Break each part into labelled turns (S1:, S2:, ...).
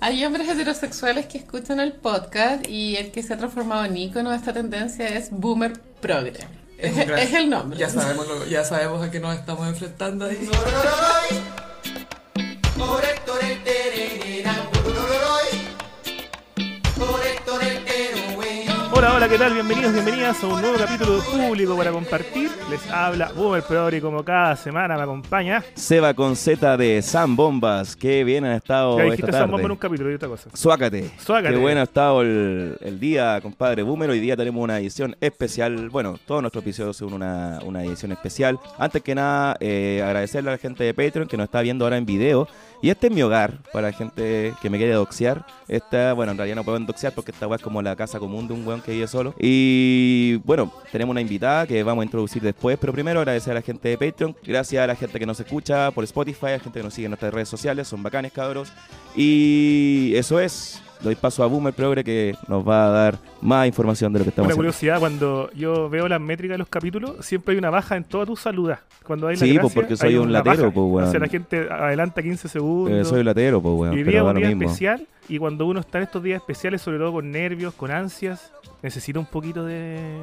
S1: Hay hombres heterosexuales que escuchan el podcast y el que se ha transformado en ícono de esta tendencia es Boomer Progre.
S2: Es
S1: Es,
S2: un gran-
S1: es el nombre.
S2: Ya sabemos, lo- ya sabemos a qué nos estamos enfrentando ahí.
S3: Hola, hola, ¿qué tal? Bienvenidos, bienvenidas a un nuevo capítulo de Público para Compartir. Les habla Boomer Progre, como cada semana me acompaña.
S4: Seba con Z de San Bombas. Qué bien ha estado
S3: Ya
S4: Oh, esta
S3: dijiste San Bomba en un
S4: tarde.
S3: capítulo y otra cosa.
S4: Suácate.
S3: Suácate.
S4: Qué bueno ha estado el, el día, compadre Boomer. Hoy día tenemos una edición especial. Bueno, todos nuestros episodios son una, una edición especial. Antes que nada, eh, agradecerle a la gente de Patreon que nos está viendo ahora en video. Y este es mi hogar, para la gente que me quiere doxear. Esta, bueno, en realidad no pueden doxear porque esta weá es como la casa común de un weón que vive solo. Y bueno, tenemos una invitada que vamos a introducir después. Pero primero agradecer a la gente de Patreon. Gracias a la gente que nos escucha por Spotify, a la gente que nos sigue en nuestras redes sociales. Son bacanes, cabros. Y eso es. Doy paso a Boomer Progre que nos va a dar más información de lo que estamos
S3: Una
S4: haciendo.
S3: curiosidad, cuando yo veo las métricas de los capítulos, siempre hay una baja en toda tu saludas. Cuando hay la
S4: Sí,
S3: gracia,
S4: pues, porque soy
S3: hay
S4: un
S3: una
S4: latero,
S3: baja.
S4: pues, weón.
S3: O sea, la gente adelanta 15 segundos.
S4: Eh, soy latero, pues,
S3: Y
S4: weón.
S3: hoy día
S4: Pero
S3: es
S4: da
S3: un
S4: lo
S3: día
S4: mismo.
S3: especial y cuando uno está en estos días especiales, sobre todo con nervios, con ansias, necesita un poquito de,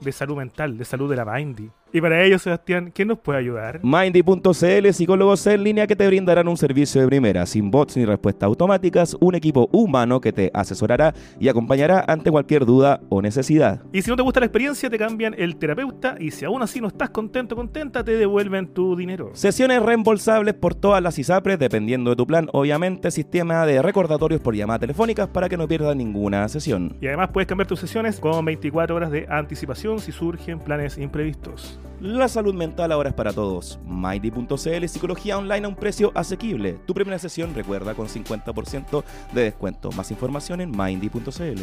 S3: de salud mental, de salud de la Mindy. Y para ello, Sebastián, ¿quién nos puede ayudar?
S4: Mindy.cl, psicólogos en línea que te brindarán un servicio de primera, sin bots ni respuestas automáticas, un equipo humano que te asesorará y acompañará ante cualquier duda o necesidad.
S3: Y si no te gusta la experiencia, te cambian el terapeuta y si aún así no estás contento, contenta, te devuelven tu dinero.
S4: Sesiones reembolsables por todas las ISAPRES, dependiendo de tu plan, obviamente, sistema de recordatorios por llamadas telefónicas para que no pierdas ninguna sesión.
S3: Y además puedes cambiar tus sesiones con 24 horas de anticipación si surgen planes imprevistos.
S4: La salud mental ahora es para todos. Mighty.cl Psicología online a un precio asequible. Tu primera sesión recuerda con 50% de descuento. Más información en Mindy.cl.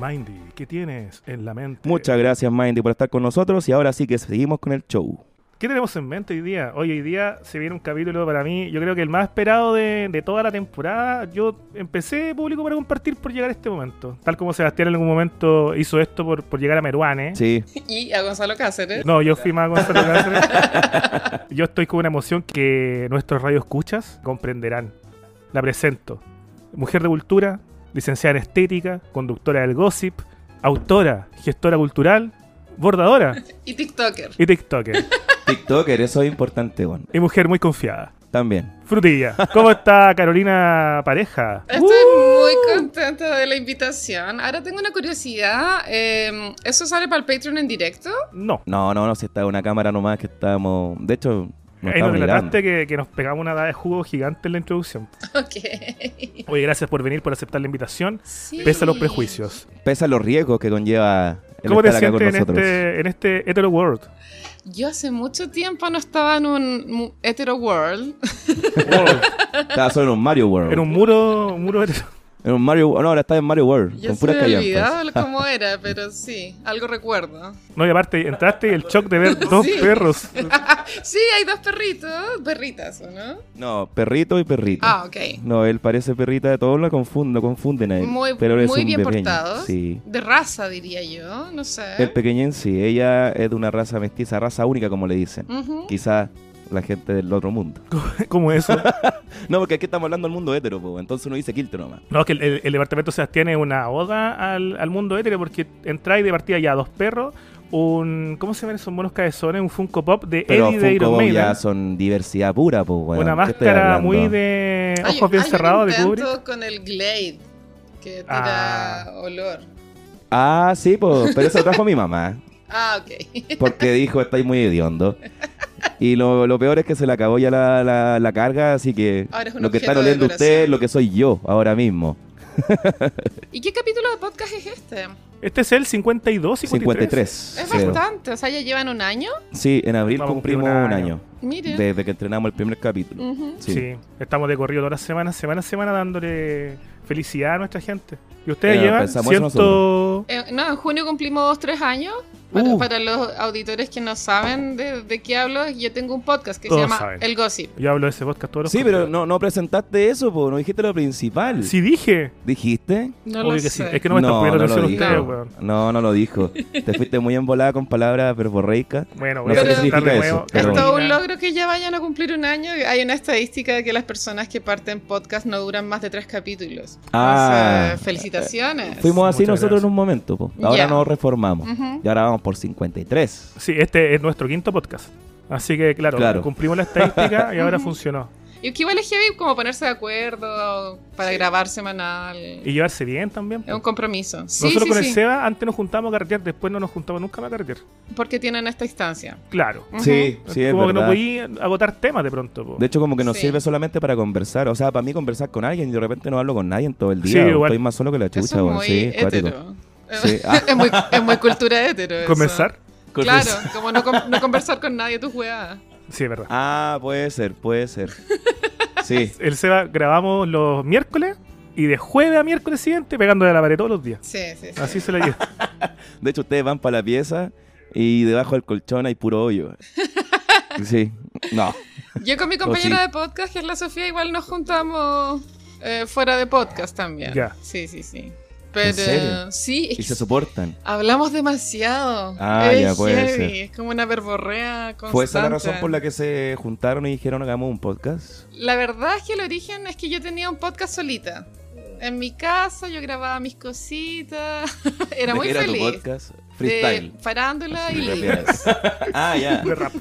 S3: Mindy, ¿qué tienes en la mente?
S4: Muchas gracias Mindy por estar con nosotros y ahora sí que seguimos con el show.
S3: ¿Qué tenemos en mente hoy día? Hoy, hoy día se viene un capítulo para mí, yo creo que el más esperado de, de toda la temporada. Yo empecé público para compartir por llegar a este momento. Tal como Sebastián en algún momento hizo esto por, por llegar a Meruane.
S4: Sí.
S1: Y a Gonzalo Cáceres.
S3: No, yo fui más Gonzalo Cáceres. Yo estoy con una emoción que nuestros radioescuchas comprenderán. La presento. Mujer de cultura, licenciada en estética, conductora del gossip, autora, gestora cultural, bordadora
S1: Y TikToker.
S3: y tiktoker.
S4: TikToker, eso es importante, Juan.
S3: Y mujer muy confiada.
S4: También.
S3: Frutilla, ¿cómo está Carolina Pareja?
S1: Estoy muy contenta de la invitación. Ahora tengo una curiosidad. eh, ¿Eso sale para el Patreon en directo?
S3: No.
S4: No, no, no, si está una cámara nomás que estamos... De hecho, no
S3: Ahí nos
S4: estamos mirando.
S3: relataste que, que nos pegamos una dada de jugo gigante en la introducción.
S1: Ok.
S3: Oye, gracias por venir, por aceptar la invitación,
S1: Sí.
S3: pese a los prejuicios.
S4: Pesan los riesgos que conlleva el
S3: ¿Cómo te
S4: estar acá con
S3: sientes en
S4: nosotros.
S3: este, en este Hetero World?
S1: Yo hace mucho tiempo no estaba en un mu- hetero world.
S4: Estaba solo en un Mario World.
S3: este en un muro, un muro hetero.
S4: En un Mario... No, ahora está en Mario World.
S1: Ya
S4: con
S1: se
S4: puras
S1: me
S4: callampas.
S1: olvidaba cómo era, pero sí, algo recuerdo.
S3: No, y aparte, entraste y el shock de ver dos
S1: Sí.
S3: perros.
S1: Sí, hay dos perritos, perritas, ¿o ¿no?
S4: No, perrito y perrito.
S1: Ah, ok.
S4: No, él parece perrita de todos, lo confunden, lo confunden a él.
S1: Muy,
S4: pero él es
S1: muy
S4: un
S1: bien
S4: pequeño,
S1: portados.
S4: Sí. Eh,
S1: De raza, diría yo, no sé.
S4: El pequeñín sí, ella es de una raza mestiza, raza única como le dicen.
S1: Ujú.
S4: Quizás la gente del otro mundo.
S3: Como eso.
S4: No, porque aquí estamos hablando del mundo hétero, po, entonces uno dice quiltro nomás.
S3: No, que el, el- el departamento Sebastián es una oda al, al mundo hetero porque entráis de partida ya dos perros, un. ¿Cómo se llaman esos monos cabezones? Un Funko Pop de
S4: Pero
S3: Eddie de
S4: Funko
S3: Iron
S4: Pop
S3: Maiden.
S4: ya son diversidad pura, pues, weón.
S3: una
S4: ¿Qué estoy
S3: máscara
S4: hablando?
S3: muy de
S1: Hay-
S3: ojos bien
S1: hay un
S3: cerrados de
S1: intento
S3: Kubrick.
S1: con el Glade, que tira
S3: Ah.
S1: olor.
S4: Ah, sí, pues, pero eso trajo mi mamá,
S1: Ah, ok.
S4: porque dijo, estáis muy hediondo. Y lo, lo peor es que se le acabó ya la, la- la carga, así que
S1: Ahora es un
S4: lo que
S1: objeto
S4: están
S1: de
S4: oliendo ustedes es
S1: decoración.
S4: lo que soy yo ahora mismo.
S1: ¿Y qué capítulo de podcast es este?
S3: Este es el 52, 53.
S4: 53.
S1: Es
S4: creo.
S1: bastante, o sea, ya llevan un año.
S4: Sí, en abril
S3: Vamos a cumplir
S4: cumplimos
S3: un
S4: un
S3: año.
S4: año.
S1: Miren.
S4: Desde que entrenamos el primer capítulo.
S1: Ujú.
S4: Sí.
S3: Sí. estamos de corrido todas las semanas, semana a semana, dándole felicidad a nuestra gente. Y ustedes
S4: Eh,
S3: llevan
S4: pensamos
S3: 100...
S4: eso nosotros.
S1: Eh, no, en junio cumplimos dos, tres años.
S5: Para,
S3: Uh.
S5: para los auditores que no saben de, de qué hablo, yo tengo un podcast que
S3: Todos
S5: se llama
S3: saben.
S5: El Gossip.
S3: Yo hablo de ese podcast todos los
S4: Sí, pero
S3: capítulos.
S4: no, no presentaste eso, po, no dijiste lo principal.
S3: Sí dije.
S4: ¿Dijiste?
S5: No
S3: Obvio
S5: lo
S3: que
S5: sé.
S3: sí. Es que no me están poniendo
S4: lo
S3: atención
S4: dijo.
S3: ustedes,
S5: No.
S3: weón.
S4: No, no lo dijo. Te fuiste muy embolada con palabras verborreicas.
S3: Bueno,
S4: No
S3: voy
S4: sé
S3: a
S5: Pero-
S4: qué
S3: presentar
S4: significa
S3: de
S4: eso.
S3: nuevo.
S5: Es
S4: pero-
S5: todo un logro que ya vayan a cumplir un año. Hay una estadística de que las personas que parten podcast no duran más de tres capítulos.
S4: Ah. Eh,
S5: Entonces, felicitaciones.
S4: Fuimos así
S3: Muchas
S4: nosotros
S3: gracias.
S4: en un momento, po. Ahora
S5: Ya.
S4: nos reformamos.
S5: Ujú.
S4: Y ahora vamos por 53.
S3: Sí, este es nuestro quinto podcast. Así que, claro,
S4: Claro.
S3: cumplimos la estadística y ahora
S5: Ujú.
S3: funcionó.
S5: Y que igual es heavy como ponerse de acuerdo para grabar semanal.
S3: Y llevarse bien también.
S5: Es un
S3: po.
S5: compromiso. Sí,
S3: Nosotros
S5: sí,
S3: con
S5: sí,
S3: el Seba antes nos juntábamos a carretear, después no nos juntamos nunca más a carretear.
S5: Porque tienen esta instancia.
S3: Claro.
S5: Ujú.
S4: sí, es
S3: como que no
S4: verdad.
S3: podía agotar temas de pronto. po.
S4: De hecho, como que nos
S5: Sí.
S4: sirve solamente para conversar. O sea, para mí conversar con alguien y de repente no hablo con nadie en todo el día.
S3: Sí,
S4: weón.
S3: igual.
S4: Estoy más solo que la chucha,
S5: Eso es
S4: weón.
S5: muy
S4: Sí, cuático.
S5: hétero.
S4: Sí, ah.
S5: es, muy, es muy cultura hétero. eso.
S3: ¿Comenzar?
S5: Claro, como no, com- no conversar con nadie, tus weas.
S3: Sí, es verdad.
S4: Ah, puede ser, puede ser. Sí.
S3: El Seba grabamos los miércoles y de jueves a miércoles siguiente pegándole a la pared todos los días.
S5: Sí, sí, sí.
S3: Así se la lleva.
S4: De hecho, ustedes van para la pieza y debajo del colchón hay puro hoyo. Sí. No.
S5: Yo con mi compañera
S4: Oh,
S5: de podcast, que es la Sofía, igual nos juntamos eh, fuera de podcast también.
S3: Ya.
S5: Sí, sí, sí. Pero
S4: serio?
S5: sí, es que
S4: Y se soportan.
S5: hablamos demasiado.
S4: Ah,
S5: es
S4: ya, puede
S5: heavy,
S4: ser.
S5: es como una verborrea constante.
S4: ¿Fue esa la razón por la que se juntaron y dijeron hagamos un podcast?
S5: La verdad es que el origen es que yo tenía un podcast solita. En mi casa yo grababa mis cositas. Era
S4: ¿De
S5: muy
S4: qué era
S5: feliz.
S4: tu podcast? Freestyle.
S5: De farándula
S4: Así,
S5: y, libros.
S4: rápidas. ah, ya.
S3: De rap.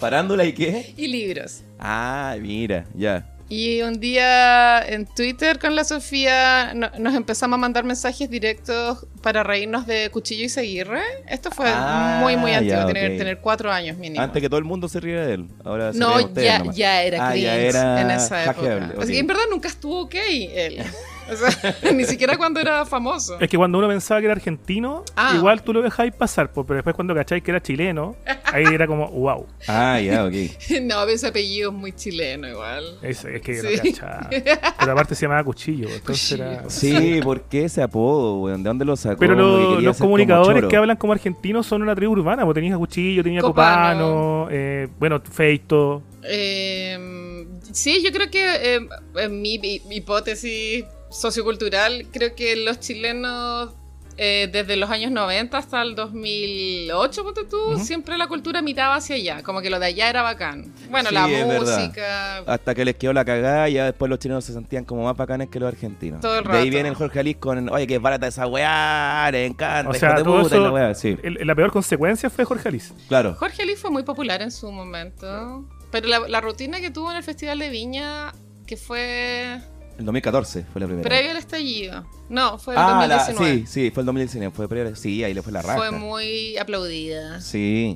S4: ¿Farándula y qué?
S5: y libros.
S4: Ah, mira, ya.
S5: Y un día en Twitter con la Sofía no- nos empezamos a mandar mensajes directos para reírnos de Cuchillo y Seguirre. Esto fue
S4: Ah,
S5: muy, muy
S4: ya,
S5: antiguo, tenía que
S4: ok.
S5: tener cuatro años mínimo.
S4: Antes que todo el mundo se riera de él. Ahora se ríen
S5: no,
S4: ustedes
S5: ya,
S4: nomás.
S5: ya era
S4: Ah,
S5: cringe
S4: ya era
S5: en esa época.
S4: hackeable,
S5: Así que
S4: ok.
S5: en verdad nunca estuvo ok él. O sea, ni siquiera cuando era famoso.
S3: Es que cuando uno pensaba que era argentino,
S5: Ah.
S3: igual tú lo dejáis pasar, po, pero después cuando cacháis que era chileno, ahí era como, wow.
S4: Ah, ya, ok.
S1: este,
S5: No, ese apellido es muy chileno igual.
S3: Es, es que
S5: Sí.
S3: no cachaba. Pero aparte se llamaba Cuchillo, entonces
S5: Cuchillo.
S3: era-
S4: Sí, ¿por qué ese apodo, weón? ¿De dónde lo sacó?
S3: Pero lo-
S4: Que quería
S3: los
S4: ser como
S3: comunicadores
S4: Choro.
S3: que hablan como argentinos son una tribu urbana. Vos tenías a Cuchillo, tenías a
S5: Copano.
S3: Copano, eh, bueno, Feito.
S5: Eh,
S1: Em,
S5: sí, yo creo que eh, en mi hi- hipótesis sociocultural, creo que los chilenos eh, desde los años 90 hasta el 2008, ponte tú,
S3: Ujú.
S5: siempre la cultura miraba hacia allá, como que lo de allá era bacán. Bueno,
S4: Sí,
S5: la
S4: es verdad.
S5: música...
S4: Hasta que les quedó la cagada y ya después los chilenos se sentían como más bacanes que los argentinos.
S5: Todo el
S4: De ahí
S5: rato.
S4: viene el Jorge Alice con, oye, que barata esa weá, le encanta,
S3: O
S4: hijo
S3: sea,
S4: de
S3: todo
S4: puta", y
S3: eso-
S4: la weá, sí,
S3: El- la peor consecuencia fue Jorge Alice.
S4: claro.
S5: Jorge Lee fue muy popular en su momento, pero la, la rutina que tuvo en el Festival de Viña, que fue
S4: El 2014 fue la primera.
S5: previo al estallido, no, fue el
S4: ah, la-
S5: 2019.
S4: sí, sí, fue el 2019, fue previo, sí, ahí le fue la raja.
S5: fue muy aplaudida.
S4: Sí,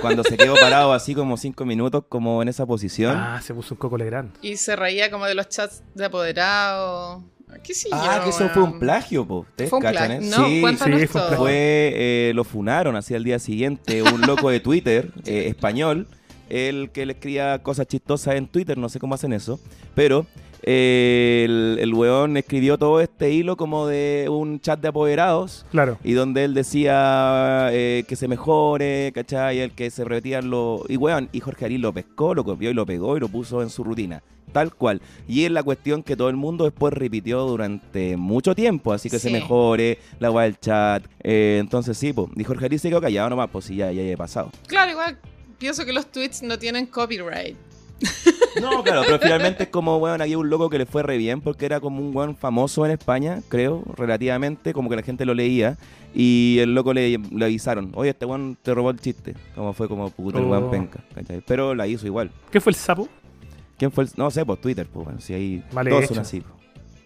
S4: cuando se quedó parado así como cinco minutos, como en esa posición.
S3: Ah, se puso un coco Legrand.
S5: Y se reía como de los chats de apoderado. ¿Qué sé
S4: Ah,
S5: yo,
S4: que eso
S5: weón?
S4: fue un plagio, po. ¿Ustedes
S5: Fue un
S4: cachan,
S5: plagio.
S4: eh?
S5: No,
S4: sí,
S5: cuéntanos
S3: sí, fue un
S5: todo.
S3: plagio.
S4: fue, eh, lo funaron así al día siguiente, un loco de Twitter eh, español, el que le escribía cosas chistosas en Twitter, no sé cómo hacen eso, pero eh, el, el weón escribió todo este hilo como de un chat de apoderados
S3: Claro.
S4: y donde él decía eh, que se mejore, ¿cachai? El que se repetían los... Y weón, y Jorge Ari lo pescó, lo copió y lo pegó y lo puso en su rutina. Tal cual. Y es la cuestión que todo el mundo después repitió durante mucho tiempo. Así que se
S5: Sí.
S4: mejore, la weá del chat. eh, entonces sí, pues. Y Jorge Ari se quedó callado nomás, pues sí, ya, ya, ya he pasado.
S5: Claro, igual pienso que los tweets no tienen copyright.
S4: No, claro, pero finalmente es como, weón, aquí un loco que le fue re bien porque era como un weón famoso en España, creo, relativamente, como que la gente lo leía y el loco le, le avisaron, oye, este weón te robó el chiste, como fue como puta el weón
S3: Oh.
S4: penca, ¿cachai? Pero la hizo igual.
S3: ¿Qué fue el sapo?
S4: ¿Quién fue el...? No sé, pues Twitter, pues, weón, si ahí
S3: Mal
S4: todos
S3: hecho.
S4: son así, pues.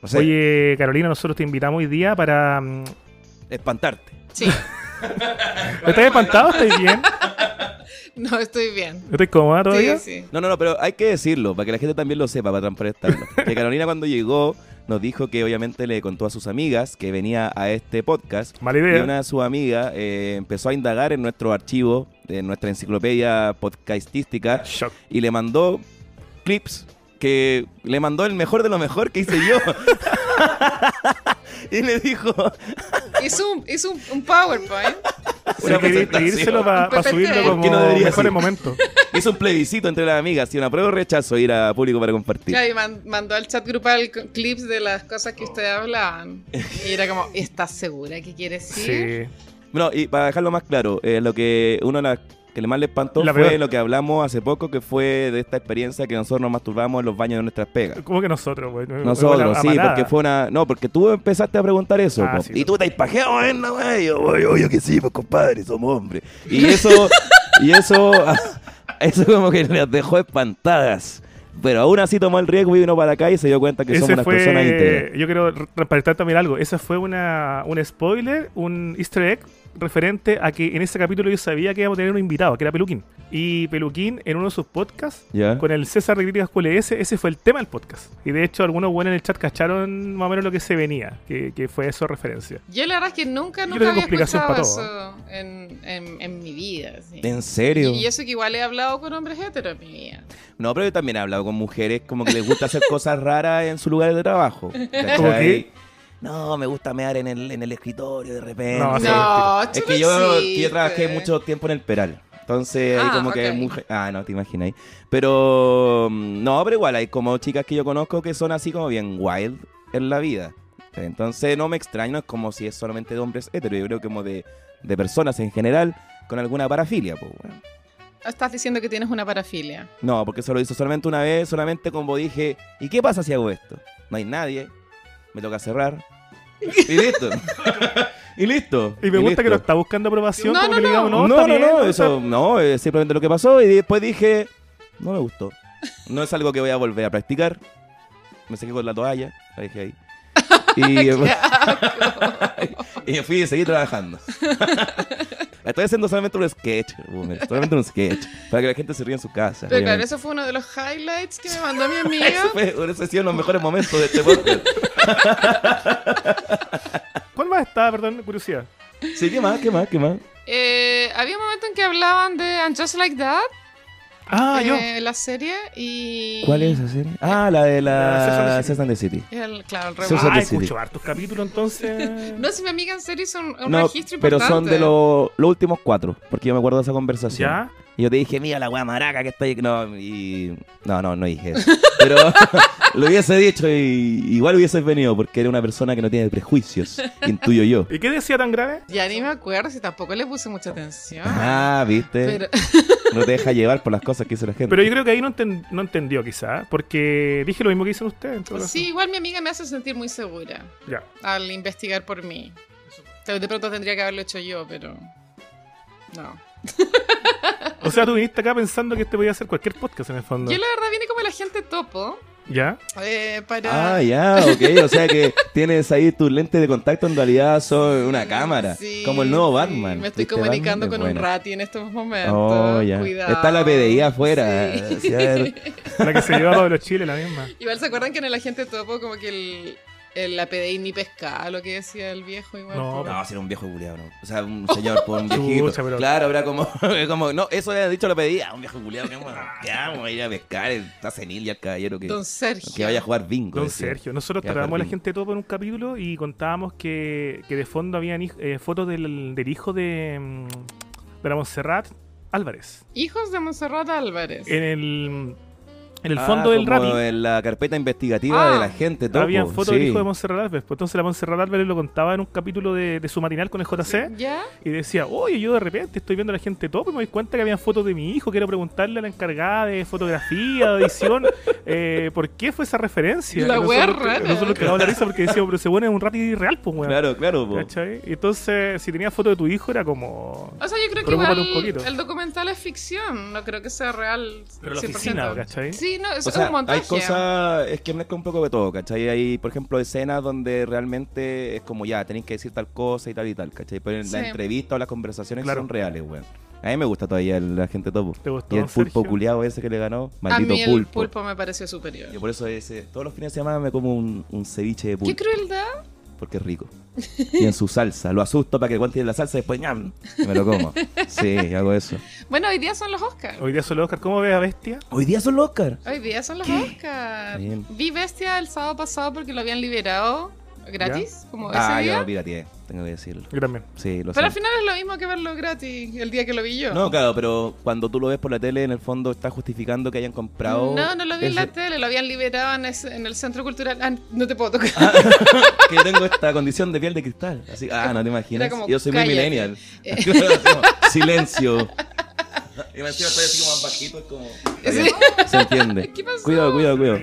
S4: No sé,
S3: Oye, Carolina, nosotros te invitamos hoy día para. mm,
S4: espantarte.
S5: Sí,
S3: ¿Estás espantado? ¿Estás bien?
S5: no estoy bien.
S3: ¿Estás cómoda todavía?
S5: Sí, sí.
S4: No, no, no, pero hay que decirlo, para que la gente también lo sepa, para transparentarlo. que Carolina cuando llegó nos dijo que obviamente le contó a sus amigas que venía a este podcast
S3: Mala
S4: Y
S3: idea.
S4: una de sus amigas eh, empezó a indagar en nuestro archivo, en nuestra enciclopedia podcastística,
S3: Shock.
S4: y le mandó clips que le mandó el mejor de lo mejor que hice yo. y le dijo,
S1: Hizo un, hizo un, un PowerPoint.
S3: Si queréis pedírselo para
S1: Un PPT.
S3: subirlo
S1: ¿Por
S4: qué
S3: como
S4: no debería
S3: mejores
S4: ser?
S3: momentos.
S4: Hizo un plebiscito entre las amigas, si una prueba o rechazo, ir a público para compartir.
S1: Claro, y man- mandó al chat grupal c- clips de las cosas que ustedes hablaban. Y era como, ¿estás segura que quieres ir?
S3: Sí.
S4: No, y para dejarlo más claro, eh, lo que uno la, que más le espantó
S3: La
S4: fue
S3: peor.
S4: lo que hablamos hace poco, que fue de esta experiencia que nosotros nos masturbamos en los baños de nuestras pegas.
S3: ¿Cómo que nosotros, güey?
S4: Nosotros,
S3: A- a
S4: sí,
S3: manada.
S4: porque fue una. No, porque tú empezaste a preguntar eso.
S3: Ah,
S4: po.
S3: sí,
S4: y
S3: pues.
S4: tú te has pajeado, ¿eh? No, güey. Yo, güey, obvio que sí, pues compadre, somos hombres. Y eso. y eso. Eso como que las dejó espantadas. Pero aún así tomó el riesgo y vino para acá y se dio cuenta que somos
S3: Ese
S4: unas personas
S3: fue.
S4: íntegras.
S3: Yo quiero re- resaltar también algo. Ese fue una, un spoiler, un easter egg referente a que en ese capítulo yo sabía que íbamos a tener un invitado, que era Peluquín. Y Peluquín, en uno de sus podcasts,
S4: ¿Ya?
S3: con el César de Críticas QLS, ese fue el tema del podcast. Y de hecho, algunos buenos en el chat cacharon más o menos lo que se venía, que, que fue eso referencia.
S1: Yo la verdad es que nunca,
S3: Yo
S1: nunca
S3: tengo
S1: había
S3: explicación
S1: escuchado
S3: para
S1: eso en, en- en mi vida. sí.
S4: ¿eh? ¿En
S1: Y,
S4: serio?
S1: y eso que igual he hablado con hombres heteros en mi vida.
S4: No, pero yo también he hablado con mujeres como que les gusta hacer cosas raras en su lugar de trabajo.
S3: ¿Cómo
S4: ¿Cómo
S3: qué?
S4: No, me gusta mear en el, en el escritorio de repente.
S3: No, Ah, sí,
S1: No, pues.
S4: Es
S1: tú
S4: que
S1: no
S4: yo, que yo
S1: existe.
S4: trabajé mucho tiempo en el Peral. Entonces, ahí
S1: Ah,
S4: como que
S1: ok.
S4: mujer- Ah, no, te imaginas. Pero. mm, No, pero igual, hay como chicas que yo conozco que son así como bien wild en la vida. Entonces, no me extraño, es como si es solamente de hombres heteros. Yo creo que como de, de personas en general con alguna parafilia, pues, weón.
S1: Estás diciendo que tienes una parafilia.
S4: No, porque eso lo hizo solamente una vez, solamente como dije, ¿y qué pasa si hago esto? No hay nadie, me toca cerrar. Y listo. y listo.
S3: Y me gusta que
S4: listo.
S3: no está buscando aprobación,
S1: No,
S3: como que
S1: no,
S3: le digamos, no,
S4: No, no,
S3: está
S4: no,
S3: bien, o sea,
S4: eso no, es simplemente lo que pasó y después dije, no me gustó. No es algo que voy a volver a practicar. Me saqué con la toalla, la dejé ahí. Y, y me fui y seguí trabajando. Estoy haciendo solamente un sketch, boomer, solamente un sketch, para que la gente se ría en su casa.
S1: Pero claro,
S4: obviamente.
S1: eso fue uno de los highlights que me mandó mi
S4: Eso
S1: amigo.
S4: fue, bueno, ese ha sido los mejores momentos de este podcast.
S3: ¿Cuál más está, perdón, curiosidad?
S4: Sí, ¿qué más? ¿Qué más? ¿Qué más?
S1: Eh, había un momento en que hablaban de And Just Like That,
S3: Ah, yo.
S1: eh, la serie, y...
S4: ¿Cuál es esa serie? Ah, la de la
S3: La
S4: Sex and the City.
S1: El- claro, el
S4: Eso
S1: reboot.
S4: es-
S3: Ah,
S4: decidí.
S3: escucho hartos capítulos, entonces.
S1: No, si mi amiga en serio hizo un, un
S4: No,
S1: registro importante.
S4: pero son de lo- los últimos cuatro, porque yo me acuerdo de esa conversación.
S3: ¿Ya?
S4: Y yo te dije, mira la weá maraca que está ahí. No, y... no, no, no dije eso. Pero lo hubiese dicho y igual hubieses venido, porque eres una persona que no tiene prejuicios, intuyo yo.
S3: ¿Y qué decía tan grave?
S1: Ya ni me acuerdo, si tampoco le puse mucha atención.
S4: Ah, viste.
S1: Pero,
S4: No te deja llevar por las cosas que dice la gente.
S3: Pero yo creo que ahí no, enten- no entendió, quizá, porque dije lo mismo que dicen ustedes. en todo caso.
S1: sí, igual mi amiga me hace sentir muy segura
S3: Ya.
S1: al investigar por mí. Tal vez de pronto tendría que haberlo hecho yo, pero... No.
S3: O sea, tú viniste acá pensando que este podía hacer cualquier podcast en el fondo.
S1: Yo la verdad viene como la gente topo
S3: ¿Ya?
S1: eh, para...
S4: Ah, ya, ok. O sea que tienes ahí tus lentes de contacto, en realidad son una cámara.
S1: Sí,
S4: como el nuevo
S1: sí,
S4: Batman.
S1: Me estoy
S4: ¿Viste?
S1: comunicando
S4: Batman
S1: con
S4: es
S1: un
S4: bueno.
S1: rati en estos momentos.
S4: Oh, ya.
S1: Cuidado.
S4: Está la PDI afuera.
S1: Sí.
S4: así, a ver.
S3: La que se llevaba de los chiles, la misma.
S1: Igual se acuerdan que en el agente topo como que el, el- la PDI ni pescaba lo que decía el viejo igual.
S3: No,
S1: pues.
S4: No, si era un viejo culiado, ¿no? O sea, un señor, por un viejito.
S3: Chucha, pero-
S4: Claro, habrá como, como. No, eso le ha dicho la PDI. Ah, un viejo culiado, que vamos a- que vamos a ir a pescar. Está senil ya el caballero que,
S1: Don Sergio.
S4: que vaya a jugar bingo.
S3: Don
S4: decía.
S3: Sergio, nosotros
S4: Ya,
S3: tratábamos a la
S4: Jardín.
S3: gente de todo por un capítulo y contábamos que, que de fondo habían hij- eh, fotos del, del hijo de, mm, de la Montserrat Álvarez.
S1: Hijos de Monserrat Álvarez.
S3: En el, en el
S4: Ah,
S3: fondo del
S4: como
S3: rally
S4: en la carpeta investigativa
S1: Ah.
S4: de la gente. Topo,
S3: habían fotos
S4: sí.
S3: del hijo de Montserrat Álvarez. Pues entonces la Montserrat Álvarez lo contaba en un capítulo de, de su matinal con el JC
S1: ¿Ya?
S3: y decía, oye, yo de repente estoy viendo a la gente top y me doy cuenta que habían fotos de mi hijo. Quiero preguntarle a la encargada de fotografía, de edición, eh, ¿por qué fue esa referencia?
S1: La
S3: Y
S1: wea
S3: nosotros-
S1: rara.
S3: Nosotros cagamos la risa porque decíamos, pero ese bueno es un rati real, pues, weón.
S4: Claro, claro, po.
S3: ¿Cachai? Y Entonces, si tenía foto de tu hijo, era como.
S1: O sea, yo creo que
S3: Preocúpate
S1: igual
S3: un poquito.
S1: el documental es ficción. No creo que sea real.
S3: Pero la oficina, ¿cachai?
S1: Sí, no, es
S4: O sea,
S1: un montaje.
S4: hay cosas, es que mezcla un poco de todo, ¿cachai? Hay, por ejemplo, escenas donde realmente es como ya, tenéis que decir tal cosa y tal y tal, ¿cachai? Pero en la
S1: Sí.
S4: entrevista o las conversaciones
S3: Claro.
S4: son reales, weón. A mí me gusta todavía el- la gente topo.
S3: ¿Te gustó,
S4: y el pulpo
S3: Sergio?
S4: culiado ese que le ganó,
S1: A
S4: maldito
S1: mí el
S4: pulpo.
S1: pulpo, me pareció superior.
S4: Yo por eso ese- todos los fines de semana me como un, un ceviche de
S1: ¿Qué
S4: pulpo,
S1: crueldad?
S4: porque es rico. Y en su salsa, lo asusto para que cuando tiene la salsa después ñam, me lo como. Sí, hago eso.
S1: Bueno, hoy día son los Oscars.
S3: Hoy día solo Oscar, ¿cómo ves a Bestia?
S4: Hoy día son los Oscar.
S1: Hoy día son los Oscars.
S4: Bien.
S1: Vi Bestia el sábado pasado porque lo habían liberado gratis, como ese
S4: Ah, yo
S1: día.
S4: lo pirateé, tengo que decirlo.
S3: Yo también.
S4: Sí, lo
S1: Pero al
S4: siento.
S1: final es lo mismo que verlo gratis el día que lo vi yo.
S4: No, claro, pero cuando tú lo ves por la tele, en el fondo está justificando que hayan comprado.
S1: No, no lo vi en la
S4: ese-
S1: tele, lo habían liberado en, ese- en el centro cultural. Ah, no te puedo tocar.
S4: Que yo tengo esta condición de piel de cristal. Así, ah, no te imaginas.
S1: Era como,
S4: yo soy muy
S1: cállate.
S4: millennial.
S1: Eh.
S4: Así como, Silencio. Y me encima estoy así como más bajito, es como.
S1: Sí.
S4: Se entiende.
S1: ¿Qué pasó?
S4: Cuidado, cuidado, cuidado.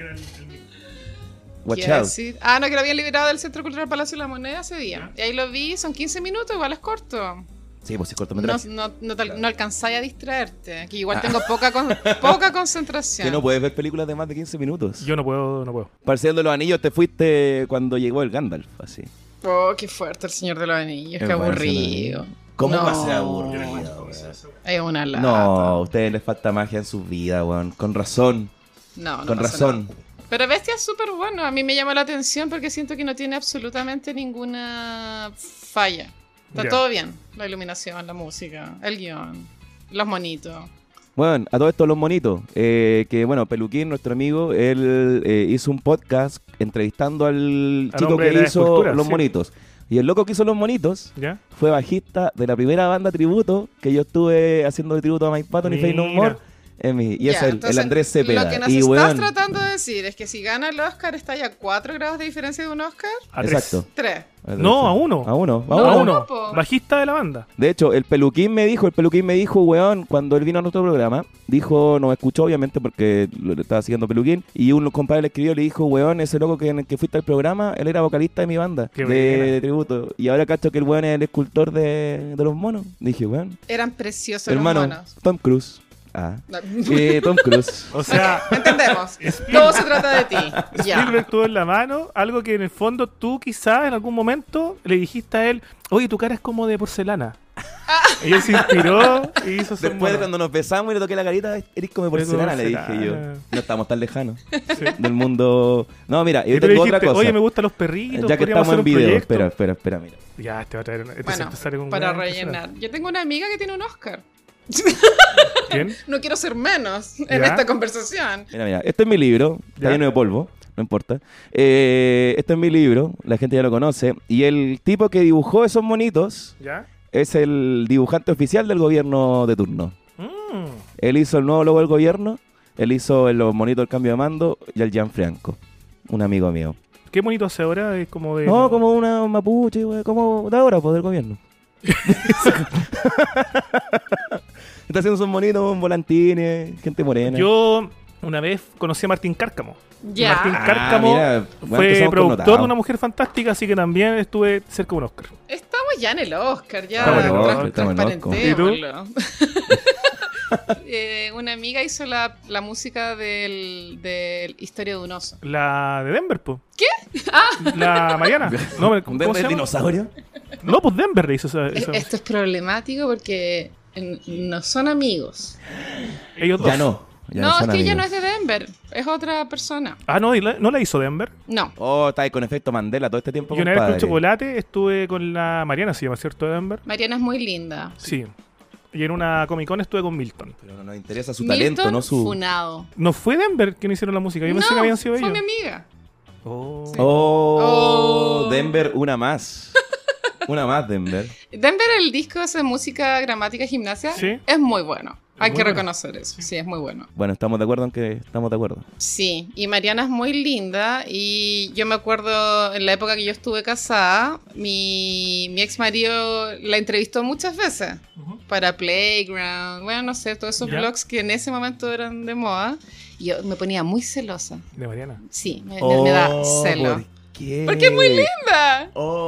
S4: Watch
S1: Quiero
S4: out.
S1: decir- Ah, no, que lo habían liberado del Centro Cultural Palacio de la Moneda ese día. Y ahí lo vi, son 15 minutos, igual es corto.
S4: Sí, pues sí,
S1: No,
S4: cortometraje.
S1: no, no, te- no alcanzáis a distraerte. Que igual tengo poca, con- poca concentración.
S4: Ah. Que no puedes ver películas de más de 15 minutos.
S3: Yo no puedo, no puedo.
S4: Para el Señor de los Anillos te fuiste cuando llegó el Gandalf, así.
S1: Oh, qué fuerte el Señor de los Anillos,
S4: Es
S1: qué
S4: bueno,
S1: aburrido.
S4: sí, ¿Cómo
S1: No.
S4: va a ser aburrido? weón?
S1: Es una lata.
S4: No, a ustedes les falta magia en sus vidas, weón. Con razón,
S1: No, no
S4: con
S1: pasa
S4: razón.
S1: nada. Pero Bestia es súper bueno, a mí me llama la atención porque siento que no tiene absolutamente ninguna falla. Está
S3: Ya.
S1: todo bien, la iluminación, la música, el guión, los monitos.
S4: Bueno, a todo esto los monitos, eh, que bueno, Peluquín, nuestro amigo, él eh, hizo un podcast entrevistando al
S3: Al
S4: chico
S3: hombre
S4: que
S3: de la
S4: hizo
S3: escultura,
S4: los
S3: sí.
S4: monitos. Y el loco que hizo los monitos
S3: ¿Ya?
S4: fue bajista de la primera banda tributo que yo estuve haciendo de tributo a Mike Patton y Faith No
S3: Mira.
S4: More. en mi- y
S1: Ya,
S4: es el,
S1: entonces,
S4: el Andrés Cepeda.
S1: Lo que nos
S4: y
S1: estás
S4: weón,
S1: tratando de decir es que si gana el Oscar está ya a 4 grados de diferencia de un Oscar.
S3: A tres.
S4: exacto.
S1: 3.
S3: No, a uno.
S4: A uno, a
S3: No,
S4: uno.
S3: a
S1: no,
S3: uno.
S1: po.
S3: Bajista de la banda.
S4: De hecho, el peluquín me dijo, el peluquín me dijo, weón, cuando él vino a nuestro programa, dijo, no me escuchó obviamente porque lo lo estaba siguiendo peluquín, y un compadre le escribió, le dijo, weón, ese loco que en el que fuiste al programa, él era vocalista de mi banda,
S3: Qué
S4: de,
S3: buena.
S4: de tributo, y ahora cacho que el weón es el escultor de, de los monos. Dije, weón,
S1: Eran preciosos
S4: hermano,
S1: los monos.
S4: Tom Cruise. Ah,
S1: No.
S4: eh, Tom Cruise.
S3: O sea,
S1: Entendemos. Todo se trata de ti. Ya.
S3: Spielberg tuvo en la mano algo que en el fondo tú quizás en algún momento le dijiste a él, oye, tu cara es como de porcelana.
S1: Ah.
S3: y él se inspiró y hizo su
S4: Después
S3: mono.
S4: cuando nos besamos y le toqué la carita, eres como de
S3: Eres como
S4: porcelana, le dije yo.
S3: porcelana.
S4: No estamos tan lejanos
S3: Sí.
S4: del mundo... No, mira,
S3: Y
S4: yo
S3: tú le
S4: tengo otra
S3: dijiste,
S4: cosa.
S3: oye, me gustan los perritos,
S4: Ya que
S3: podríamos
S4: estamos
S3: hacer
S4: en
S3: un
S4: video,
S3: proyecto.
S4: espera, espera, espera, mira.
S3: Ya, este va a traer... Este se
S1: Bueno,
S3: empezará con
S1: para
S3: weá,
S1: rellenar. Yo tengo una amiga que tiene un Oscar.
S3: impresionante. ¿Quién?
S1: No quiero ser menos en
S3: Ya.
S1: esta conversación.
S4: Mira, mira, este es mi libro, está
S3: Ya.
S4: lleno de polvo, no importa. Eh, este es mi libro, la gente ya lo conoce. Y el tipo que dibujó esos monitos
S3: ¿Ya?
S4: es el dibujante oficial del gobierno de turno.
S3: Mm.
S4: Él hizo el nuevo logo del gobierno, él hizo los monitos del cambio de mando y el Gianfranco, un amigo mío.
S3: Qué bonito hace ahora, es como de...
S4: No, como una mapuche, güey, como de ahora, pues, del gobierno. Está haciendo sus monitos, volantines, gente morena.
S3: Yo una vez conocí a Martín Cárcamo. Martín
S1: Ya.
S3: Cárcamo
S4: Ah, mira, bueno,
S3: fue
S4: empezamos
S3: productor
S4: connotado.
S3: de Una Mujer Fantástica, así que también estuve cerca de un Oscar.
S1: Estamos ya en el Oscar, ya.
S3: Estamos en el
S1: tras-
S3: Oscar,
S4: estamos en el
S1: transparentémoslo. Eh, una amiga hizo la, la música del, del Historia de un oso.
S3: La de Denver, po. ¿Qué?
S1: Ah.
S3: La Mariana. No, ¿cómo-
S4: ¿Con
S3: cómo
S4: Denver
S3: se
S4: el
S3: llama?
S4: dinosaurio?
S3: No, pues Denver le hizo
S1: Eh,
S3: esa, esa-
S1: Esto es problemático porque eh, no son amigos.
S3: ellos dos.
S4: Ya no. Ya
S1: no, es
S4: son
S1: que ella no
S4: amigos.
S1: es de Denver, es otra persona.
S3: Ah, no, y la- no la hizo Denver.
S1: No.
S4: Oh, está ahí con efecto Mandela todo este tiempo.
S3: Yo una vez con
S4: compadre.
S3: Chocolate estuve con la Mariana, se llama, ¿cierto? Denver.
S1: Mariana es muy linda.
S3: Sí. Y en una Comic Con estuve con Milton.
S4: Pero no nos interesa su
S1: Milton
S4: talento, no su.
S1: Funado.
S3: No fue Denver quien hicieron la música. Yo pensé que habían sido
S1: fue
S3: ellos.
S1: mi amiga.
S3: Oh.
S4: Oh,
S1: Oh.
S4: Denver, una más. una más, Denver.
S1: Denver, el disco ese de música, gramática, gimnasia,
S3: Sí.
S1: es muy bueno. Hay
S3: muy
S1: que
S3: bueno.
S1: reconocer eso. Sí, es muy bueno.
S4: Bueno, estamos de acuerdo en que estamos de acuerdo.
S1: Sí, y Mariana es muy linda y yo me acuerdo en la época que yo estuve casada, mi, mi ex marido la entrevistó muchas veces
S3: Ujú.
S1: para Playground, bueno, no sé, todos esos
S3: Ya.
S1: blogs que en ese momento eran de moda y yo me ponía muy celosa.
S3: De Mariana.
S1: Sí, me, me- me da
S3: Oh,
S1: celo.
S4: Oh, qué?
S1: Porque es muy linda.
S4: Oh,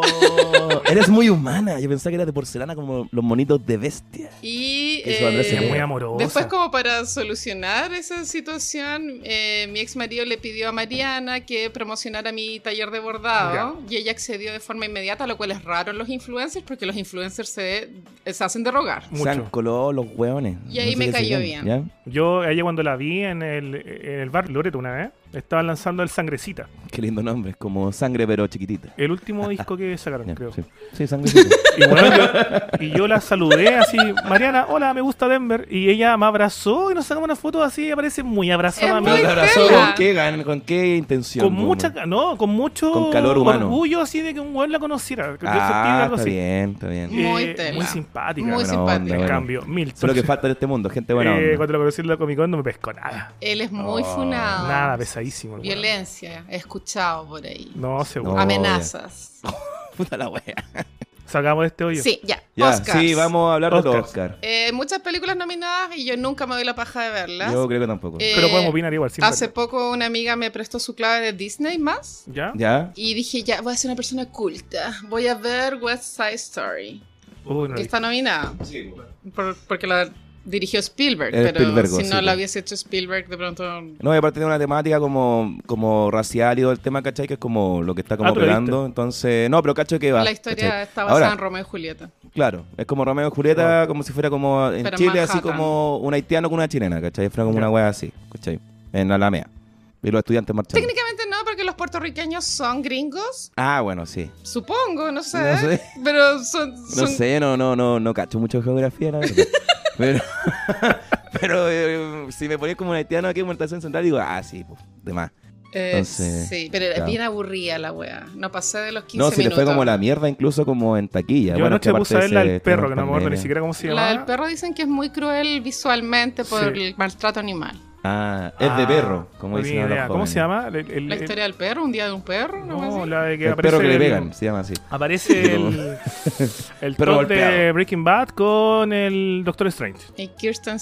S4: eres muy humana. Yo pensaba que era de porcelana como los monitos de bestia.
S1: Y
S4: Eso, Andrés,
S1: eh,
S3: Es
S4: Sí.
S3: muy amorosa.
S1: Después, como para solucionar esa situación, eh, mi ex marido le pidió a Mariana que promocionara mi taller de bordado y ella accedió de forma inmediata, lo cual es raro en los influencers porque los influencers se, se hacen de rogar.
S3: Mucho.
S4: Se han colado los hueones.
S1: Y ahí me
S4: qué
S1: cayó
S4: significan,
S1: bien.
S4: ¿ya?
S3: Yo, a ella cuando la vi en el, en el bar Loreto una vez, Estaban lanzando el Sangrecita.
S4: Qué lindo nombre, es como sangre pero chiquitita.
S3: El último disco que sacaron,
S4: Ya,
S3: creo.
S4: Sí, Sí, sangrecita.
S3: Y, bueno, yo, y yo la saludé así, Mariana, hola, me gusta Denver. Y ella me abrazó y nos sacamos una foto así, y aparece muy abrazada.
S1: Es
S3: me-
S1: muy
S4: Pero te abrazó,
S1: tela.
S4: ¿Con qué, gan- ¿Con qué intención?
S3: con
S4: Bruno?
S3: mucha, no, con mucho
S4: Con calor humano.
S3: orgullo así de que un weón la conociera. que yo sentí
S4: Ah,
S3: algo
S4: está
S3: así. Eh,
S4: bien, está bien.
S1: Muy tela.
S3: Muy simpática.
S1: Muy
S3: en
S4: Buena
S1: simpática.
S4: onda, buena.
S3: cambio, Milton.
S4: Eso es lo que falta en este mundo, gente buena
S3: Eh,
S4: onda.
S3: cuando lo conocí en la Comic Con no me pescó nada.
S1: Él es muy
S4: Oh,
S1: funado.
S3: Nada, pesadísimo. el weón.
S1: Violencia, he escuchado por ahí.
S3: No, seguro.
S4: No.
S1: Amenazas.
S4: Puta la wea.
S3: Sacamos de este hoyo.
S1: Sí, ya.
S4: Ya,
S1: Oscars.
S4: sí, vamos a hablar de los
S3: Oscars.
S4: Oscar.
S1: Eh, muchas películas nominadas y yo nunca me doy la paja de verlas.
S4: Yo creo que tampoco.
S1: Eh,
S3: Pero podemos opinar igual. sin
S1: Hace
S3: verlo.
S1: poco una amiga me prestó su clave de Disney más
S3: ¿Ya?
S4: ¿Ya?
S1: y dije, ya, voy a ser una persona culta. Voy a ver West Side Story,
S3: Uy, no
S1: que
S3: lo vi.
S1: está nominada por- porque la dirigió Spielberg,
S4: El
S1: pero
S4: Spielberg,
S1: si
S4: sí,
S1: no
S4: pues.
S1: la hubiese hecho Spielberg, de pronto...
S4: No, y aparte tiene una temática como, como racial y todo el tema, ¿cachai? Que es como lo que está como
S3: Ah, ¿tú lo viste?
S4: pegando. Entonces, no, pero cacho que va.
S1: La historia
S4: ¿cachai?
S1: está basada
S4: Ah, Ahora,
S1: en Romeo y Julieta.
S4: Claro, es como Romeo y Julieta, como si fuera como en
S1: Pero en
S4: Chile, así
S1: Manhattan.
S4: como un haitiano con una chilena, ¿cachai? Fuera como
S3: Ya.
S4: una wea así, ¿cachai? En la Alamea. Y los estudiantes marchando.
S1: Técnicamente no, porque los puertorriqueños son gringos,
S4: Ah, bueno, sí.
S1: supongo, no sé.
S4: No sé.
S1: Pero son...
S4: No
S1: son-
S4: sé, no, no, no, no cacho mucho de geografía, la verdad. pero pero eh, si me ponéis como un haitiano aquí en una estación central, digo, ah, sí, pues, de más.
S1: Eh,
S4: Entonces,
S1: sí, pero es
S4: ya.
S1: bien aburrida la wea. No pasé de los 15
S4: No, si le
S1: minutos.
S4: fue como la mierda, incluso como en taquilla.
S3: Yo
S4: bueno,
S3: anoche
S4: que
S3: puse a ver
S4: aparte
S3: la
S4: ese
S3: del perro,
S4: tema ¿eh?
S3: que no me acuerdo ni
S4: pandemia.
S3: siquiera cómo se
S1: La
S3: llamaba.
S1: del perro dicen que es muy cruel visualmente por
S3: Sí.
S1: el maltrato animal.
S4: Ah, es de
S3: Ah,
S4: perro, como
S3: no
S4: dicen
S3: tenía
S4: ahora los
S3: idea. ¿Cómo
S4: jóvenes.
S3: se llama? El- el-
S1: La
S3: el-
S1: historia del perro, un día de un perro, no,
S3: Eh, No,
S1: Así.
S3: la de que
S4: El
S3: aparece
S4: perro que le
S3: el-
S4: pegan, se llama así.
S3: Aparece el, el
S4: Perro
S3: top de
S4: golpeado.
S3: Breaking Bad con el Doctor Strange.
S1: Y Kirsten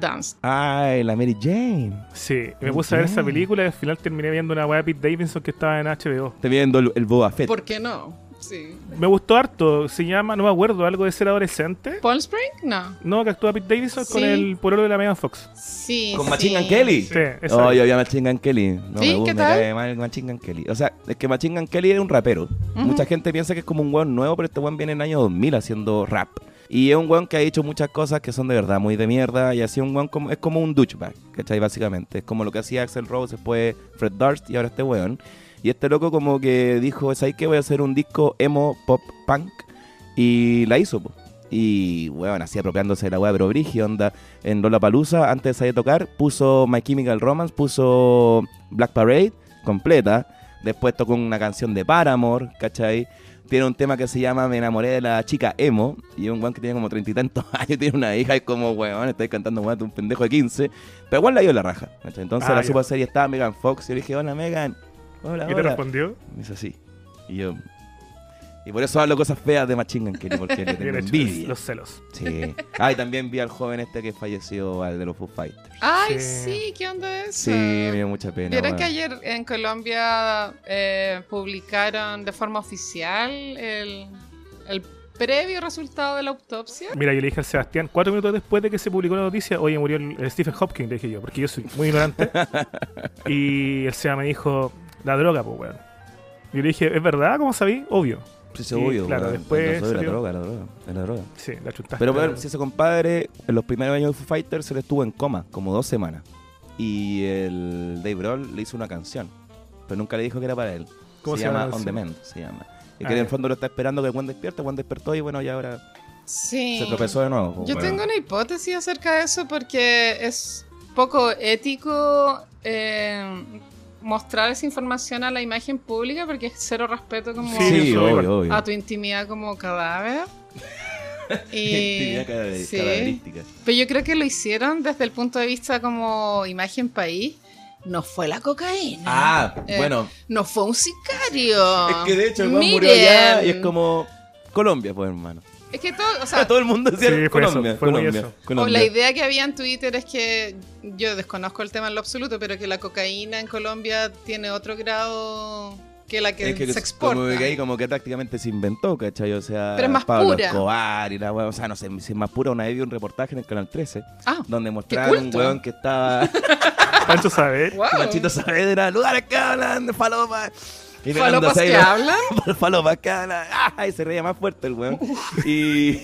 S1: Dunst.
S4: Ay, la Mary Jane.
S3: Sí, me puse a ver
S4: Ok.
S3: esa película y al final terminé viendo una weá de Pete Davidson que estaba en HBO.
S4: Estoy viendo el, el Boba Fett.
S1: ¿Por qué no? Sí.
S3: Me gustó harto, se llama, no me acuerdo, algo de ser adolescente.
S1: ¿Paul Spring? No.
S3: No, que actúa Pete Davidson con
S1: Sí.
S3: el porolo de la Megan Fox.
S1: Sí.
S4: Con
S1: sí.
S4: Machine Gun Kelly.
S3: Sí, esa.
S4: Oh, yo vi a Machine Gun Kelly. No
S1: ¿Sí?
S4: me gusta,
S1: ¿Qué tal?
S4: me cae mal Machine Gun Kelly. O sea, es que Machine Gun Kelly era un rapero. Mucha gente piensa que es como un weón nuevo, pero este weón viene en el año 2000 haciendo rap. Y es un weón que ha hecho muchas cosas que son de verdad muy de mierda. Y así un weón como, es como un douchebag, ¿cachai? Básicamente. Es como lo que hacía Axel Rose, después Fred Durst y ahora este weón. Y este loco como que dijo, ¿sabes qué? Voy a hacer un disco emo pop punk. Y la hizo, po. Y, weón, así apropiándose de la weá, pero brigi, onda. En Lollapalooza, antes de tocar, puso My Chemical Romance, puso Black Parade, completa. Después tocó una canción de Paramore, ¿cachai? Tiene un tema que se llama Me enamoré de la chica emo. Y es un weón que tiene como treinta y tantos años, tiene una hija, y como, weón, estáis cantando weón de un pendejo de 15. Pero igual la dio la raja, ¿cachai? Entonces
S3: Ah,
S4: la
S3: ya.
S4: supo hacer y estaba Megan Fox. Y yo le dije, hola Megan. Hola,
S3: ¿Y te
S4: hola.
S3: respondió?
S4: Me dice así. Y yo. Y por eso hablo cosas feas de Machine Gun Kelly, porque le
S3: Bien
S4: tengo
S3: hecho,
S4: envidia.
S3: los celos.
S4: Sí. Ah, y también vi al joven este que falleció, al de los Foo Fighters.
S1: Ay,
S3: Sí.
S1: sí, ¿qué onda es?
S4: Sí, me dio mucha pena.
S1: Vieron
S4: weón.
S1: Ah. que ayer en Colombia eh, publicaron de forma oficial el, el previo resultado de la autopsia.
S3: Mira, yo le dije al Sebastián, cuatro minutos después de que se publicó la noticia, oye, murió el, el Stephen Hopkins, le dije yo, porque yo soy muy ignorante. y el Seba me dijo, la droga, pues, weón. Yo le dije, ¿es verdad? ¿Cómo sabí? Obvio.
S4: Sí, se
S3: y
S4: obvio,
S3: claro,
S4: weón.
S3: después
S4: No, soy la
S3: salió-
S4: droga, la droga, la droga.
S3: Sí, la chuntaste.
S4: Pero bueno, si ese compadre, en los primeros años de Foo Fighters, se le estuvo en coma, como dos semanas. Y el Dave Grohl le hizo una canción, pero nunca le dijo que era para él.
S3: ¿Cómo
S4: se,
S3: se llama
S4: llama
S3: la
S4: On
S3: canción?
S4: Demand, se llama. Y
S3: Ah,
S4: que en
S3: ya.
S4: el fondo lo está esperando que Juan despierta, Juan despertó y bueno, ya ahora
S1: Sí.
S4: se tropezó de nuevo. pues,
S1: Yo
S4: weón.
S1: tengo una hipótesis acerca de eso porque es poco ético eh, mostrar esa información a la imagen pública porque es cero respeto como
S3: Sí,
S4: Sí,
S3: eso, igual.
S4: obvio, obvio.
S1: a tu intimidad como cadáver. Y,
S4: Intimidad cadaveri-
S1: sí.
S4: cadaverística.
S1: Pero yo creo que lo hicieron desde el punto de vista como imagen país. No fue la cocaína.
S4: Ah,
S1: Eh,
S4: bueno.
S1: No fue un sicario.
S4: Es que de hecho el weón murió
S1: Miren.
S4: allá y es como Colombia, pues hermano. Ah,
S1: Es que todo, o sea,
S4: Todo el mundo decía
S3: Sí, fue eso,
S4: Colombia,
S3: fue muy
S4: Colombia,
S3: eso.
S1: O
S4: Colombia.
S1: la idea que había en Twitter es que yo desconozco el tema en lo absoluto, pero que la cocaína en Colombia tiene otro grado que la que,
S4: es que
S1: se
S4: Como
S1: exporta.
S4: que ahí como que prácticamente se inventó, ¿cachai? O sea,
S1: Pero es más
S4: Pablo
S1: pura.
S4: Escobar y la wea, o sea, no sé, si es más pura, una vez vi un reportaje en el Canal 13
S1: Ah,
S4: donde mostraban un
S1: culto.
S4: weón que estaba
S3: Pancho saber.
S1: wow.
S4: Machito Saavedra, lugares que hablan de falopa. Y
S1: Falopas
S4: pegándose ahí
S1: que
S4: los-
S1: hablan.
S4: Por falopa que hablan. ¡Ah! Y se reía más fuerte el weón. Y,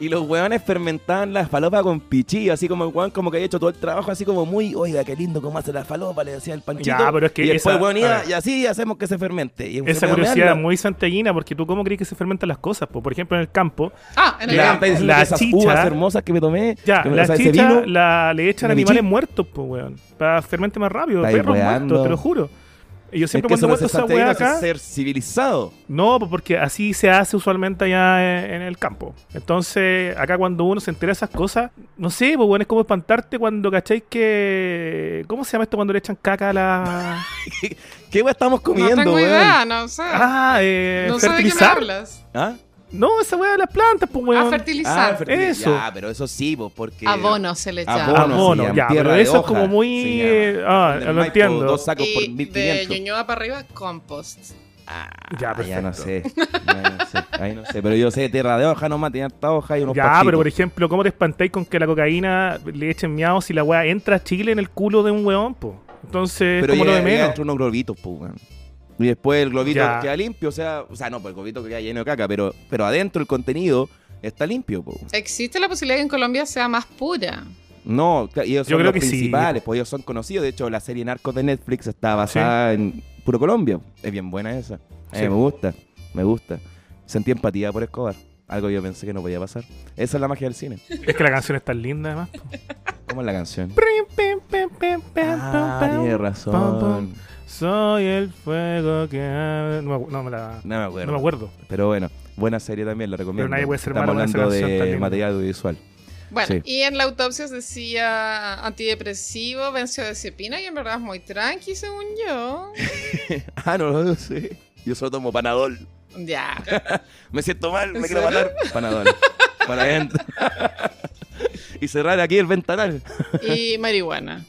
S4: Y los hueones fermentaban las falopas con pichí, así como el hueón como que había hecho todo el trabajo, así como muy, oiga, qué lindo cómo hace la falopa, le decía el panchito.
S3: Ya, pero es que
S4: y después
S3: esa-
S4: el hueón iba,
S3: a ver.
S4: y así hacemos que se fermente. Y
S3: Esa curiosidad es muy santiaguina, porque tú, ¿cómo crees que se fermentan las cosas? Pues, por ejemplo, en el campo,
S1: Ah, en el
S3: La-
S4: La,
S1: campo.
S3: la
S4: esas
S3: chicha-
S4: uvas hermosas que me tomé.
S3: ya,
S4: que me-
S3: la
S4: o sea, ese
S3: chicha
S4: vino,
S3: la, le echan
S4: de
S3: animales
S4: michi.
S3: muertos, pues, weón. Para fermente más rápido,
S4: Estáis
S3: perros
S4: weando.
S3: muertos, te lo juro. Y yo
S4: es que
S3: siempre cuando
S4: eso no es
S3: cuento
S4: ser
S3: esa
S4: santiaguino,
S3: weá
S4: eso es
S3: acá.
S4: ser civilizado.
S3: No, pues, porque así se hace usualmente allá eh, en- en el campo. Entonces, acá cuando uno se entera de esas cosas, no sé, pues, weón, es como espantarte cuando cacháis que. ¿Cómo se llama esto cuando le echan caca a la.
S4: ¿Qué weá estamos comiendo,
S1: no tengo
S4: weón?
S1: idea, no sé.
S3: Ah, eh,
S1: no sé de qué me Ah,
S3: fertilizar.
S1: hablas.
S4: ¿Ah?
S3: No, esa weá de las plantas, pues,
S1: A
S3: weón.
S1: fertilizar.
S4: fertilidad.
S3: Eso.
S4: Ya, Ah, pero eso sí, pues, porque.
S1: Abono se le llama.
S4: Abono.
S3: Abono,
S4: se llama,
S3: Ah, ya,
S4: tierra
S3: pero
S4: de
S3: eso es
S4: hoja,
S3: como muy.
S4: se
S3: eh, ah,
S4: Del
S3: lo
S4: Maipo,
S3: entiendo.
S4: Dos sacos por
S1: Y de
S4: 1500.
S1: Ñuñoa para arriba, compost.
S3: Ya,
S4: Ah, ya no
S3: perfecto.
S4: sé. Ya no sé. Ahí no sé. Pero yo sé, tierra de hoja nomás, tiene harta hoja y unos
S3: Ya,
S4: parchitos.
S3: pero por ejemplo, ¿cómo te espantáis con que la cocaína le echen miau si la weá entra a Chile en el culo de un weón, po? Entonces,
S4: Pero
S3: como lo
S4: llega,
S3: de
S4: llega
S3: menos.
S4: entre unos globitos, pues, weón. Y después el globito
S3: Ya.
S4: queda limpio, o sea, o sea, no, pues el globito queda lleno de caca, pero, pero adentro el contenido está limpio, pues.
S1: Existe la posibilidad de que en Colombia sea más pura.
S4: No, claro, ellos son
S3: Yo creo
S4: los
S3: que sí.
S4: principales, pues ellos son conocidos. De hecho, la serie Narcos de Netflix está basada en puro Colombia. Es bien buena esa. A mí
S3: Sí.
S4: me gusta, me gusta. Sentí empatía por Escobar. Algo que yo pensé que no podía pasar. Esa es la magia del cine.
S3: Es que la canción es tan linda, además. po.
S4: ¿Cómo es la canción? Ah, tiene razón.
S3: Soy el fuego que. abre- No, me acu- no me la.
S4: No me acuerdo.
S3: No me acuerdo.
S4: Pero bueno, buena serie también, la recomiendo.
S3: nadie puede ser
S4: Estamos
S3: malo con esa
S4: hablando
S3: canción tan
S4: de
S3: linda.
S4: material audiovisual.
S1: Bueno,
S4: Sí.
S1: y en la autopsia se decía antidepresivo, benzodiazepina, y en verdad es muy tranqui, según yo.
S4: Ah, no lo sé. Yo solo tomo panadol.
S1: Ya.
S4: Me siento mal, me
S1: ¿En
S4: quiero
S1: serio?
S4: matar. Panadol. Para adentro. y cerrar aquí el ventanal.
S1: Y marihuana.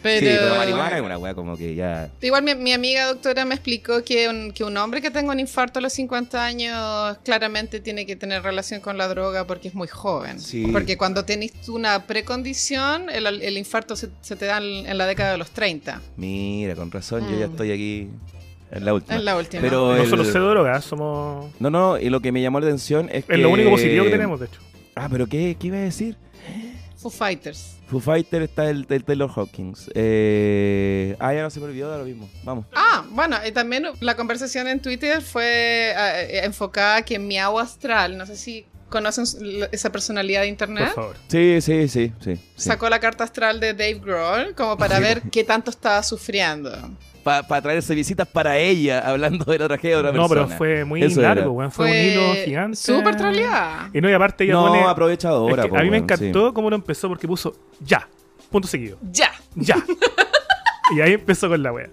S1: Pero...
S4: Sí, pero marihuana es una weá como que ya.
S1: Igual mi, mi amiga doctora me explicó que un, que un hombre que tenga un infarto a los 50 años claramente tiene que tener relación con la droga porque es muy joven.
S4: Sí.
S1: Porque cuando tenés tú una precondición, el, el infarto se, se te da en, en la década de los 30,
S4: Mira, con razón, yo ya
S1: Mm.
S4: estoy aquí en la última.
S1: en la última.
S4: Ah, Pero
S3: No
S4: el-
S3: solo se droga, somos.
S4: No, no, y lo que me llamó la atención es que.
S3: Es lo único positivo que tenemos, de hecho.
S4: Ah, pero ¿qué, qué iba a decir?
S1: Foo Fighters.
S4: Foo Fighter está el, el Taylor Hawkins. Eh... Ah, ya no se me olvidó, da lo mismo. Vamos.
S1: Ah, bueno, y también la conversación en Twitter fue eh, enfocada a que Miau Astral, no sé si conocen su- l- esa personalidad de
S3: Por
S1: internet,
S3: favor.
S4: Sí, sí, sí, sí. sí.
S1: sacó la carta astral de Dave Grohl como para ver qué tanto estaba sufriendo.
S4: Para traerse visitas para ella, hablando de la tragedia de otra
S3: No,
S4: persona.
S3: pero fue muy
S4: Eso era.
S3: largo, weón. Fue,
S1: Fue
S3: un hilo gigante.
S1: Súper troleada.
S3: Y no, y aparte ella
S4: No,
S3: pone.
S4: aprovechadora.
S3: Es que
S4: po,
S3: a mí me
S4: weón, sí.
S3: encantó cómo lo empezó porque puso ya, punto seguido,
S1: Ya.
S3: ya. y ahí empezó con la wea.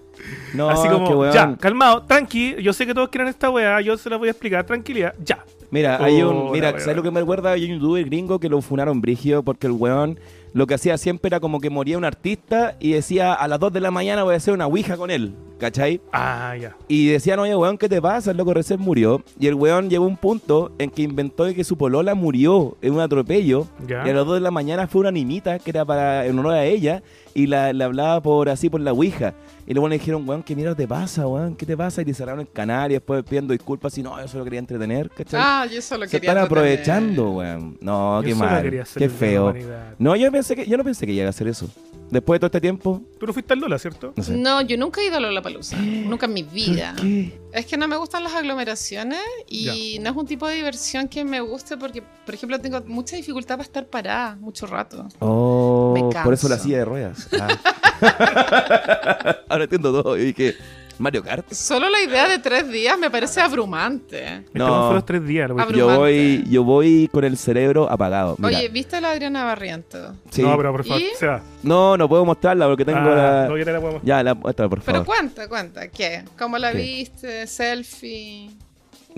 S4: No,
S3: Así
S4: es que,
S3: como,
S4: weón,
S3: ya, calmado, tranqui, yo sé que todos quieren esta wea, yo se la voy a explicar, tranquilidad, ya.
S4: Mira, hay un.
S3: Hola,
S4: Mira,
S3: weón.
S4: ¿sabes lo que me recuerda? Hay un youtuber gringo que lo funaron brígido porque el weón lo que hacía siempre era como que moría un artista y decía a las 2 de la mañana voy a hacer una ouija con él, ¿cachai?
S3: Ah, ya.
S4: Y decían, oye, weón, ¿qué te pasa? El loco recién murió. Y el weón llegó a un punto en que inventó de que su polola murió en un atropello.
S3: Ya.
S4: Y a las 2 de la mañana fue una nimita que era para en honor a ella y la, le hablaba por así, por la ouija. Y luego le dijeron, weón, ¿qué mierda te pasa, weón? ¿Qué te pasa? Y te cerraron el canal y después pidiendo disculpas y no, yo solo quería entretener, ¿cachai?
S1: Ah, yo solo
S4: Se
S1: quería.
S4: están
S1: entretener.
S4: aprovechando, weón. No,
S3: Yo
S4: qué
S3: solo
S4: mal.
S3: quería hacer
S4: Qué
S3: el bien a la
S4: feo.
S3: humanidad.
S4: No, yo pensé que yo no pensé que iba a hacer eso. Después de todo este tiempo,
S3: Tú no fuiste al Lola, ¿cierto?
S4: no sé.
S1: No, yo nunca he ido a Lollapalooza. Nunca en mi vida.
S4: ¿Por qué?
S1: Es que no me gustan las aglomeraciones y no es un tipo de diversión que me guste porque, por ejemplo, tengo mucha dificultad para estar parada mucho rato.
S4: Oh,
S1: Me
S4: por eso la
S1: canso.
S4: silla de ruedas. Ah. Ahora entiendo todo. Y dije, Mario Kart.
S1: Solo la idea de tres días me parece abrumante.
S3: Este weón fue los tres días, la wea.
S1: Abru-
S4: Yo
S1: Abrumante.
S4: voy, yo voy con el cerebro apagado. Mira,
S1: Oye, ¿viste a la Adriana Barriento?
S4: Ah, sí.
S3: No, pero por favor,
S1: ¿Y?
S3: se va.
S4: no, no puedo mostrarla porque tengo
S3: Ah,
S4: la.
S3: no, yo te la puedo-
S4: Ya, la muestra, por
S1: Pero
S4: favor.
S1: cuenta, cuenta, ¿qué? ¿Cómo la
S4: ¿Qué?
S1: viste? ¿Selfie?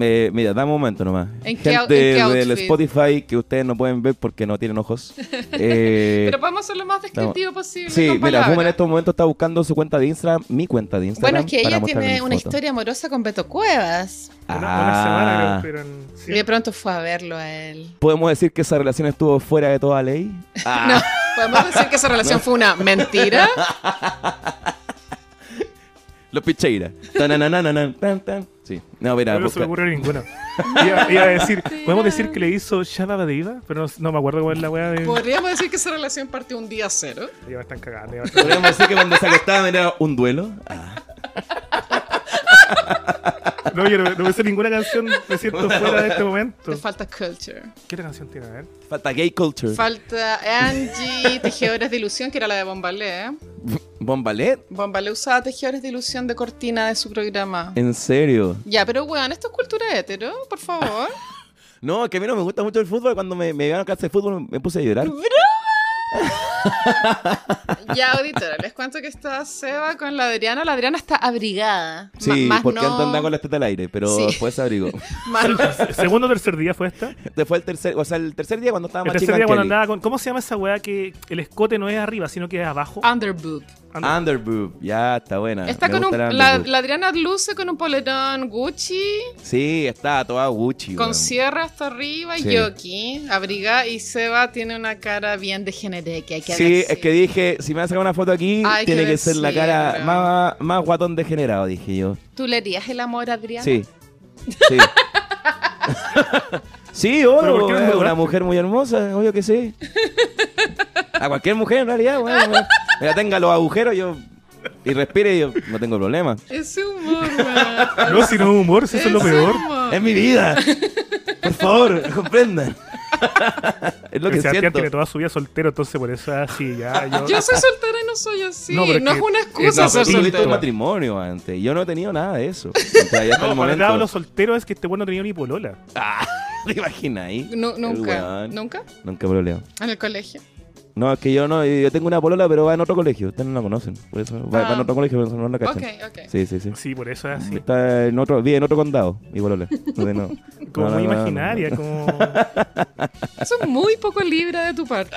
S4: Eh, mira, dame un momento nomás.
S1: ¿En qué au-
S4: Gente
S1: en qué
S4: del
S1: outfit?
S4: Spotify que ustedes no pueden ver porque no tienen ojos. Eh,
S1: Pero podemos ser lo más descriptivo posible.
S4: Sí,
S1: con
S4: mira,
S1: palabras.
S4: Boom en estos momentos está buscando su cuenta de Instagram, mi cuenta de Instagram.
S1: Bueno, es que
S4: para
S1: ella
S4: mostrarle
S1: tiene
S4: mi
S1: una
S4: foto.
S1: historia amorosa con Beto Cuevas.
S3: Una,
S4: Ah.
S3: una semana creo que estuvieron- sí.
S1: Y de pronto fue a verlo a él.
S4: ¿Podemos decir que esa relación estuvo fuera de toda ley?
S1: No, podemos decir que esa relación fue una mentira.
S4: Los Picheiras. Tananananan, tan, tan. Sí. No,
S3: no
S4: mira,
S3: se
S4: busca-
S3: me ocurre ninguno. Iba, iba a decir, podemos decir que le hizo Shabba Diva, pero no, no me acuerdo cuál es la weá de.
S1: Podríamos decir que esa relación partió un día cero.
S3: Ya me están cagando. ya me están-
S4: Podríamos decir que cuando se acostaban era un duelo. Ah,
S3: No, yo no, no me sé ninguna canción, me siento fuera de este momento.
S1: Te falta culture.
S3: ¿Qué otra canción tiene? A ver.
S4: falta gay culture.
S1: Falta Angie, Tejedores de Ilusión, que era la de Bombalé. ¿eh?
S4: Bombalet.
S1: Bombalé usaba Tejedores de Ilusión de cortina de su programa.
S4: En serio.
S1: Ya, pero weón, esto es cultura hetero, por favor.
S4: No, es que a mí no me gusta mucho el fútbol. Cuando me, me llegaron a clase de fútbol me puse a llorar.
S1: ya, auditora, les cuento que está Seba con la Adriana. La Adriana está abrigada. M-
S4: Sí,
S1: más
S4: porque
S1: no-
S4: andan con las tetas al aire, pero
S1: Sí.
S4: después se abrigó.
S1: más no-
S3: ¿El segundo o tercer día fue esta?
S4: Después el tercer, o sea, el tercer día cuando estaba
S3: El
S4: más
S3: tercer
S4: chica
S3: día cuando
S4: Kelly.
S3: andaba con. ¿Cómo se llama esa weá que el escote no es arriba, sino que es abajo?
S1: Ah. Underboob.
S3: andaba-
S4: Underboob, ya está buena.
S1: Está
S4: Ah, Me
S1: con un,
S4: gusta el
S1: la,
S4: underboob.
S1: la Adriana luce con un polerón Gucci,
S4: Sí, está toda Gucci.
S1: con
S4: weón.
S1: sierra hasta arriba,
S4: Sí.
S1: y Yoki, abrigada, y Seba tiene una cara bien degenerada que hay que
S4: Sí,
S1: ver,
S4: es que dije, si me van a sacar una foto aquí,
S1: Hay
S4: tiene
S1: que
S4: que, ser la
S1: decirlo.
S4: cara más, más guatón degenerado, dije yo.
S1: ¿Tú le harías el amor a Adriana?
S4: Sí. Sí. sí, obvio,
S3: ¿Pero por qué no
S4: es
S3: me
S4: una
S3: duraste?
S4: mujer muy hermosa, obvio que sí. A cualquier mujer, en realidad, bueno, bueno. Mira, tenga los agujeros, yo... Y respire, yo no tengo problema.
S1: Ese humor, weón.
S3: No, si no es humor, si eso es lo
S1: Ese
S3: peor.
S1: humor.
S4: Es mi vida. Por favor, comprendan. es lo
S3: Porque
S4: que
S3: Sebastián
S4: siento.
S3: tiene toda su vida soltero, entonces por eso es así, ya. Yo,
S1: Yo soy soltera y no soy así.
S3: No,
S1: No,
S3: pero es
S1: es
S3: que-
S1: una
S4: Eh, No,
S1: excusa
S4: pero
S1: ser
S4: tú tuviste un
S1: soltera.
S4: matrimonio antes. Yo no he tenido nada de eso. O sea, ya hasta
S3: no,
S4: el
S3: para
S4: momento-
S3: nada lo soltero es que este bueno no tenía ni polola.
S4: Ah, ¿Te imaginas ahí?
S1: Nu-
S4: El
S1: nunca,
S4: weón.
S1: nunca.
S4: Nunca problema.
S1: En el colegio.
S4: No, es que yo no, yo tengo una polola, pero va en otro colegio. Ustedes no la conocen. Por eso va,
S1: Ah.
S4: va en otro colegio, pero no la cachan.
S1: Ok, ok.
S4: Sí, sí, sí.
S3: Sí, por eso es así.
S4: Está en otro, vive en otro condado, mi polola. Entonces, no.
S3: Como
S4: No, no,
S3: muy
S4: no, no,
S3: imaginaria, como.
S1: Eso es muy poco libre de tu parte.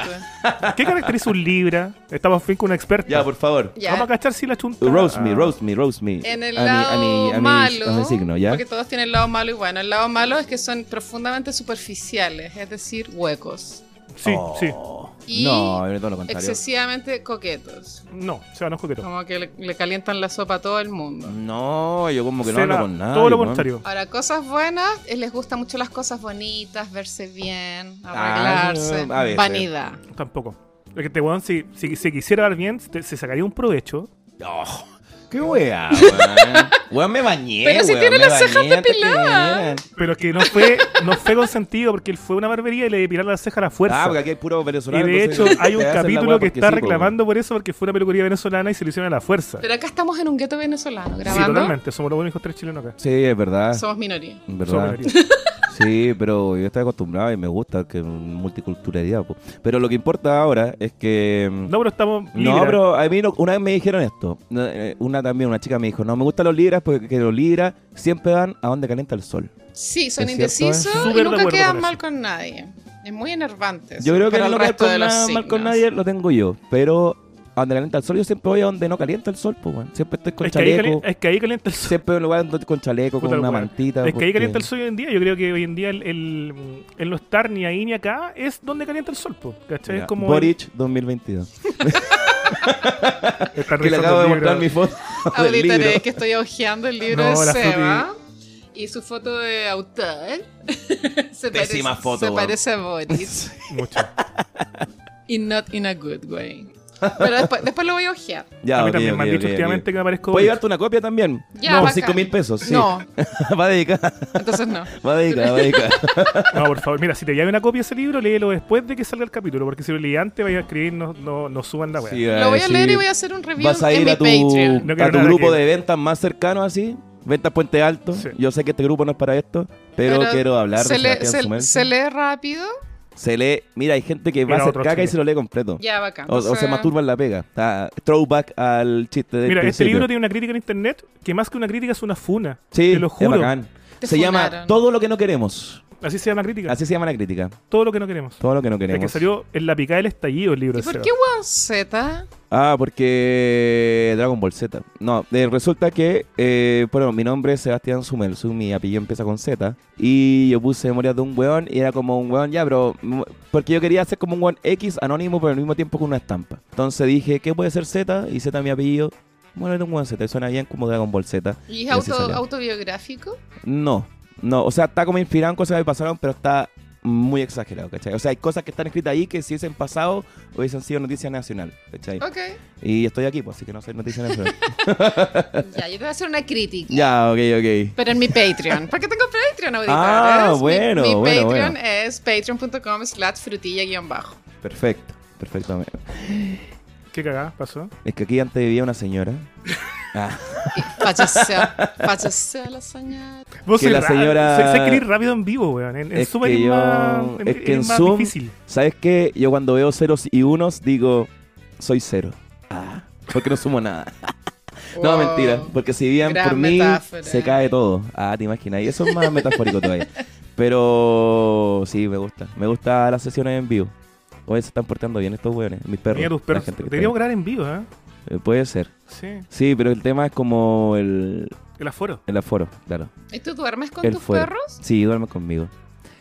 S3: ¿Qué caracteriza un libra? Estamos en fin con una experta.
S4: Ya, por favor.
S1: Ya.
S3: Vamos a cachar si la chunta.
S4: Roast me,
S3: Ah.
S4: roast me, roast me.
S1: En el
S4: A mi- a
S1: lado
S4: mi- a mi-
S1: malo,
S4: a mi signo, ¿ya?
S1: porque todos tienen el lado malo y bueno, el lado malo es que son profundamente superficiales, es decir, huecos,
S3: Sí,
S4: Oh.
S3: sí.
S1: Y
S4: No, es todo lo contrario.
S1: excesivamente coquetos,
S3: No, se van a coquetear.
S1: como que le, le calientan la sopa a todo el mundo.
S4: No, yo como que no
S3: Se
S4: hablo
S3: va-
S4: con nada.
S3: Todo lo contrario.
S1: Ahora, cosas buenas, eh, les gustan mucho las cosas bonitas, verse bien,
S4: Ah,
S1: arreglarse,
S4: a veces.
S1: vanidad.
S3: Tampoco. Es que este weón, si, si, si quisiera dar bien, te- se sacaría un provecho.
S4: Oh, ¡Qué wea, weón! Weón, me bañé,
S1: Pero si
S4: weón,
S1: tiene
S4: me
S1: las cejas
S4: bañé antes que
S1: depiladas.
S4: vinieran.
S3: Pero que no fue, no fue consentido porque él fue a una barbería y le depilaron la ceja a la fuerza.
S4: Ah, porque aquí hay puro
S3: y
S4: venezolano.
S3: de hecho,
S4: entonces
S3: hay un
S4: te hacen la
S3: capítulo
S4: weá
S3: que
S4: porque
S3: está
S4: sí, po,
S3: reclamando por eso porque fue una peluquería venezolana y se lo hicieron a la fuerza.
S1: Pero acá estamos en un gueto venezolano,
S3: Sí,
S1: grabando,
S3: totalmente. Somos los únicos tres chilenos acá.
S4: weón. Sí, es verdad.
S1: somos minoría.
S4: es
S3: Somos
S4: verdad.
S3: minoría.
S4: Sí, pero yo estoy acostumbrado y me gusta que multiculturalidad. po. Pero lo que importa ahora es que. mm,
S3: No, pero estamos
S4: No,
S3: libres.
S4: pero a mí no- una vez me dijeron esto. No, eh, Una también, una chica me dijo: No, me gustan los libras porque que los libras siempre van a donde calienta el sol.
S1: Sí, son
S4: ¿Es cierto
S1: indecisos
S3: eso?
S1: y
S3: Súper de
S1: nunca
S3: acuerdo
S1: quedan
S3: con eso.
S1: mal con nadie. Es muy enervante. eso,
S4: Yo creo que
S1: para
S4: no
S1: el
S4: mal
S1: resto
S4: con,
S1: de los
S4: na- mal
S1: signos.
S4: con nadie lo tengo yo. Pero a donde calienta el sol, yo siempre voy a donde no calienta el sol, pues, weón. Siempre estoy con
S3: es, que ahí
S4: chaleco.
S3: calienta, es que ahí calienta el sol.
S4: Siempre en lugar donde- con chaleco,
S3: Puta
S4: con
S3: la
S4: una
S3: weá.
S4: mantita.
S3: Es que ahí
S4: porque-
S3: calienta el sol hoy en día. Yo creo que hoy en día el, el- el no estar ni ahí ni acá es donde calienta el sol. po. ¿Cachai?
S4: Ya,
S3: Es como.
S4: Boric 2022.
S3: estar
S4: Que le acabo de mostrar mi foto. del libro.
S1: Auditaré que estoy hojeando el libro
S3: No,
S1: de
S3: la Fruti.
S1: Seba. Y su foto de autor se,
S4: Pésima
S1: parece,
S4: foto,
S1: se
S4: weón.
S1: parece a Boris.
S3: Mucho.
S1: y not in a good way. Pero después, después lo voy a ojear.
S4: Ya,
S3: a mí
S4: ok,
S3: también me han
S4: ok,
S3: dicho
S4: ok, ok.
S3: últimamente que me parezco.
S4: Puedes
S3: Boric.
S4: llevarte una copia también.
S1: Ya,
S4: no,
S1: bacán.
S4: 5 mil pesos. Sí.
S1: No,
S4: va a dedicar.
S1: entonces no.
S4: Va a dedicar, va a dedicar.
S3: No, por favor, mira, si te llame una copia de ese libro, léelo después de que salga el capítulo, porque si lo leí antes, vais a escribir, no, no, no suban la weá.
S4: Sí,
S1: Lo voy a
S4: decir,
S1: leer y voy a hacer un review
S4: Vas a
S1: en
S4: ir
S1: mi
S4: a tu,
S1: Patreon.
S3: No
S4: a
S3: quiero
S4: tu
S3: nada
S4: grupo
S3: que-
S4: de ventas más cercano así. Ventas Puente Alto.
S3: Sí.
S4: Yo sé que este grupo no es para esto, pero, quiero hablar
S1: se
S4: de
S1: lee,
S4: Sebastián
S1: se,
S4: Sumel.
S1: se lee rápido.
S4: Se lee- Mira, hay gente que va
S3: Mira,
S4: a hacer
S3: otro
S4: caca y
S3: chile.
S4: se lo lee completo.
S1: Ya, bacán.
S4: O, o se masturba en la pega. Está throwback al chiste de
S3: Mira, este libro tiene una crítica en internet que más que una crítica es una funa.
S4: Sí,
S3: te lo
S4: es
S3: juro.
S4: bacán.
S1: Te
S4: Se llama
S1: funaron.
S4: Todo lo que no queremos.
S3: Así se llama crítica.
S4: Así se llama la crítica.
S3: Todo lo que no queremos.
S4: Todo lo que no
S3: Es
S4: queremos.
S3: que salió en la picada del estallido el libro.
S1: ¿Y
S3: de
S1: por
S3: Seba.
S1: qué One Z?
S4: Ah, porque eh, Dragon Ball Z. No, eh, resulta que, eh, bueno, mi nombre es Sebastián Sumel, su- mi apellido empieza con Z. Y yo puse memorias de un weón y era como un weón, ya, pero. mm, Porque yo quería hacer como un weón X anónimo, pero al mismo tiempo con una estampa. Entonces dije, ¿qué puede ser Z? Y Z es mi apellido. Bueno, era un weón Z, y suena bien como Dragon Ball Z.
S1: ¿Y
S4: Y
S1: es
S4: así
S1: auto-
S4: salió.
S1: autobiográfico?
S4: No, no, o sea, está como inspirado en cosas que pasaron, pero está muy exagerado, ¿cachai? O sea, hay cosas que están escritas ahí que si hubiesen pasado hubiesen sido noticia nacional, ¿cachai?
S1: Ok.
S4: Y estoy aquí, pues, así que no soy noticia nacional.
S1: Ya, yo te voy a hacer una crítica.
S4: ya, ok, ok.
S1: Pero en mi Patreon. Porque tengo Patreon, auditores.
S4: Ah,
S1: Mi-
S4: bueno,
S1: Mi,
S4: bueno,
S1: Patreon es patreon.com slash frutilla-bajo.
S4: Perfecto, perfectamente.
S3: ¿Qué cagada pasó?
S4: Es que aquí antes vivía una señora. Ah,
S1: Y Falleció, falleció la señora.
S3: Vos
S4: Que
S3: sois
S4: la
S3: ra-
S4: señora-
S3: Se, se quiere ir rápido en vivo, weón. En, en
S4: es
S3: Zoom
S4: que
S3: es
S4: yo-
S3: más,
S4: es que en
S3: más
S4: Zoom-
S3: difícil.
S4: ¿Sabes qué? Yo cuando veo ceros y unos digo, soy cero. Ah, porque no sumo nada. No,
S3: Oh,
S1: Wow.
S4: mentira. Porque si vivían
S1: Gran
S4: por mí,
S1: metáfora.
S4: se cae todo. Ah, te imaginas. Y eso es más metafórico todavía. Pero sí, me gusta. Me gusta las sesiones en vivo. Oye, se están portando bien estos hueones. Mis perros.
S3: Mira tus
S4: la
S3: perros.
S4: gente que está
S3: Deberíamos
S4: ahí.
S3: grabar en vivo, ¿eh?
S4: Eh, Puede ser.
S3: Sí.
S4: Sí, pero el tema es como el,
S3: El aforo.
S4: el aforo, claro.
S1: ¿Y tú duermes con
S4: El
S1: tus
S4: fuera.
S1: perros?
S4: Sí, duerme conmigo.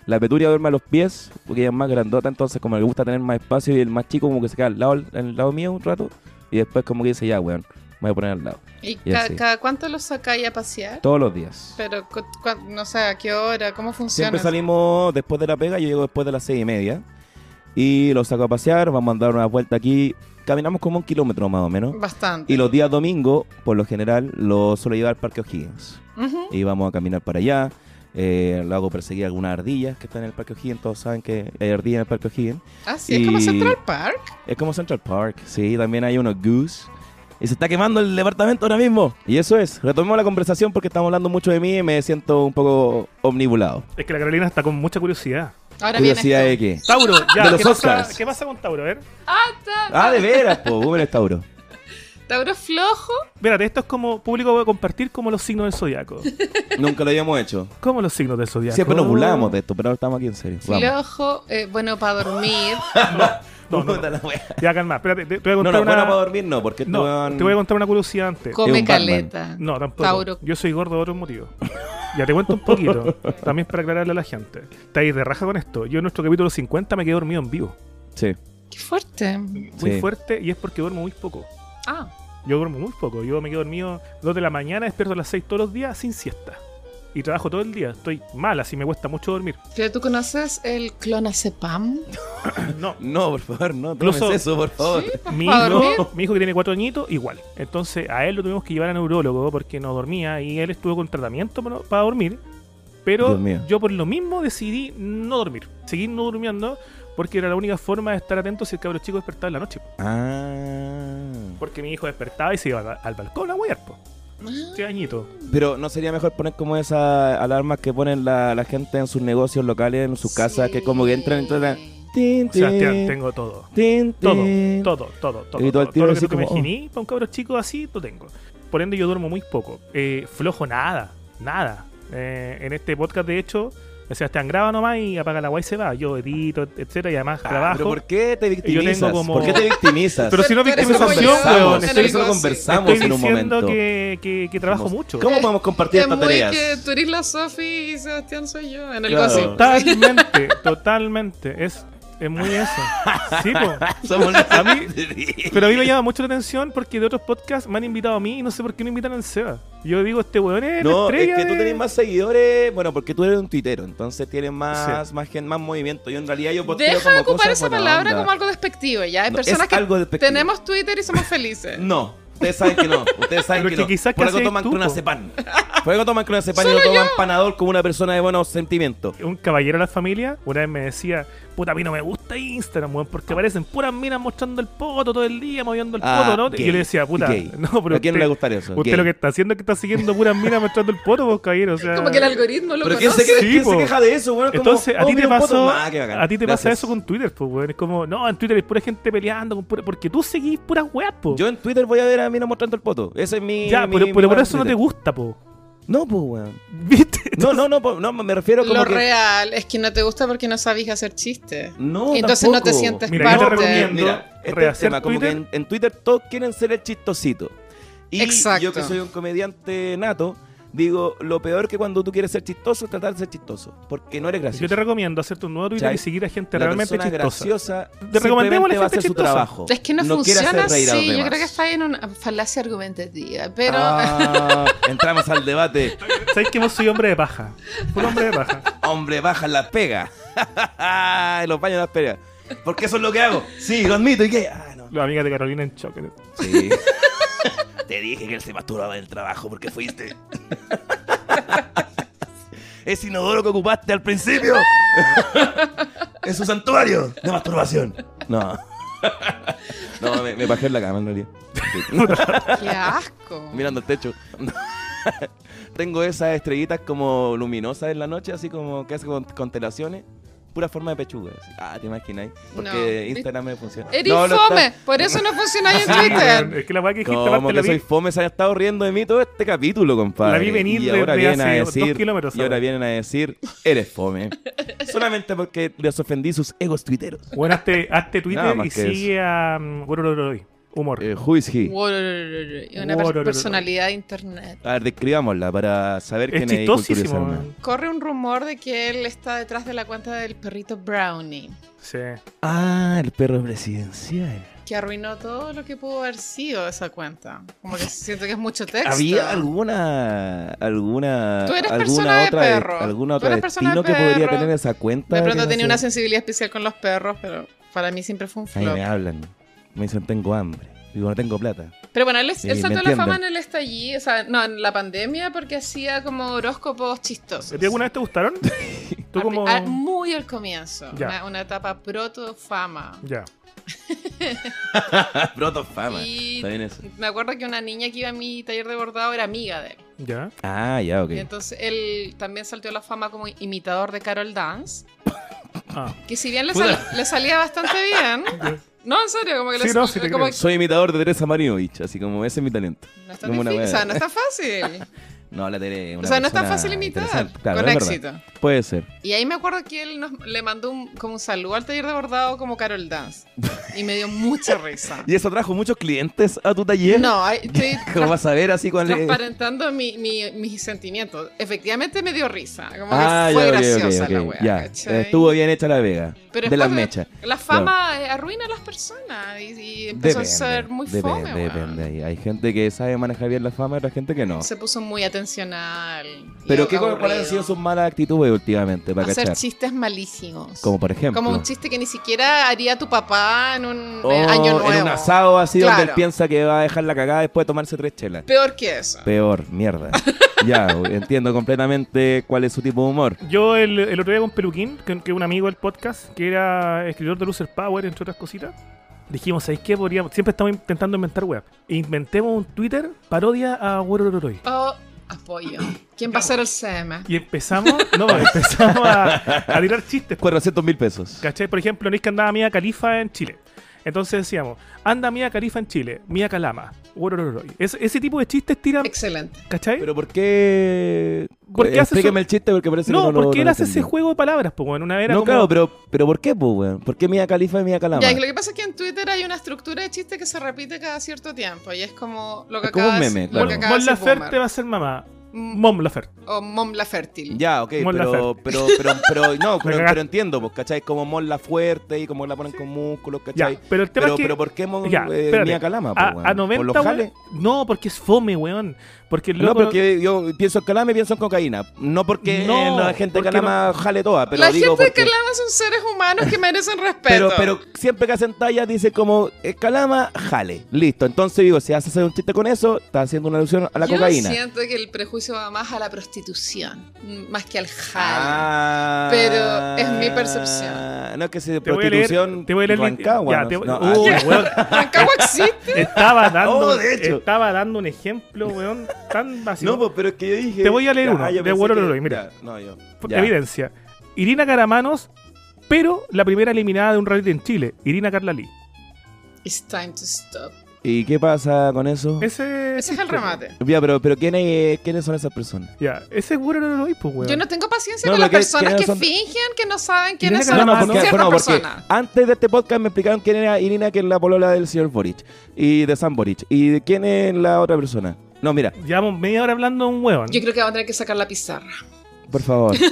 S4: La peturia duerme a los pies, porque ella es más grandota, entonces como le gusta tener más espacio y el más chico como que se queda al lado, al lado mío un rato y después como que dice, ya, weón, me voy a poner al lado.
S1: ¿Y
S4: Ya
S1: ca-
S4: sé.
S1: cada cuánto los sacáis a pasear?
S4: Todos los días.
S1: Pero cu- cu- no sé a qué hora, cómo funciona.
S4: Siempre salimos después de la pega, yo llego después de las seis y media y los saco a pasear, vamos a dar una vuelta aquí, caminamos como un kilómetro más o menos.
S1: Bastante.
S4: Y los días domingo, por lo general, lo suelo llevar al Parque O'Higgins.
S1: Ujú.
S4: y vamos a caminar para allá. Eh, lo hago perseguir algunas ardillas que están en el Parque O'Higgins. Todos saben que hay ardillas en el Parque O'Higgins.
S1: Ah, sí, es como
S4: y-
S1: Central Park.
S4: Es como Central Park, sí. También hay unos goose. Y se está quemando el departamento ahora mismo. Y eso es. Retomemos la conversación porque estamos hablando mucho de mí y me siento un poco omnibulado.
S3: Es que la Carolina está con mucha curiosidad.
S1: Ahora vienes
S4: Curiosidad de
S1: tú.
S4: qué.
S3: Tauro, ya.
S4: De los
S3: ¿qué, pasa,
S4: Oscars.
S3: ¿Qué pasa con Tauro? A ver.
S4: Ah, de veras, po. Boomer es Tauro.
S1: Tauro flojo.
S3: Espérate, esto es como público voy a compartir como los signos del zodiaco.
S4: Nunca lo habíamos hecho.
S3: Como los signos del zodiaco.
S4: Siempre nos burlábamos de esto, pero ahora estamos aquí en serio. Vamos.
S1: Flojo, eh, bueno para dormir.
S3: No, no, no.
S4: Puta la wea.
S3: Ya calma, espérate, te, te voy a contar
S4: No, no,
S3: una.
S4: bueno para dormir no, porque este
S3: no,
S4: weón-
S3: te voy a contar una curiosidad antes.
S4: Es
S1: Come
S4: un Batman.
S1: caleta.
S3: No, tampoco.
S1: Tauro.
S3: Yo soy gordo por otro motivo. Ya te cuento un poquito. también para aclararle a la gente. Estáis de raja con esto. Yo en nuestro capítulo 50 me quedé dormido en vivo.
S4: Sí.
S1: Qué fuerte.
S3: Muy
S4: Sí.
S3: fuerte y es porque duermo muy poco.
S1: Ah,
S3: Yo duermo muy poco. Yo me quedo dormido 2 de la mañana, despierto a las 6 todos los días sin siesta. Y trabajo todo el día. Estoy mal, así me cuesta mucho dormir.
S1: pero tú conoces el clonazepam.
S3: No.
S4: No, por favor, no. tomes
S3: Incluso-
S4: eso, por favor.
S1: Sí, pa-
S3: Mi
S1: pa' dormir.
S3: hijo, mi hijo que tiene cuatro añitos, igual. Entonces a él lo tuvimos que llevar a neurólogo porque no dormía y él estuvo con tratamiento para, para dormir. Pero
S4: Dios mío.
S3: yo por lo mismo decidí no dormir, seguir no durmiendo porque era la única forma de estar atento si el cabro chico despertaba en la noche.
S4: Ah.
S3: Porque mi hijo despertaba y se iba al, al balcón a huear, po.
S1: Ah,
S3: Qué añito.
S4: Pero ¿no sería mejor poner como esas alarmas que ponen la, la gente en sus negocios locales, en sus casas,
S1: sí.
S4: que como que entran y entran... Tin, tin,
S3: Sebastián, tengo todo.
S4: tin,
S3: Todo,
S4: tin. Ah,
S3: todo, todo, todo.
S4: Eh, Y todo el
S3: todo,
S4: tiro
S3: lo que
S4: así
S3: tú te
S4: como, oh.
S3: imaginí, para un cabro chico así, lo tengo. Por ende, yo duermo muy poco. Eh, flojo nada, nada. Eh, en este podcast, de hecho, o sea, Sebastián graba nomás y apaga la guay y se va. Yo edito, etcétera, y además
S4: Ah, ¿Pero
S3: trabajo.
S4: por qué te victimizas?
S3: como-
S4: ¿Por qué te victimizas?
S3: Pero si no
S1: Pero eres
S4: eso lo
S1: como yo,
S3: victimización,
S1: weón,
S4: conversamos,
S3: weón.
S1: eres
S3: Estoy,
S4: eso
S1: Enrico,
S4: lo
S1: sí.
S4: conversamos
S3: estoy
S4: en un
S3: diciendo
S4: momento.
S3: que, que, que trabajo
S4: Como-
S3: mucho.
S4: ¿Cómo podemos compartir
S1: Es
S4: estas
S1: muy
S4: tareas?
S1: que tú eres la Sofi y Sebastián soy yo en el
S4: Claro.
S1: gossip.
S3: Totalmente, totalmente. Es, es muy eso. Sí, po.
S4: Somos
S3: A mí- Pero a mí me llama mucho la atención porque de otros podcasts me han invitado a mí y no sé por qué no invitan al Seba. Yo digo, este weón es la
S4: No, es
S3: estrella
S4: que tú
S3: de-
S4: tenés más seguidores, bueno, porque tú eres un tuitero, entonces tienes más, más, gen- más movimiento. Yo en realidad yo posteo
S1: Deja
S4: como
S1: de ocupar
S4: cosas
S1: esa
S4: buena
S1: palabra
S4: onda.
S1: como algo despectivo, ya. Hay
S4: No,
S1: personas
S4: es
S1: que
S4: algo despectivo.
S1: tenemos Twitter y somos felices.
S4: No, ustedes saben que no. Ustedes saben
S3: Pero
S4: que,
S3: es que
S4: no.
S3: quizás
S4: Por
S3: que
S4: algo
S3: hacías
S4: toman
S3: tú, po.
S4: clonazepam. Por algo toman clonazepam y no toman panador como una persona de buenos sentimientos.
S3: Un caballero de la familia una vez me decía, puta, a mí no me gusta Instagram, weón, porque aparecen puras minas mostrando el poto todo el día, moviendo el
S4: Ah,
S3: poto, ¿no?
S4: gay,
S3: y yo le decía, puta,
S4: gay.
S3: no, pero
S4: ¿A quién
S3: usted-
S4: le gustaría eso?
S3: Usted
S4: Gay.
S3: lo que está haciendo es que está siguiendo puras minas mostrando el poto, vos, caballero. O sea,
S1: Como que el algoritmo lo
S4: Pero ¿quién se,
S1: conoce.
S3: que-
S4: que-
S3: Sí,
S4: quién
S3: po.
S4: se queja de eso, weón? Como,
S3: Entonces, a
S4: oh,
S3: ti te
S4: mira un poto.
S3: pasó,
S4: Ah, qué bacán.
S3: a ti te pasa
S4: Gracias.
S3: eso con Twitter, pues, weón. Es como, no, en Twitter hay pura gente peleando, con pura- porque tú seguís puras weas, po.
S4: Yo en Twitter voy a ver a mí no mostrando el poto. Ese es mi.
S3: ya,
S4: mi-
S3: pero,
S4: mi
S3: pero por
S4: weón
S3: eso no te
S4: Twitter.
S3: gusta, po.
S4: No, pues, weón.
S3: ¿Viste?
S4: No, no, no, po- no, me refiero como
S1: Lo
S4: que.
S1: real es que no te gusta porque no sabes hacer chistes.
S4: No,
S1: Entonces no te
S4: tampoco.
S1: sientes
S3: Mira, yo te
S1: parte.
S3: recomiendo-
S4: Mira, este es el
S3: rehacer
S4: tema, como que
S3: Twitter.
S4: en, en Twitter todos quieren ser el chistosito. Y
S1: Exacto.
S4: yo que soy un comediante nato, Digo, lo peor que cuando tú quieres ser chistoso es tratar de ser chistoso, porque no eres gracioso.
S3: Yo te recomiendo hacerte un nuevo Twitter
S4: ¿Cachai?
S3: y seguir a gente
S4: la
S3: realmente
S4: persona
S3: chistosa.
S4: graciosa
S3: Te recomendemos a
S4: simplemente
S3: la gente
S4: va a hacer su
S3: chistosa.
S4: trabajo.
S1: Es que no,
S4: quiere
S1: funciona
S4: hacer reír a los
S1: así. Yo creo
S4: demás.
S1: que está en una falacia argumentativa. Pero
S4: Ah, entramos al debate.
S3: ¿Sabes que vos soy hombre de paja? Un hombre de paja.
S4: Hombre, baja la pega. En los baños las pegas. Porque eso es lo que hago. Sí, lo admito. ¿Y qué? Ah, no.
S3: La amiga de Carolina en shock.
S4: Sí. Te dije que él se masturbaba en el trabajo porque fuiste. Ese inodoro que ocupaste al principio es su santuario de masturbación. No. No, me, me bajé en la cama en realidad.
S1: qué asco.
S4: Mirando el techo. Tengo esas estrellitas como luminosas en la noche, así como que hace con constelaciones. Pura forma de pechuga. así. Ah, te imagináis. Porque
S1: No.
S4: Instagram me funciona.
S1: Eres
S4: No, no está-
S1: fome. Por eso no funciona en Twitter.
S3: Ah, Es que la weá que dijiste
S4: como
S3: aparte
S4: que
S3: la
S4: soy
S3: vi.
S4: fome, se ha estado riendo de mí todo este capítulo, compadre.
S3: La vi venir
S4: y ahora
S3: desde
S4: vienen
S3: hace
S4: a
S3: dos
S4: decir,
S3: kilómetros,
S4: Y ahora
S3: ¿sabes?
S4: vienen a decir, eres fome. Solamente porque les ofendí sus egos tuiteros.
S3: Bueno, hazte, hazte
S4: Nada
S3: Twitter
S4: más
S3: y
S4: que eso.
S3: sigue a. um, Worororoi. Humor.
S4: Eh, who is he?
S1: Wororororo. Y Una per-
S3: Wororororo.
S1: personalidad de internet.
S4: A ver, describámosla para saber
S3: es
S4: quién es y
S3: chistosísimo.
S4: culturizarme.
S3: weón.
S1: Corre un rumor de que él está detrás de la cuenta del perrito Brownie,
S3: Sí.
S4: Ah, el perro presidencial.
S1: que arruinó todo lo que pudo haber sido esa cuenta. Como que siento que es mucho texto.
S4: ¿Había alguna alguna
S1: Tú eres
S4: alguna
S1: persona de
S4: otra de-
S1: perro.
S4: alguna
S1: Tú
S4: otra
S1: eres persona
S4: destino
S1: de
S4: que podría
S1: perro.
S4: tener esa cuenta?
S1: De
S4: que
S1: pronto
S4: no
S1: tenía
S4: sé?
S1: una sensibilidad especial con los perros, pero para mí siempre fue un
S4: Ahí
S1: flop.
S4: me hablan. Me dicen tengo hambre. Digo, no tengo plata.
S1: Pero bueno, él, es-
S4: Sí,
S1: él
S4: me
S1: saltó a la fama
S4: entienden.
S1: en el estallido, o sea, no, en la pandemia porque hacía como horóscopos chistosos.
S3: ¿A ti alguna vez te gustaron? Eh, Tú
S1: Al-
S3: como.
S1: al- muy al comienzo,
S3: Ya.
S1: una, una etapa proto fama.
S3: Ya.
S4: Broto fama.
S1: Y
S4: Está bien eso.
S1: me acuerdo que una niña que iba a mi taller de bordado era amiga de él.
S3: Ya.
S4: Ah, ya, ok.
S1: Y entonces él también saltó a la fama como imitador de Carol Dance,
S3: Ah.
S1: que si bien le, sal- le salía bastante bien, no, en serio, como que le
S3: Sí, no, sí te
S1: como
S3: creo.
S1: que-
S4: Soy imitador de Teresa Marinovich, así como ese es mi talento.
S1: no es tan
S4: Como una
S1: difícil, o sea,
S4: wea.
S1: no es tan fácil.
S4: No, la Tere es una
S1: o sea, no es tan
S4: persona
S1: fácil imitar,
S4: interesante. Claro,
S1: con
S4: es verdad.
S1: éxito.
S4: Puede ser.
S1: Y ahí me acuerdo que él nos, le mandó un, como un saludo al taller de bordado como Carol Dance. Y me dio mucha risa.
S4: ¿Y eso trajo muchos clientes a tu taller?
S1: No, ahí estoy
S4: ¿Cómo vas a ver así cuál es?
S1: transparentando mi- mi- mis sentimientos. Efectivamente me dio risa. Como
S4: Ah, ya,
S1: que fue
S4: ok, ok,
S1: graciosa
S4: ok.
S1: la wea.
S4: Ya,
S1: ¿cachai?
S4: estuvo bien hecha la vega.
S1: Pero
S4: de
S1: después
S4: las mechas.
S1: La fama eh, arruina a las personas y, y empezó a ser muy
S4: depende,
S1: fome. weón.
S4: depende. Hay, hay gente que sabe manejar bien la fama y otra gente que no.
S1: Se puso muy atencional. y
S4: Pero ¿qué, cuál-
S1: aburrido.
S4: ¿cuáles han sido sus malas actitudes últimamente para
S1: Hacer
S4: cachar?
S1: chistes malísimos.
S4: Como por ejemplo.
S1: Como un chiste que ni siquiera haría tu papá en un eh,
S4: Oh,
S1: año nuevo.
S4: En un asado así donde él
S1: Claro.
S4: piensa que va a dejar la cagada después de tomarse tres chelas.
S1: Peor que eso.
S4: Peor, mierda. ya, entiendo completamente cuál es su tipo de humor.
S3: Yo el, el otro día con Peluquín, que, que es un amigo del podcast, que era escritor de Loser Power, entre otras cositas, dijimos, ¿sabéis qué? Podríamos, siempre estamos intentando inventar web. Inventemos un Twitter parodia a Worororoi.
S1: Oh, apoyo. ¿Quién va a ser el CM?
S3: Y empezamos, no, empezamos a, a tirar chistes.
S4: 400 mil pesos.
S3: ¿Cachai? Por ejemplo, no es que andaba Mía Califa en Chile. Entonces decíamos, anda Mía Califa en Chile, Mía Calama, Worororoi. Es- ese tipo de chistes tiran,
S1: Excelente.
S3: ¿cachai?
S4: Pero ¿por qué?
S3: ¿Por qué hace eso?
S4: Explíqueme el chiste porque parece
S3: no,
S4: que no lo-
S3: porque
S4: no
S3: él
S4: lo
S3: hace ese
S4: entendí.
S3: juego de palabras, pues, en una era
S4: No,
S3: como...
S4: claro, pero, pero ¿por qué, pues, weón? ¿Por qué Mia Califa y Mia Calama?
S1: Ya, y lo que pasa es que en Twitter hay una estructura de chiste que se repite cada cierto tiempo y es como lo que
S4: Es como un
S1: acaba de
S4: meme,
S1: lo
S4: claro.
S1: que acaba
S3: Mon
S1: de decir
S3: Laferte
S1: Boomer.
S3: va a ser mamá.
S1: Mm,
S3: Mom Laferte.
S1: O Mom la fértil.
S4: Ya, ok,
S3: Mon
S4: pero,
S3: Laferte.
S4: pero, pero, pero, no, pero,
S3: cagaste.
S4: pero entiendo, pues, ¿cachai? Como Mon la fuerte y como la ponen con músculos,
S3: Ya,
S4: ¿cachai?
S3: pero el tema
S4: pero,
S3: es que...
S4: pero ¿por qué Mon
S3: Ya,
S4: eh,
S3: espérate.
S4: Mia Calama, pues,
S3: a,
S4: weón?
S3: a
S4: ¿Por
S3: 90,
S4: los jales?
S3: weón. No, porque es fome, weón. Porque el
S4: No,
S3: loco...
S4: porque yo pienso en Calama y pienso en cocaína. No porque
S3: No,
S4: eh, la gente de
S3: porque
S4: Calama jale toda, pero
S1: la
S4: digo
S1: gente de
S4: porque-
S1: Calama son seres humanos que merecen respeto.
S4: Pero, pero siempre que hacen tallas dice como eh, Calama, jale. Listo. Entonces digo, si haces un chiste con eso, estás haciendo una alusión a la
S1: Yo
S4: cocaína.
S1: siento que el prejuicio va más a la prostitución, mm, más que al jale.
S4: Ah,
S1: Pero es mi percepción.
S4: No es que si de
S3: Te voy a leer...
S4: prostitución
S3: Te voy a leer... el-
S4: Rancagua,
S3: Ya,
S4: no
S3: te
S4: sé.
S3: voy-
S4: No, ah,
S3: Uy,
S4: ya.
S3: weón.
S1: Rancagua existe.
S3: Estaba dando,
S4: Oh, de hecho.
S3: estaba dando un ejemplo, weón, tan básico.
S4: No, pues, pero es que yo dije.
S3: Te voy a leer uno,
S4: yo
S3: de
S4: pensé
S3: Guaro
S4: que-
S3: Loroy, mira.
S4: ya, no, yo.
S3: Por
S4: ya.
S3: Evidencia. Irina Caramanos, pero la primera eliminada de un reality en Chile. Irina Carla Lee.
S1: It's time to stop.
S4: ¿Y qué pasa con eso?
S3: Ese,
S1: Ese es el remate.
S4: Ya, pero, pero ¿quién es- ¿quiénes son esas personas?
S3: Ya, ese es Worororoi, pues, weón.
S1: Yo no tengo paciencia
S4: No,
S1: con
S4: pero
S1: las
S4: que-
S1: personas
S4: que
S1: que
S4: son-
S1: fingen que no saben quiénes
S3: Irene
S1: son
S3: Calama,
S1: las
S3: ¿no?
S1: ciertas
S4: bueno, porque
S1: personas.
S4: antes de este podcast me explicaron quién era Irina, que es la polola del señor Boric y de San Boric. ¿Y de quién es la otra persona? No, mira,
S3: Llevamos media hora hablando de un hueón.
S1: Yo creo que vamos a tener que sacar la pizarra.
S4: por favor. Sí,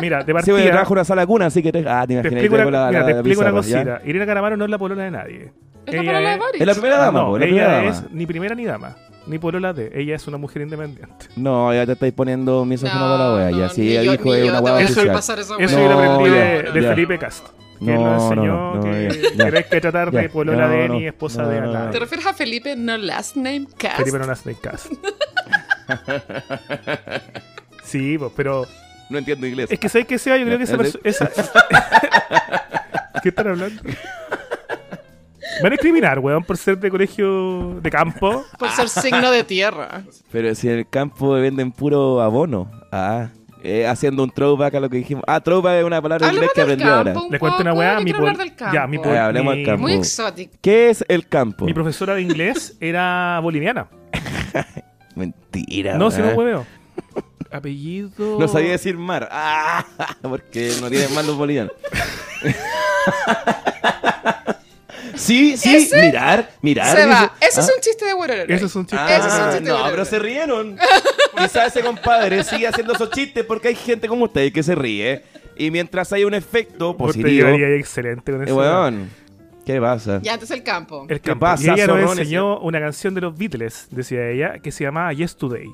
S3: Mira, de
S4: porque
S3: partida,
S4: trabajo una sala cuna, así que te. Ah, te
S3: te
S4: imaginas
S3: explico
S4: ahí
S3: una,
S4: con la-
S3: mira,
S4: la-
S3: te
S4: la
S3: explico una
S4: pizarra, ¿ya?
S3: cosita. Irina Calamaro no es la polola de nadie.
S1: Es la
S3: Ella
S1: palabra de
S3: es-
S1: Boris.
S4: Es la primera dama,
S3: Ah, no,
S4: po, la primera
S3: ella
S4: dama.
S3: es ni primera ni dama, ni polola de. Ella es una mujer independiente.
S4: No, ya te estáis poniendo misógino para la wea. Ya, sí,
S1: ni
S4: ella
S1: yo-
S4: dijo
S1: ni
S4: es
S1: yo
S4: una
S1: te
S4: wea
S1: voy a
S3: Eso-
S4: oficial.
S1: pasar esa
S3: Eso
S1: hueá.
S3: yo lo
S4: No,
S3: aprendí
S4: ya,
S3: de, de
S4: ya.
S3: Felipe Cast. Que
S4: No,
S3: nos
S4: no,
S3: enseñó
S4: no, no,
S3: que
S4: ya, ya.
S3: tenés que tratar de
S4: Ya,
S3: polola
S4: no,
S3: de
S4: no,
S3: ni esposa
S4: no,
S3: de
S4: no, no.
S3: nada.
S1: ¿Te refieres a Felipe, no last name cast?
S3: Felipe no nace de Cast. Sí, pues, pero
S4: No entiendo inglés.
S3: es que sabes que sea, yo creo que esa
S4: Ya,
S3: persona. ¿Qué están hablando? Me van a discriminar, weón, por ser de colegio de campo.
S1: Por ser signo de tierra.
S4: Pero si en el campo venden puro abono. Ah, eh, haciendo un throwback a lo que dijimos. Ah, throwback es una palabra en inglés
S1: Hablemos
S4: que
S1: del
S4: aprendí
S1: campo.
S4: ahora.
S1: un
S3: Le cuento una
S1: poco,
S3: weá,
S1: yo
S3: mi
S1: quiero
S3: pol-
S1: hablar del campo.
S3: Ya, mi pol-
S4: Eh, hablemos del
S3: mi-
S4: campo.
S1: Muy exótico.
S4: ¿Qué es el campo?
S3: Mi profesora de inglés era boliviana.
S4: Mentira.
S3: No,
S4: weón.
S3: si no hueveo. Apellido.
S4: eh. No sabía decir mar. Ah, porque no tienen mar los bolivianos. sí, sí,
S1: Ese
S4: mirar, mirar.
S1: Se
S4: dice.
S1: va. Ese
S4: Ah.
S1: es un chiste de Werorero.
S3: Eso es un chiste.
S4: Ah,
S1: Ese es un chiste
S4: no,
S1: bueno.
S4: pero se rieron. Quizás ese compadre sigue haciendo esos chistes porque hay gente como usted que se ríe. Y mientras hay un efecto
S3: Vos Pues te
S4: positivo.
S3: llevaría excelente con
S4: Eh,
S3: eso.
S4: weón, ¿qué pasa?
S1: Ya, antes el campo.
S3: El
S4: ¿Qué
S3: campo.
S4: pasa,
S3: y ella nos
S4: zorrones?
S3: enseñó una canción de los Beatles, decía ella, que se llamaba Yes Today.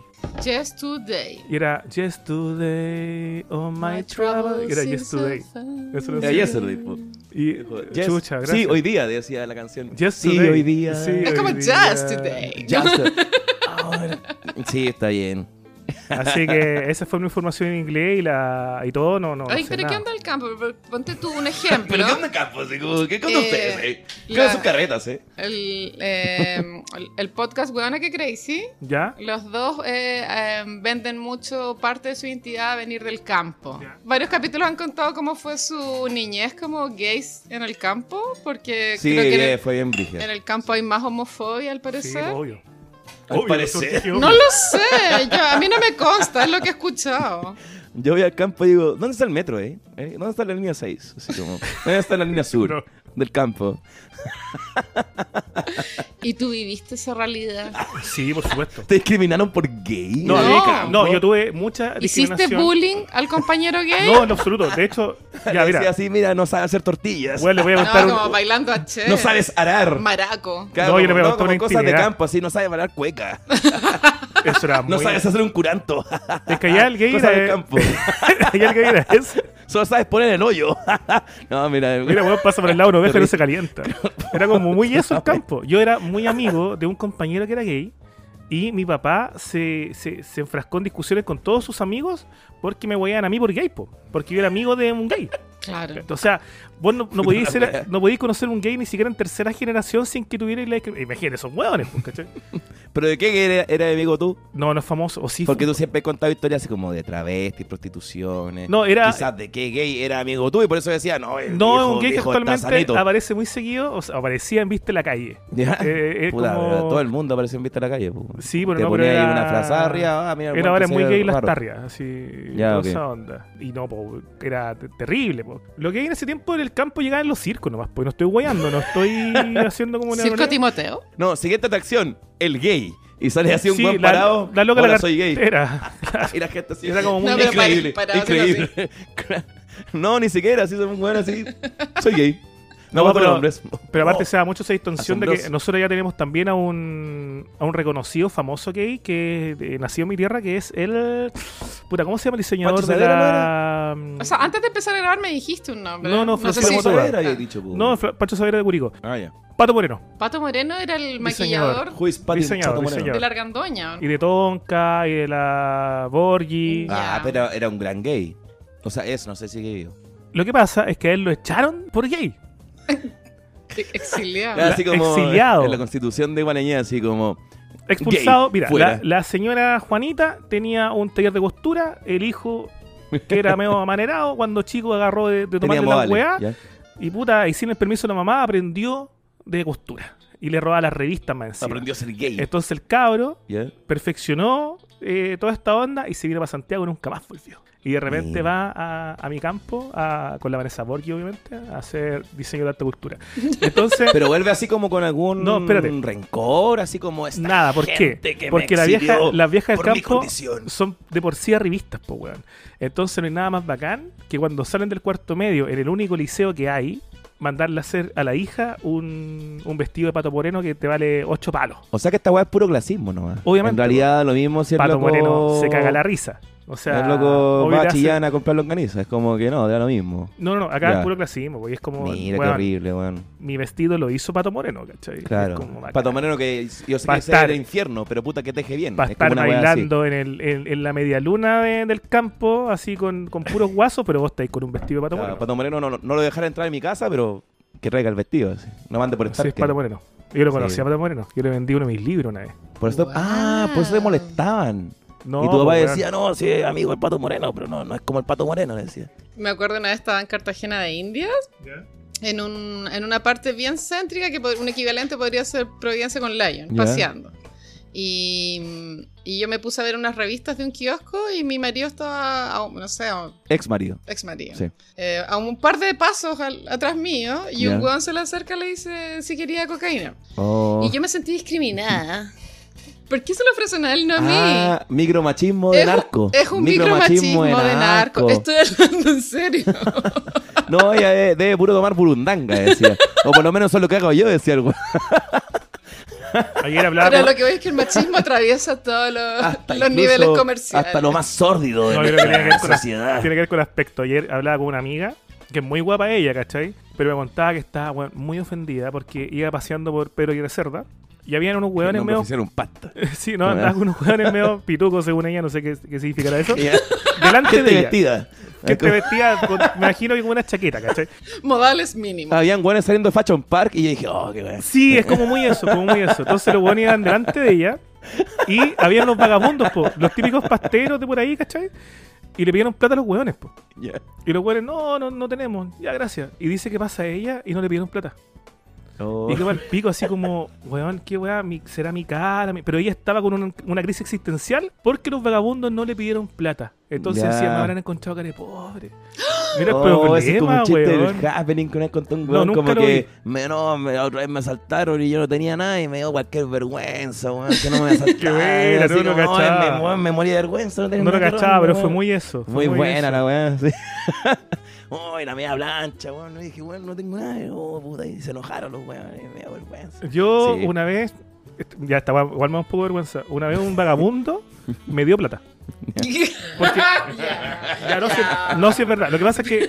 S1: Just today.
S3: Y era Yes Today, all my trouble. Y era Yes Today. Eso lo
S4: Eh, Ya,
S3: decía.
S4: yesterday, po.
S3: Y
S4: Yes-
S3: chucha, gracias.
S4: Sí, hoy día decía la canción.
S3: Yes
S4: sí,
S3: today.
S4: hoy día.
S3: Sí,
S1: Es
S3: hoy
S1: como
S3: día.
S1: just today.
S4: Just- Ahora- sí, está bien.
S3: Así que esa fue mi formación en inglés y la y todo, no, no, no
S1: Oye,
S3: sé
S1: pero
S3: nada.
S1: ¿qué onda el campo? Ponte tú un ejemplo.
S4: ¿Pero qué onda campo? Así como, ¿Qué con
S1: Eh,
S4: ustedes? Eh? ¿Qué
S1: la-
S4: onda sus carretas, eh?
S1: El, eh, el- el podcast Weona que Crazy.
S3: ¿Ya?
S1: Los dos eh, eh, venden mucho parte de su identidad a venir del campo. Varios capítulos han contado cómo fue su niñez como gays en el campo, porque
S4: Sí,
S1: Eh, creo que en el-
S4: bien, fue bien brígido.
S1: en el campo hay más homofobia al
S3: Sí,
S1: parecer.
S3: obvio.
S4: Al
S3: Obvio,
S4: parecer.
S3: surgió.
S1: No lo sé, yo- a mí no me consta, es lo que he escuchado.
S4: Yo voy al campo y digo, ¿dónde está el metro, eh? ¿Eh? ¿Dónde está la línea 6? Así como, ¿dónde está la línea sur
S3: No.
S4: del campo?
S1: ¿Y tú viviste esa realidad?
S3: Sí, por supuesto.
S4: ¿Te discriminaron por gay?
S3: No,
S1: No.
S3: a mí ca- no, yo tuve mucha
S1: ¿Hiciste
S3: discriminación.
S1: bullying al compañero gay?
S3: No, en lo absoluto. De hecho, ya,
S4: Decía
S3: mira,
S4: así, mira, no sabe hacer tortillas.
S3: weón, le voy a
S1: No,
S3: contar un-
S1: como bailando a Che.
S4: no sabes arar.
S1: Maraco.
S4: Claro,
S3: No, yo le voy
S4: como-
S3: a contar
S4: como
S3: una
S4: cosas de
S3: intimidad.
S4: campo, así, no sabe bailar cueca.
S3: Eso era
S4: No
S3: muy-
S4: sabes hacer un curanto.
S3: Es que allá el gay
S4: Cosas
S3: era...
S4: del campo.
S3: allá el gay era eso.
S4: Solo sabes poner el hoyo. no, mira.
S3: Mira, weón, pasa por el lado una oveja y no se calienta. Era como muy eso el campo. Yo era muy amigo de un compañero que era gay y mi papá se, se, se enfrascó en discusiones con todos sus amigos porque me hueían a mí por gay, po, porque yo era amigo de un gay.
S1: Claro.
S3: O sea, vos no, no podías, ser-
S4: wea.
S3: no podías conocer un gay ni siquiera en tercera generación sin que tuvierais la... discrim- Imagínate, son hueones, po, ¿cachai?
S4: ¿Pero de qué era, era amigo tú?
S3: No, no es famoso. O sí,
S4: Porque tú siempre has contado historias así como de travestis, prostituciones.
S3: No, era-
S4: Quizás de qué gay era amigo tú y por eso decía, no, el
S3: No,
S4: viejo-
S3: es un gay que
S4: viejo está
S3: actualmente
S4: sanito.
S3: aparece muy seguido, o sea, aparecía en Viste la Calle.
S4: Ya.
S3: Eh, eh,
S4: Puta,
S3: como-
S4: pero todo el mundo apareció en vista en la calle. po.
S3: Sí, pero
S4: Te
S3: no, pero
S4: ponía
S3: era-
S4: ahí una frazada arriba. Ah, mira, el
S3: Era
S4: guante
S3: ahora muy
S4: se ve
S3: gay las
S4: raro.
S3: tarrias, así,
S4: Ya,
S3: toda
S4: ok.
S3: esa onda. Y no, po, era te- terrible, po. Lo que hay en ese tiempo en el campo llegaba en los circos nomás, pues no estoy guayando, no estoy haciendo como una...
S1: Circo
S3: pelea.
S1: Timoteo.
S4: No, siguiente atracción, el gay. Y sale así un
S3: Sí,
S4: buen
S3: la,
S4: parado.
S3: la loca de
S4: Hola,
S3: la
S4: soy gay.
S3: cartera.
S4: Y la gente así.
S3: Era como muy-
S1: No, pero
S4: increíble.
S1: para- para-
S4: increíble. no, ni siquiera, así soy un buen así. Soy gay. No,
S3: No,
S4: no
S3: pero-
S4: pero, hombres.
S3: Pero
S4: Oh,
S3: aparte se da mucho esa distorsión de que
S4: Asombroso.
S3: nosotros ya tenemos también a un, a un reconocido famoso gay que eh, nació en mi tierra, que es el... Puta, ¿cómo se llama el diseñador
S4: Pancho
S3: de
S4: Saavedra,
S3: la... mm,
S1: O sea, antes de empezar a grabar me dijiste un nombre.
S3: No, no,
S1: sé
S3: Francisco
S1: si-
S4: Como tú
S3: Saavedra.
S4: era, había dicho, po.
S3: No, Fra- Pancho Saavedra de Curico.
S4: Ah, ya.
S3: Pato Moreno.
S1: Pato Moreno era el
S3: Diseñador.
S1: maquillador
S4: Juiz Patio
S3: Diseñador,
S4: Chato Moreno.
S1: de
S3: diseñador.
S1: la Argandoña.
S3: Y de Tonka, y de la Borgi.
S4: Ah,
S1: Ya.
S4: pero era un gran gay. O sea, es, no sé si gay.
S3: Lo que pasa es que a él lo echaron por gay.
S1: Exiliado.
S4: Era así como
S3: exiliado.
S4: en la constitución de Guanañé, así como
S3: Expulsado.
S4: Gay,
S3: Mira,
S4: fuera.
S3: la, la señora Juanita tenía un taller de costura. El hijo, que era medio amanerado, cuando chico agarró de, de tomarle
S4: teníamos
S3: la
S4: vale.
S3: weá.
S4: ¿ya?
S3: Y puta, y sin el permiso de la mamá, aprendió de costura. y le robaba las revistas más encima.
S4: Aprendió a ser gay.
S3: Entonces el cabro
S4: ¿Ya?
S3: perfeccionó eh, toda esta onda y se vino para Santiago y nunca más volvió. Y de repente
S4: Mira.
S3: va a, a mi campo, a- con la Vanessa Borghi, obviamente, a hacer diseño de arte cultura. Entonces,
S4: Pero vuelve así como con algún
S3: No, espérate.
S4: rencor, así como esta
S3: nada, ¿por qué?
S4: gente que me
S3: Porque la vieja,
S4: exhibió
S3: las viejas del
S4: por mi
S3: campo
S4: condición.
S3: son de por sí arribistas, po, weón. Entonces no hay nada más bacán que cuando salen del cuarto medio, en el único liceo que hay, mandarle a hacer a la hija un, un vestido de pato moreno que te vale ocho palos.
S4: O sea que esta weá es puro clasismo nomás.
S3: Obviamente.
S4: En realidad lo mismo si el
S3: Pato
S4: loco-
S3: Moreno se caga la risa. O sea,
S4: el loco
S3: hoy
S4: va
S3: te
S4: a
S3: hace-
S4: Chillán a comprar longaniza. Es como que no, da lo mismo.
S3: No, no, no, acá
S4: Ya.
S3: es puro clasismo, porque es como.
S4: Mira, qué
S3: weón,
S4: horrible, weón.
S3: mi vestido lo hizo Pato Moreno, ¿cachai? Es como
S4: Claro.
S3: bacán.
S4: Pato Moreno que yo sé
S3: Va a
S4: que es
S3: estar-
S4: el infierno, pero puta que teje bien.
S3: Va a
S4: Es
S3: estar
S4: como una weá así.
S3: bailando en, el, en, en la medialuna de- del campo, así con, con puros guasos, pero vos estáis con un vestido de Pato
S4: Claro,
S3: Moreno.
S4: Pato Moreno no, no lo dejará entrar en mi casa, pero que traiga el vestido. así. No mande por
S3: Sí,
S4: estar.
S3: es Pato Moreno. Yo lo
S4: Sí.
S3: conocí a Pato Moreno. Yo le vendí uno de mis libros una vez.
S4: Por eso, Ah, por eso te
S1: Wow.
S4: molestaban.
S3: No,
S4: y tu papá
S3: pues, weón.
S4: decía, no, sí, amigo el Pato Moreno, pero no, no es como el Pato Moreno, le decía.
S1: Me acuerdo una vez estaba en Cartagena de Indias, en, un, en una parte bien céntrica que pod- un equivalente podría ser Providencia con Lion,
S4: Ya.
S1: paseando. Y, y yo me puse a ver unas revistas de un kiosco y mi marido estaba, a un- no sé, a un-
S4: Ex marido.
S1: ex marido,
S4: Sí.
S1: eh, a un par de pasos al- atrás mío y
S4: Ya.
S1: un weón se le acerca y le dice si quería cocaína.
S4: Oh.
S1: Y yo me sentí discriminada. ¿Por qué se lo ofrecen a él, no a mí?
S4: Ah, micromachismo de
S1: Es un-
S4: narco.
S1: Es un micromachismo de narco. Estoy hablando en serio.
S4: No, ella debe, debe puro tomar burundanga, decía. o por lo menos eso es lo que hago yo, decía el weón.
S3: Ayer hablaba
S1: Pero
S3: con-
S1: lo que voy es que el machismo atraviesa todos los,
S4: Hasta
S1: los
S4: incluso-
S1: niveles comerciales.
S4: Hasta lo más sórdido de
S3: No, yo creo que tiene que
S4: la
S3: ver con la-
S4: sociedad.
S3: Tiene que ver con el aspecto. Ayer hablaba con una amiga, que es muy guapa ella, ¿cachai? Pero me contaba que estaba weón, muy ofendida porque iba paseando por Pedro y la Cerda. Y habían unos
S4: No,
S3: hueones
S4: me
S3: medio.
S4: ofrecieron un pacto.
S3: Sí, no, andaba con unos hueones medio pitucos, según ella, no sé qué, qué significará eso. Delante
S4: Gente
S3: de ella.
S4: vestida.
S3: Que te vestía, con- me imagino que con una chaqueta, ¿cachai?
S1: Modales mínimos.
S4: Habían güeyes saliendo de Fashion Park y yo dije, oh, qué weón.
S3: Sí, es como muy eso, como muy eso. Entonces los buenos iban delante de ella y habían los vagabundos, po, los típicos pasteros de por ahí, ¿cachai? Y le pidieron plata a los hueones, po.
S4: Ya.
S3: Y los hueones, no, no, no tenemos, ya gracias. Y dice que pasa a ella y no le pidieron plata.
S4: Oh.
S3: Y quedó al pico así como, weón, qué weá, mi- será mi cara. mi-". Pero ella estaba con una, una crisis existencial porque los vagabundos no le pidieron plata. Entonces
S4: Ya.
S3: decía, me habrán encontrado cara de pobre. Mira
S4: Oh,
S3: el problema,
S4: ese es como un chiste
S3: weón.
S4: del happening que una vez contó un
S3: No,
S4: weón
S3: nunca
S4: como
S3: lo
S4: que me, no, me, otra vez me asaltaron y yo no tenía nada y me dio cualquier vergüenza, weón, que no me asaltaron.
S3: buena,
S4: Así
S3: no lo
S4: como, no,
S3: cachaba.
S4: me, weón, me morí de vergüenza, no tenía
S3: No lo
S4: nada que
S3: cachaba,
S4: robarme,
S3: pero fue
S4: weón.
S3: muy eso. fue
S4: Muy buena
S3: eso.
S4: la weá, sí. Uy, la media plancha, weón. Y dije, weón, no tengo nada. Y, Oh, puta, y se enojaron los weones, me da vergüenza.
S3: Yo
S4: Sí.
S3: una vez, est- ya estaba igual me da un poco de vergüenza, una vez un vagabundo me dio plata. Porque, ya, no, sé, no sé, es verdad. Lo que pasa es que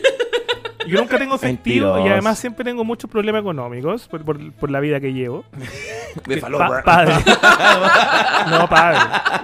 S3: yo nunca tengo efectivo y
S4: Mentiroso.
S3: además siempre tengo muchos problemas económicos por, por- por la vida que llevo.
S4: De
S3: Pa-
S4: falopa.
S3: padre. no, padre.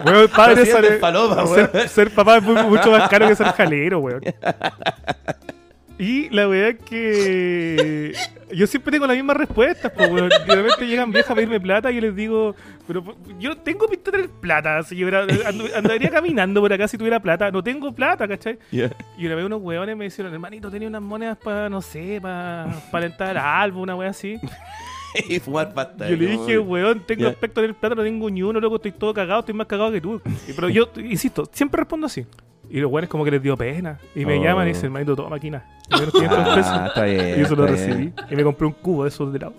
S3: Weón, padre
S4: Pero si es de
S3: sale-
S4: falopa,
S3: ser,
S4: weón.
S3: ser papá es muy- mucho más caro que ser jalero, weón. Y la verdad es que yo siempre tengo las mismas respuestas, pues, weón. De repente llegan viejas a pedirme plata y yo les digo, pero po- yo no tengo pinta de tener plata, si yo hubiera- andu- andaría caminando por acá si tuviera plata, no tengo plata, ¿cachai?
S4: Ya.
S3: Y una vez unos weones me dijeron, hermanito, tenía unas monedas para, no sé, para alentar algo, una wea así.
S4: Y fumar pasta.
S3: Yo le
S4: como-
S3: dije, weón, tengo
S4: Ya.
S3: aspecto del plata, no tengo ni uno, loco, estoy todo cagado, estoy más cagado que tú. Y- Pero yo, insisto, siempre respondo así. Y los weones como que les dio pena. Y me
S4: Oh.
S3: llaman y dicen, hermanito, toma máquina. Y me dieron 500 pesos.
S4: Ah, está bien.
S3: Y yo se lo
S4: está bien.
S3: recibí. Y me compré un cubo de esos de lado.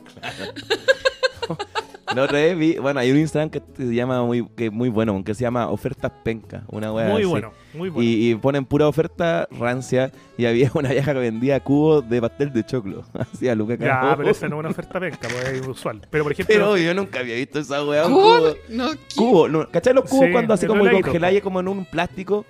S4: La otra vez vi, bueno, hay un Instagram que se llama muy, que es muy bueno, que se llama Ofertas Penca, una weá.
S3: muy
S4: así.
S3: bueno, muy bueno.
S4: Y, y ponen pura oferta rancia y había una vieja que vendía cubos de pastel de choclo. Así a Luca
S3: Ya,
S4: Carbó.
S3: pero esa no es una oferta penca, pues es usual. Pero por ejemplo,
S4: Pero yo nunca había visto esa weá. un
S1: ¿Cubo?
S4: cubo.
S1: No, ¿qué?
S4: Cubo, ¿no? ¿cachai los cubos
S3: Sí,
S4: cuando así
S3: el
S4: como
S3: heladito.
S4: congeláis como en un plástico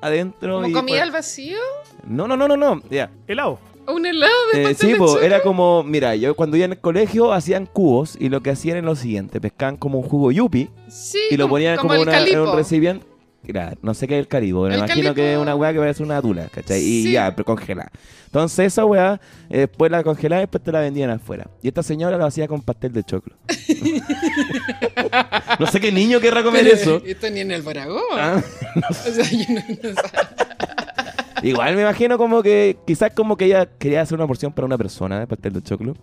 S4: adentro?
S1: ¿Como
S4: y
S1: comida al
S4: pues-
S1: vacío?
S4: No, no, no, no, no. Ya.
S3: helado.
S1: ¿O un helado de
S4: Eh,
S1: pastel
S4: sí,
S1: de
S4: po,
S1: choclo?
S4: era como, mira, yo cuando iba en el colegio hacían cubos y lo que hacían era lo siguiente, pescaban como un jugo yupi
S1: Sí,
S4: y lo
S1: como-
S4: ponían como,
S1: el
S4: una- en
S1: calipo.
S4: un recipiente. Gra- No sé qué es el caribo, me
S1: El
S4: imagino que es
S1: calipo.
S4: una weá que parece una tula, ¿cachai? Y
S1: Sí.
S4: ya, pero congelada. Entonces esa weá, eh, después la congelaba y después te la vendían afuera. Y esta señora lo hacía con pastel de choclo. no sé qué niño querrá comer
S1: Pero
S4: eso.
S1: Esto ni en el Baragó.
S4: Ah.
S1: O sea, yo no, no sé.
S4: Igual me imagino como que quizás como que ella quería hacer una porción para una persona de pastel de choclo.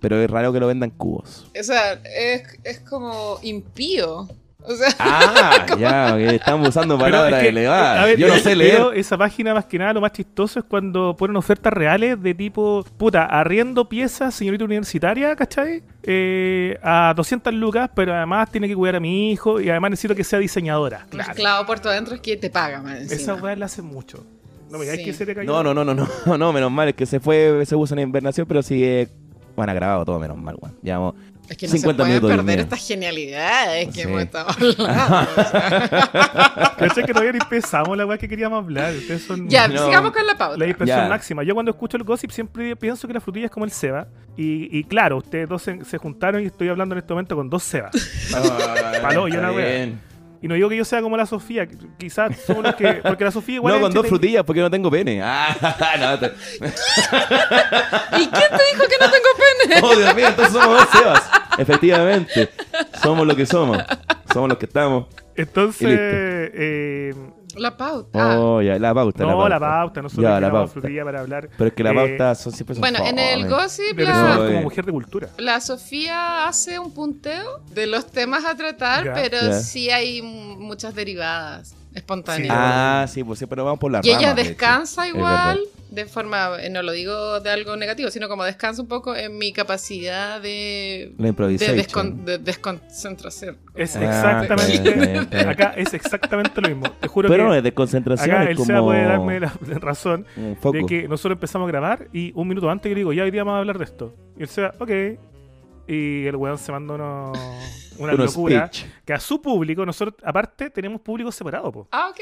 S4: pero es raro que lo vendan cubos.
S1: O sea, es, es como impío. O sea,
S4: Ah, ya, ok, estamos usando
S3: Pero es
S4: palabras
S3: que, eh, a
S4: elevadas.
S3: ver,
S4: Yo no sé leer.
S3: pero esa página, más que nada, lo más chistoso es cuando ponen ofertas reales de tipo, puta, arriendo piezas, señorita universitaria, ¿cachai? Eh, a 200 lucas, pero además tiene que cuidar a mi hijo y además necesito que sea diseñadora.
S1: claro.
S3: Claro.
S1: clavo puerto adentro es que te paga, man.
S3: Esa
S1: encima.
S3: weá la hace mucho. No me digáis
S1: Sí.
S3: que se te cayó.
S4: No, no, no, no, no, no, menos mal, es que se fue, se usa en invernación, pero sigue, bueno, grabado todo, menos mal, weón. Llevamos-
S1: Es que no
S4: 50
S1: se pueden
S4: minutos de
S1: perder
S4: miedo.
S1: estas genialidades que
S4: Sí.
S1: hemos estado hablando. o sea.
S3: ¿Cachai que todavía ni empezamos la weá que queríamos hablar? Ustedes son.
S1: ya,
S4: No.
S1: sigamos con la pauta.
S3: La dispersión
S4: Ya.
S3: máxima. Yo cuando escucho el gossip siempre pienso que la frutilla es como el Seba. Y, y claro, ustedes dos se, se juntaron y estoy hablando en este momento con dos Sebas. Paló, yo
S4: Está
S3: Ah, la wea.
S4: bien.
S3: Y no digo que yo sea como la Sofía, que- quizás somos los que. Porque la Sofía igual.
S4: No,
S3: es
S4: con dos
S3: entreten-
S4: frutillas, porque no tengo pene. Ah, no, te-
S1: ¿Y quién te dijo que no tengo pene?
S4: Oh, Dios mío, entonces somos dos Sebas. Efectivamente, somos lo que somos. Somos los que estamos. Y
S3: Entonces.
S4: listo.
S3: eh,
S1: La pauta. Ah,
S4: Oh, ya, la pauta.
S3: no, la pauta, nosotros
S4: Ya, la
S3: tenemos
S4: pauta.
S3: frutilla para hablar.
S4: Pero es que la
S3: eh,
S4: pauta son siempre son
S1: bueno, en el
S4: fome.
S1: gossip,
S3: de
S1: la,
S3: personas
S4: No,
S3: como
S4: eh.
S3: mujer de cultura.
S1: la Sofía hace un punteo de los temas a tratar,
S3: Ya.
S1: pero
S4: Ya.
S1: sí hay m- muchas derivadas espontáneas.
S3: Sí.
S4: Ah, sí, pues siempre nos vamos por la
S1: Y ella
S4: rama, de hecho.
S1: descansa
S4: Es
S1: igual,
S4: verdad.
S1: de forma, eh, no lo digo de algo negativo, sino como descansa un poco en mi capacidad de,
S4: La
S1: de,
S4: improvisación.
S1: descon- de desconcentración.
S3: Es
S4: Ah, está bien, está
S3: exactamente.
S4: bien.
S3: acá es exactamente lo mismo. Te juro
S4: Pero no
S3: que.
S4: es desconcentración,
S3: Acá
S4: es
S3: el Seba
S4: como
S3: puede darme la la razón.
S4: un foco.
S3: De que nosotros empezamos a grabar y un minuto antes yo le digo, ya hoy día vamos a hablar de esto. Y él se va, ok. Y el weón se manda uno- una
S4: Uno
S3: locura.
S4: speech.
S3: Que a su público, nosotros aparte tenemos público separado. Po.
S1: Ah, ok.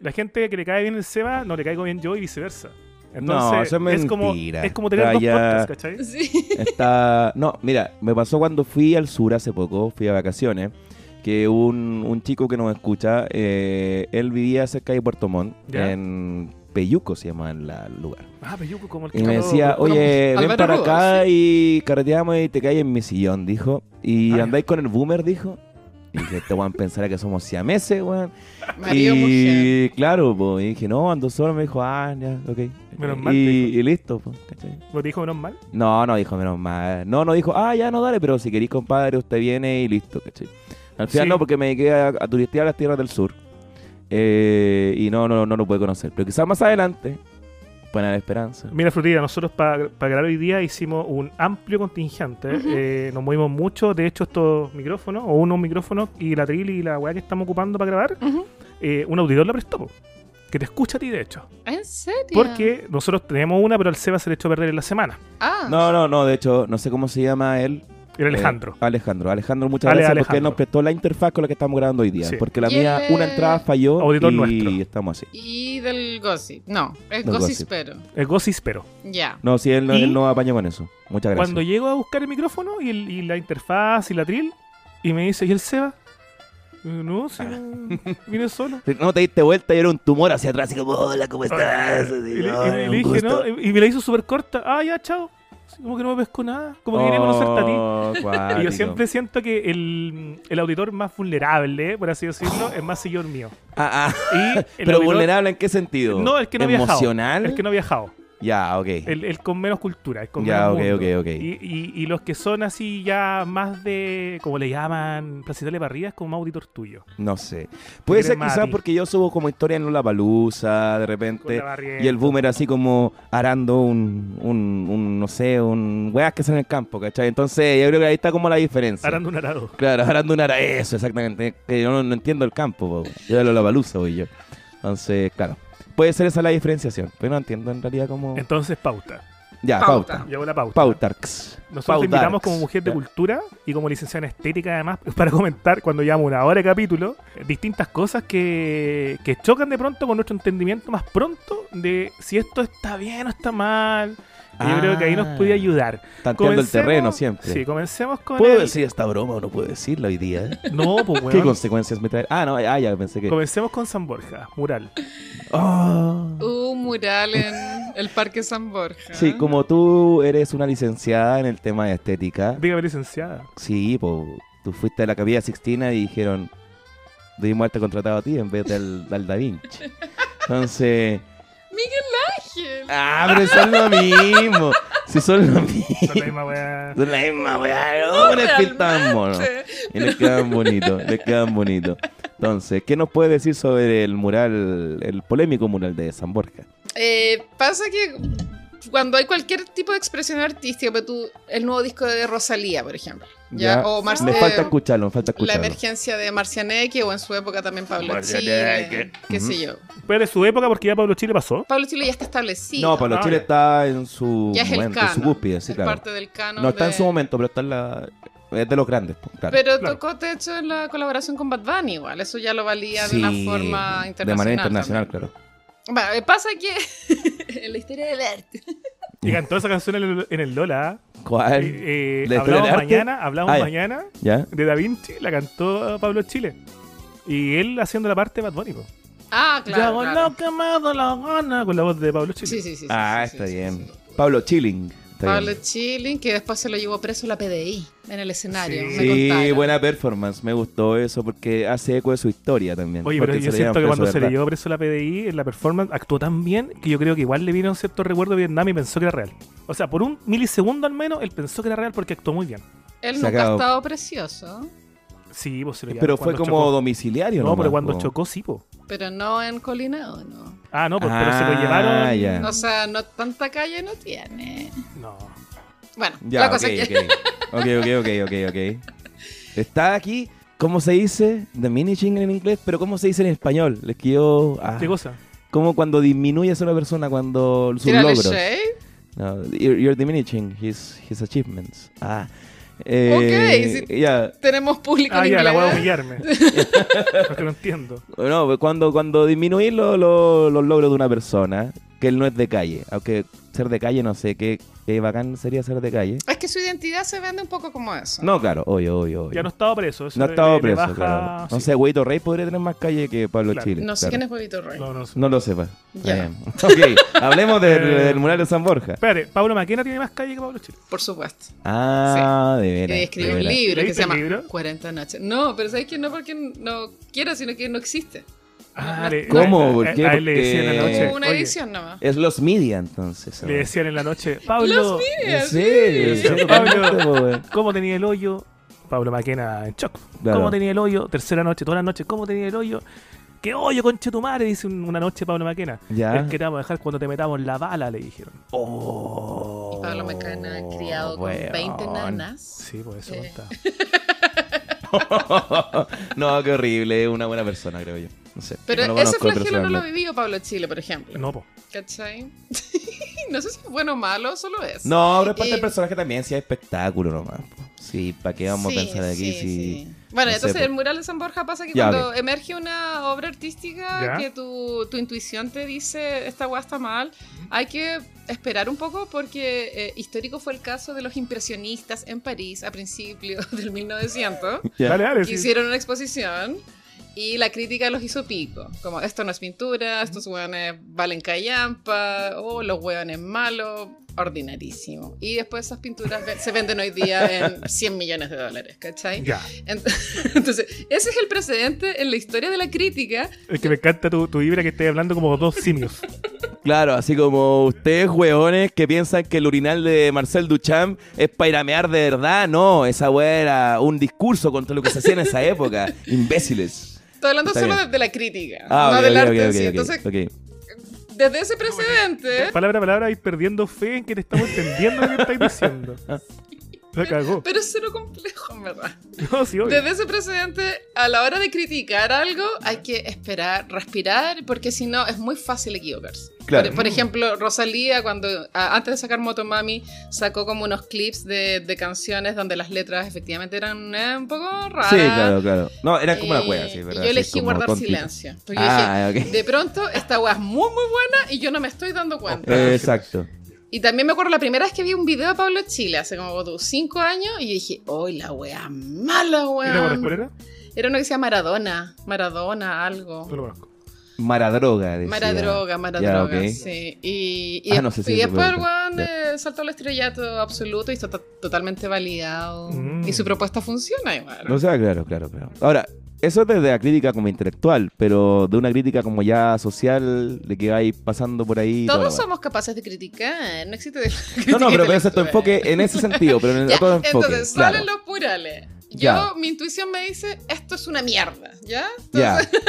S3: La gente que le cae bien el Seba, no le caigo bien yo y viceversa.
S4: No,
S3: Entonces,
S4: eso es
S3: es, como,
S4: mentira.
S3: es como tener dos podcasts,
S4: Calla.
S3: ¿cachai?
S1: Sí.
S4: Está. No, mira, me pasó cuando fui al sur hace poco, fui a vacaciones, que un, un chico que nos escucha, eh, él vivía cerca de Puerto Montt,
S3: Ya.
S4: en Peyuco se llama el la- lugar.
S3: Ah, Peyuco, como el
S4: Y me
S3: Carlos-
S4: decía,
S3: como-
S4: oye, ven
S1: Álvaro
S4: para
S1: Rugo,
S4: acá y carreteamos y te caes en mi sillón, dijo. Y
S3: Ah, ya.
S4: andáis con el boomer, dijo. Y dije, este weón pensará que somos siameses, weón.
S1: Marido, mujer.
S4: y claro, po, y dije, no, ando solo. Me dijo, ah, ya, ok.
S3: Menos mal,
S4: y,
S3: te dijo.
S4: y listo, po, ¿cachai?
S3: ¿Lo dijo menos mal?
S4: No, no dijo, menos mal. No, no dijo, ah, ya no, dale, pero si querís, compadre, usted viene y listo, ¿cachai? Al final
S3: Sí.
S4: no, porque me dediqué a, a turistear las tierras del sur. Eh, y no, no, no lo pude conocer. Pero quizás más adelante, buena la esperanza.
S3: Mira, Frutilla, nosotros para grabar hoy día hicimos un amplio contingente. eh, nos movimos mucho. De hecho, estos micrófonos, o unos micrófonos, y la tril y la weá que estamos ocupando para grabar,
S1: Ujú.
S3: eh, un auditor la prestó. po, Que te escucha a ti, de hecho.
S1: ¿En serio?
S3: Porque nosotros tenemos una, pero al Seba se le echó a perder en la semana.
S1: Ah,
S4: No, no, no, de hecho, no sé cómo se llama él.
S3: Era
S4: Eh,
S3: Alejandro.
S4: Alejandro, Alejandro, muchas
S3: Ale,
S4: gracias porque
S3: Alejandro.
S4: él nos prestó la interfaz con la que estamos grabando hoy día.
S3: Sí.
S4: Porque la
S1: Y él
S4: mía,
S1: es-
S4: una entrada falló
S3: Auditor
S4: y
S3: nuestro.
S4: estamos así.
S1: y del gossip. No, es
S4: Del
S1: gossip,
S4: gossip.
S1: pero.
S3: El Gosis, pero.
S1: Ya.
S4: No, sí, él, no-
S3: ¿Y?
S4: él no apañó con eso. Muchas gracias.
S3: Cuando llego a buscar el micrófono y, el- y la interfaz y la tril, y me dice, ¿y el Seba? Y yo, No, si no,
S4: Ah.
S3: viene solo.
S4: No te diste vuelta y era un tumor hacia atrás, así como, hola, ¿cómo estás?
S3: Y le, y le-
S4: señor?
S3: y le
S4: Un
S3: dije,
S4: gusto".
S3: ¿no? Y y me la hizo súper corta. Ah, ya, chao. Así Como que no me pesco nada. Como que quería conocerte a ti.
S4: Oh,
S3: Y yo
S4: cuático.
S3: siempre siento que el, el auditor más vulnerable, por así decirlo, es más señor mío.
S4: Ah, ah.
S3: Y el
S4: Pero
S3: auditor-
S4: vulnerable, ¿en qué sentido?
S3: No, el que no ha viajado.
S4: ¿Emocional?
S3: El que no ha viajado.
S4: Ya, ok.
S3: El, el con menos cultura, el con
S4: Ya,
S3: menos
S4: ok,
S3: mundo.
S4: ok, ok.
S3: Y, y- y los que son así ya más de, como le llaman, placidale para arriba, es como más auditor tuyo.
S4: No sé. Puede ser
S3: querés
S4: quizás
S3: Mati.
S4: porque yo subo como historia en la palusa de
S3: Con
S4: repente.
S3: la barrienta.
S4: Y el boomer así como arando un, un, un, no sé, un weas que son en el campo, ¿cachai? Entonces yo creo que ahí está como la diferencia.
S3: Arando un arado.
S4: Claro, arando un ara, eso exactamente. Que yo no, no entiendo el campo, po. yo de la palusa voy yo. Entonces, claro. Puede ser esa la diferenciación, pero no entiendo en realidad cómo...
S3: Entonces, pauta.
S4: Ya,
S1: Pauta.
S4: pauta.
S3: Llevo la pauta.
S4: Pautarx.
S3: Nosotros te invitamos como mujer de
S4: Ya.
S3: cultura y como licenciada en estética, además, para comentar cuando llevamos una hora de capítulo, eh, distintas cosas que, que chocan de pronto con nuestro entendimiento más pronto de si esto está bien o está mal. Y yo creo que ahí nos
S4: Ah.
S3: puede ayudar.
S4: Tanteando el terreno siempre.
S3: Sí, comencemos con.
S4: ¿Puedo
S3: el-
S4: decir esta broma o no puedo decirla hoy día?
S3: No, pues
S4: ¿Qué
S3: weón.
S4: consecuencias me trae? Ah, no, ah, ya pensé que...
S3: Comencemos con San Borja, mural.
S4: Oh.
S1: Un mural en el Parque San Borja.
S4: Sí, como tú eres una licenciada en el tema de estética,
S3: Dígame, licenciada.
S4: sí, po, tú fuiste a la Capilla Sixtina y dijeron, debimos haberte contratado a ti en vez del, del Da Vinci. Entonces,
S1: Ángel.
S4: ah, pero eso es lo mismo. Si son los mismos.
S3: Son la misma weá.
S4: Son la misma weá. No, les pintan mono. Y les quedan bonitos, les quedan bonitos. Entonces, ¿qué nos puede decir sobre el mural, el polémico mural de San Borja?
S1: Eh, pasa que cuando hay cualquier tipo de expresión artística, pero tú, el nuevo disco de Rosalía, por ejemplo, ya, o Marce-
S4: me
S1: eh,
S4: falta escucharlo, me falta
S1: la
S4: escucharlo.
S1: emergencia de Marcianeque o en su época también Pablo Chile,
S4: Marcianeque.
S1: qué sé
S4: Ujú.
S1: yo.
S3: Pero de su época, porque ya Pablo Chile pasó.
S1: Pablo Chile ya está establecido.
S4: No, Pablo
S3: Ah,
S4: Chile
S3: ya.
S4: está en su
S1: ya es el
S4: momento, en su
S1: canon.
S4: cúspide, sí,
S1: es
S4: claro.
S1: parte del canon.
S4: No está en
S1: de-
S4: su momento, pero está en la... Es de los grandes, pues, claro.
S1: Pero
S3: Claro.
S1: tocó techo en la colaboración con Bad Bunny igual, eso ya lo valía
S4: Sí,
S1: de una forma internacional.
S4: De manera internacional,
S1: también.
S4: claro.
S1: Bueno, eh, pasa que en la historia del arte.
S3: Y cantó esa canción en el, en el Lola.
S4: ¿Cuál?
S3: Eh, eh,
S4: Ah, ¿La historia
S3: hablamos
S4: del arte?
S3: mañana, hablamos
S4: Ah, ya.
S3: mañana
S4: ¿Ya?
S3: de Da Vinci, la cantó Pablo Chile. Y él haciendo la parte de Bad Bunny. po.
S1: Ah,
S3: Yo
S1: claro.
S3: hago
S1: claro.
S3: lo que me da la gana con la voz de Pablo Chile.
S1: Sí, sí, sí, sí,
S4: Ah,
S1: sí, sí,
S4: está
S1: sí,
S4: bien.
S1: sí.
S4: Pablo Chilling. está
S1: Pablo
S4: bien.
S1: Chilling, que después se lo llevó preso la PDI en el escenario.
S3: Sí.
S1: me
S4: Sí,
S1: contaron.
S4: buena performance, me gustó eso porque hace eco de su historia también.
S3: Oye, pero
S4: porque
S3: yo
S4: se le
S3: siento que
S4: llaman
S3: cuando
S4: preso,
S3: se le
S4: ¿verdad?
S3: llevó preso la PDI, en la performance actuó tan bien que yo creo que igual le vino un cierto recuerdo de Vietnam y pensó que era real. O sea, por un milisegundo al menos, él pensó que era real porque actuó muy bien.
S1: Él
S4: Se
S1: nunca
S4: acabó.
S1: ha estado precioso,
S3: Sí, pues se lo
S4: Pero
S3: llevaron
S4: fue
S3: cuando
S4: como
S3: chocó.
S4: domiciliario,
S3: No,
S4: nomás,
S3: pero cuando
S4: po.
S3: chocó, sí, po.
S1: pero no en Colinado, no.
S3: Ah, no, pues, pero se lo
S4: Ah,
S3: llevaron.
S4: ya.
S1: O sea, no tanta calle no tiene.
S3: No.
S1: Bueno,
S4: Ya,
S1: la
S4: ok,
S1: cosa es que
S4: ok. Ok, ok, ok, ok, ok. Está aquí, ¿cómo se dice? Diminishing en inglés, pero ¿cómo se dice en español? Les quiero... ah,
S3: ¿Qué cosa?
S4: como cuando disminuyes a una persona cuando sus
S1: Tírale
S4: logros.
S1: shade.
S4: No, you're, you're diminishing his, his achievements. Ah.
S1: Ok,
S4: Ya.
S1: Tenemos público
S3: Ah,
S1: en
S3: ya, la voy a
S1: inglés.
S3: humillarme. Porque no entiendo.
S4: No, pues cuando, cuando disminuís lo- lo- los logros de una persona, que él no es de calle, aunque ser de calle no sé, qué, qué bacán sería ser de calle.
S1: Es que su identidad se vende un poco como eso.
S4: No, claro, obvio, obvio, obvio.
S3: Ya no estaba preso. Eso
S4: No ha
S3: le-
S4: estado
S3: le- le
S4: preso,
S3: baja-
S4: claro. No
S3: sí.
S4: sé, Güeyito Rey podría tener más calle que Pablo
S3: Claro.
S4: Chile.
S1: No sé
S4: claro.
S1: quién es Huevito Rey.
S3: No, no sé.
S4: No lo sepa.
S1: Ya.
S4: Eh, ok, hablemos del,
S3: Eh.
S4: del mural de San Borja.
S3: Espérate, Pablo Maquena tiene más calle que Pablo Chile.
S1: Por supuesto.
S4: Ah, de veras.
S1: Eh,
S4: de
S1: escribió un
S4: veras.
S1: libro que
S3: ¿Leíste
S1: se
S3: el
S1: llama
S3: libro?
S1: 40 noches. No, pero sabes que no porque no quiera, sino que no existe.
S3: Ah, le-
S4: ¿Cómo?
S3: a-
S4: ¿Por
S3: a-
S4: qué?
S3: a él le
S4: Porque-
S3: decían en la noche.
S1: Hubo una
S3: oye,
S1: edición nomás.
S4: Es los media entonces.
S3: le decían en la noche, Pablo,
S4: ¿En serio?
S3: Sí,
S4: Sí,
S3: Pablo.
S4: totalmente, po, weón.
S3: ¿Cómo tenía el hoyo? Pablo Maquena en shock.
S4: Claro.
S3: ¿Cómo tenía el hoyo? Tercera noche, toda la noche, ¿cómo tenía el hoyo? ¿Qué hoyo, conche tu madre? Dice un- una noche Pablo Maquena.
S4: Ya.
S3: Es que te vamos a dejar cuando te metamos la bala, le dijeron.
S4: Oh,
S1: Y Pablo Mecana ha criado con
S4: weón.
S1: 20 nanas.
S3: Sí, pues eso
S1: Eh.
S3: está.
S4: no, qué horrible. Es una buena persona, creo yo. No sé.
S1: Pero
S4: no
S1: ese
S4: conozco otro
S1: flagelo no
S4: Pablo.
S1: lo ha vivido Pablo Chile, por ejemplo.
S3: No, po.
S1: ¿Cachai? no sé si es bueno o malo, solo es.
S4: No, pero es parte
S1: Y-
S4: del personaje también. Si hay espectáculo nomás. po. Sí, ¿para qué vamos
S1: Sí,
S4: a pensar aquí?
S1: sí,
S4: si...
S1: sí. Bueno,
S4: no sé,
S1: entonces
S4: po.
S1: el mural de San Borja pasa que
S4: Ya,
S1: cuando emerge una obra artística
S3: Ya.
S1: que tu, tu intuición te dice esta guasta está mal, hay que esperar un poco porque eh, histórico fue el caso de los impresionistas en París a principios del 1900,
S4: Ya.
S3: Dale, dale.
S1: que
S3: sí.
S1: hicieron una exposición y la crítica los hizo pico, como esto no es pintura, estos hueones valen callampa, o los hueones malos, ordinarísimo. Y después esas pinturas ve- se venden hoy día en 100 millones de dólares, ¿cachai?
S3: Ya.
S1: Ent- Entonces, ese es el precedente en la historia de la crítica.
S3: Es que me encanta tu, tu vibra que estés hablando como dos simios.
S4: Claro, así como ustedes, hueones, que piensan que el urinal de Marcel Duchamp es para iramear de verdad. No, esa wea era un discurso contra lo que se hacía en esa época. Imbéciles.
S1: Estoy hablando
S4: Está
S1: solo
S4: bien.
S1: de, de la crítica,
S4: Ah,
S1: no
S4: ok,
S1: del
S4: ok,
S1: arte
S4: ok,
S1: en
S4: ok,
S1: sí.
S4: ok,
S1: Entonces,
S4: ok.
S1: desde ese precedente,
S3: Palabra a palabra y perdiendo fe en que te estamos entendiendo lo que estáis diciendo.
S4: Ah.
S3: La cagó.
S1: pero es cero complejo, en verdad.
S3: No, sí, obvio.
S1: Desde ese precedente, a la hora de criticar algo, hay que esperar, respirar, porque si no, es muy fácil equivocarse.
S4: Claro.
S1: Por, por ejemplo, Rosalía, cuando a- antes de sacar Motomami, sacó como unos clips de, de canciones donde las letras efectivamente eran eh, un poco raras.
S4: Sí, claro, claro. No, era como una
S1: Eh,
S4: wea, sí, ¿verdad?
S1: Yo
S4: Así
S1: elegí
S4: como
S1: guardar
S4: tontita.
S1: silencio. Porque
S4: Ah,
S1: yo dije,
S4: ok.
S1: de pronto esta weá es muy, muy buena y yo no me estoy dando cuenta.
S4: Eh, exacto.
S1: Y también me acuerdo la primera vez que vi un video de Pablo Chile, hace como dos- cinco años, y yo dije, ¡ay, la weá mala,
S3: ¿Y la
S1: weá!
S3: conozco, era?
S1: Era uno que se llama Maradona, Maradona, algo.
S3: No lo conozco.
S4: Maradroga, decía.
S1: Maradroga,
S4: Ya,
S1: Maradroga,
S4: ok.
S1: sí. Y, y,
S4: Ah,
S1: des-
S4: no sé si
S1: y
S4: se
S1: después
S4: puede-
S1: el weón
S4: ya.
S1: eh, saltó al estrellato absoluto y está to- totalmente validado.
S3: Mm.
S1: Y su propuesta funciona igual.
S4: No sea, claro, claro, claro. Ahora, Eso es desde la crítica como intelectual, pero de una crítica como ya social, de que vais pasando por ahí. y todo lo
S1: Todos
S4: demás.
S1: somos capaces de criticar, no existe
S4: No, no, pero ese es tu enfoque en ese sentido, pero en
S1: eh. Ya,
S4: otro enfoque.
S1: entonces,
S4: claro.
S1: salen los plurales. Yo,
S4: Ya.
S1: mi intuición me dice, esto es una mierda, ¿ya?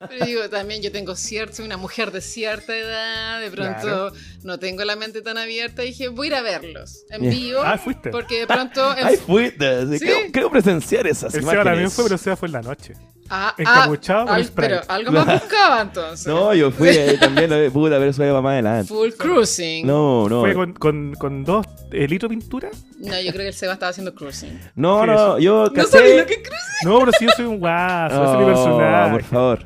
S4: Ya,
S1: Pero digo, también yo tengo cierto, soy una mujer de cierta edad, de pronto
S3: Claro.
S1: no tengo la mente tan abierta, y dije, voy a ir a verlos en
S4: Ya.
S1: vivo,
S3: Ah, fuiste.
S1: porque de pronto... en-
S4: ahí fuiste. así,
S1: Sí.
S4: Creo, creo presenciar esas
S3: El Seba
S4: imágenes.
S3: también fue, pero Seba fue en la noche.
S1: ah,
S3: encapuchado con
S1: al-
S3: Sprite.
S1: pero algo más buscaba entonces.
S4: No, yo fui eh, también, eh, pude haber subido más adelante.
S1: Full cruising.
S4: No,
S1: No.
S4: eh. no.
S3: Fue con, con, con dos eh, litros de pintura.
S1: yo creo que el Seba estaba haciendo cruising.
S4: No,
S3: ¿Qué
S4: no, yo
S1: ¿No
S4: casé.
S1: sabes lo que es cruising?
S3: No, pero si yo soy un guaso, ese es mi
S4: Oh,
S3: personaje.
S4: por favor.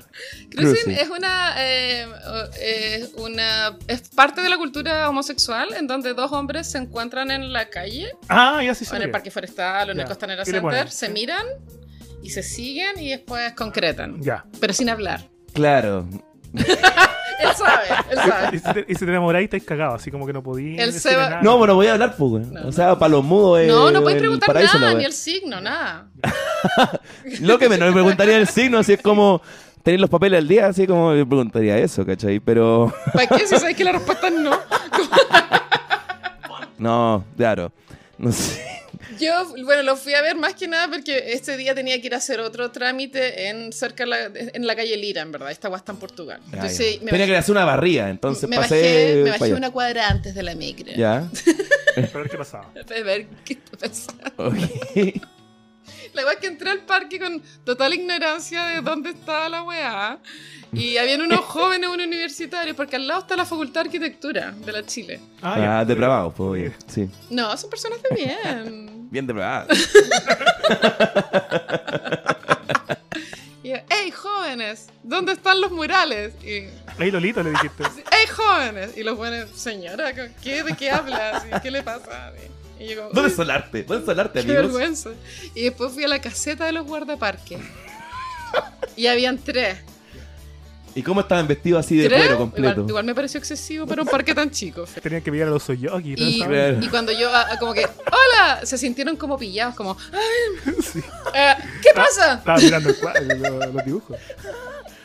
S1: Cruising,
S4: Cruising.
S1: es una eh, o- es una es parte de la cultura homosexual en donde dos hombres se encuentran en la calle
S3: Ah, ya sí
S1: o en
S3: sabía.
S1: el parque forestal o en
S3: Ya.
S1: el costanera
S3: ¿Qué le ponen?
S1: center, se miran y se siguen y después concretan,
S3: Ya.
S1: pero sin hablar.
S4: Claro.
S1: Él sabe, él
S3: Y
S1: sabe.
S3: si te, y si te enamoráis, estáis cagados, así como que no podí.
S1: El
S3: decirle
S1: Seba-
S3: nada.
S4: No, bueno, voy a hablar, pues, güey.
S1: No,
S4: O sea, para los mudos es.
S1: No, no
S4: el
S1: podéis preguntar
S4: paraíso, Eh, la
S1: nada,
S4: wea.
S1: ni el signo, nada.
S4: Lo que menos me preguntaría el signo, así es como. Tener los papeles al día, así como yo preguntaría eso, ¿cachai? Pero.
S1: ¿Para qué si sabes que la respuesta es no?
S4: No, claro. No sé.
S1: Yo, bueno, lo fui a ver más que nada porque este día tenía que ir a hacer otro trámite en cerca de la, en la calle Lira, en verdad. Esta guasta está en Portugal.
S4: Ah,
S1: Entonces,
S4: Tenía que hacer una barría, entonces
S1: me
S4: pasé.
S1: bajé,
S4: pa'
S1: me bajé
S4: allá.
S1: una cuadra antes de la micro.
S4: Ya.
S3: Pero ¿qué pasaba?
S1: Para ver qué pasa.
S4: Ok.
S1: La weá es que entré al parque con total ignorancia de dónde estaba la weá. Y habían unos jóvenes, unos universitarios, porque al lado está la Facultad de Arquitectura de la Chile.
S3: Ah, ya.
S4: Ah, depravado, pues, oye. Sí.
S1: No, son personas de bien.
S4: Bien depravado.
S1: Y yo, ¡Ey, jóvenes! ¿Dónde están los murales? Y,
S3: Ahí Lolito le dijiste.
S1: ¡Ey, jóvenes! Y los buenos, señora, ¿con ¿qué, ¿de qué hablas? ¿Y ¿Qué le pasa? Y yo como,
S4: ¿Dónde
S1: "Uy,
S4: está el arte? ¿Dónde está el arte,
S1: qué
S4: amigos?
S1: vergüenza. Y después fui a la caseta de los guardaparques. Y habían tres.
S4: ¿Y cómo estaban vestidos así de
S1: ¿Tres?
S4: cuero
S1: Igual,
S4: completo?
S1: igual me pareció excesivo para un parque tan chico.
S3: Tenían que pillar a los Soyogi. ¿no?
S1: Y,
S3: ¿Sabes?
S1: y cuando yo, ah, ah, como que, ¡Hola! Se sintieron como pillados, como,
S3: Sí.
S1: "Ah, ¿Qué pasa?
S3: Estaba mirando el cuadro, los, los dibujos.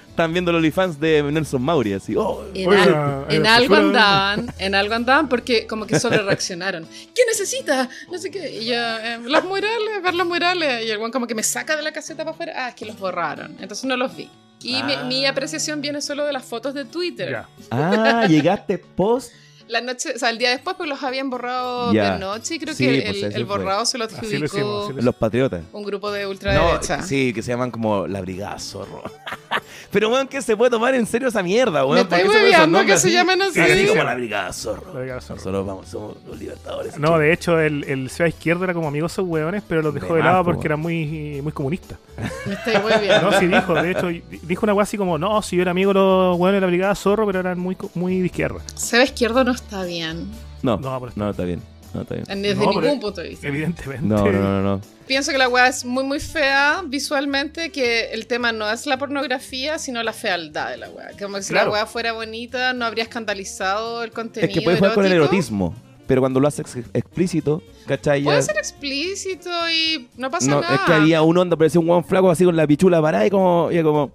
S4: Están viendo los OnlyFans de Nelson Mauri, así. ¡Oh!
S1: En,
S3: Oye,
S1: al-
S3: la-
S1: en
S4: pues
S3: la
S1: algo
S3: cultura-
S1: andaban, en algo andaban porque como que sobre reaccionaron. ¿Qué necesita? No sé qué. Y yo, eh, los murales, ver los murales. Y el guan como que me saca de la caseta para afuera. Ah, es que los borraron. Entonces no los vi. Y mi,
S4: Ah.
S1: mi apreciación viene solo de las fotos de Twitter.
S3: Ya.
S4: Ah, llegaste post.
S1: La noche, o sea, el día después, pues los habían borrado
S4: Ya.
S1: de noche. Y creo
S4: Sí,
S1: que
S4: pues
S1: el,
S4: así
S1: el
S4: fue.
S1: borrado se lo adjudicó
S3: Así lo hicimos. así lo
S4: Los patriotas.
S1: un grupo de
S4: No,
S1: ultraderecha.
S4: sí, que se llaman como la Brigada Zorro. Pero, weón, que se puede tomar en serio esa mierda, weón?
S1: Me
S4: ¿Por
S1: estáis
S4: qué se ponen esos
S1: hueveando que
S4: nombres
S1: se llaman así.
S3: Sí,
S4: Así
S3: sí.
S4: como la Brigada Zorro.
S3: La Brigada Zorro.
S4: Nosotros vamos, somos los libertadores.
S3: No, de hecho, el, el Seba Izquierdo era como amigo de esos hueones, pero los dejó
S4: De
S3: de,
S4: más,
S3: lado
S4: po,
S3: porque eran muy, muy comunistas.
S1: Me estáis muy bien.
S3: No, sí dijo, de hecho, dijo una hueá así como, no, si yo era amigo de los hueones de la Brigada Zorro, pero eran muy, co- muy de izquierda.
S1: Seba Izquierdo no está bien.
S4: No,
S3: No, pero-
S4: no, está bien. No, está bien.
S1: Desde
S3: No, pero-
S1: ningún punto de vista.
S3: Evidentemente.
S4: No, no, no, no. no.
S1: Pienso que la weá es muy, muy fea visualmente, que el tema no es la pornografía, sino la fealdad de la weá. Como que si
S3: Claro.
S1: la weá fuera bonita, no habría escandalizado el contenido.
S4: Es que puedes jugar con el
S1: erótico.
S4: erotismo, pero cuando lo haces ex- explícito, ¿cachai? Ya-
S1: Puede ser explícito y no pasa
S4: no,
S1: nada.
S4: es que había un onda, parecía un hueón flaco así con la pichula parada y como, y como.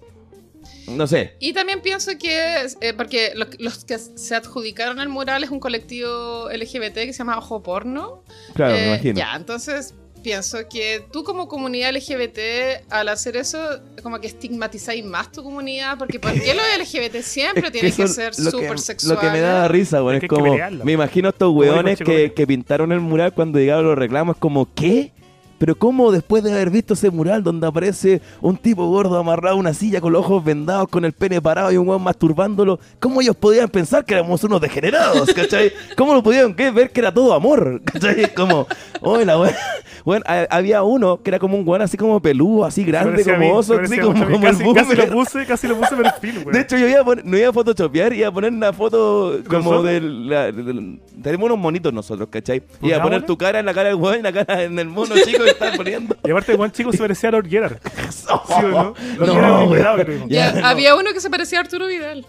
S4: No sé.
S1: Y también pienso que, es, eh, porque lo- los que se adjudicaron el mural es un colectivo LGBT que se llama Ojo Porno.
S4: Claro, me
S1: Eh,
S4: imagino.
S1: Ya, entonces pienso que tú como comunidad LGBT, al hacer eso, como que estigmatizáis más tu comunidad, porque ¿por qué los LGBT siempre
S4: Es
S1: tienen que,
S4: eso
S1: ser
S4: lo que-
S1: súper
S4: Lo
S1: sexuales?
S4: que me da risa, güey,
S3: Es
S4: es,
S3: que hay que
S4: como.
S3: pelearlo.
S4: me imagino estos
S3: dijo
S4: weones que,
S3: Checovic.
S4: que pintaron el mural cuando llegaron los reclamos, como, ¿qué? Pero ¿cómo después de haber visto ese mural donde aparece un tipo gordo amarrado a una silla con los ojos vendados, con el pene parado y un weón masturbándolo? ¿Cómo ellos podían pensar que éramos unos degenerados? ¿Cachai? ¿Cómo lo pudieron qué? ver que era todo amor? ¿Cachai? Como, hola, la wea- weón, ha- había uno que era como un weón así como peludo, así grande,
S3: Parecía a mí,
S4: como oso, así
S3: parecía
S4: como,
S3: mucho a mí.
S4: como el
S3: casi, casi lo
S4: boomer.
S3: puse, casi lo puse en perfil, güey.
S4: De hecho, yo iba a poner- no iba a photoshopear, iba a poner una foto como
S3: ¿Nosotros?
S4: de la, del- Tenemos unos monitos nosotros, ¿cachai? Iba a
S3: ¿Una
S4: poner
S3: bola?
S4: tu cara en la cara del weón y la cara en el mono chico que están poniendo.
S3: Y aparte, el buen chico se parecía a Lord Gerard. ¿Sí o no? Lord
S4: No,
S3: Gerard
S4: weón.
S3: pintado, creo.
S1: Ya,
S4: Ya, no.
S1: Había uno que se parecía a Arturo Vidal.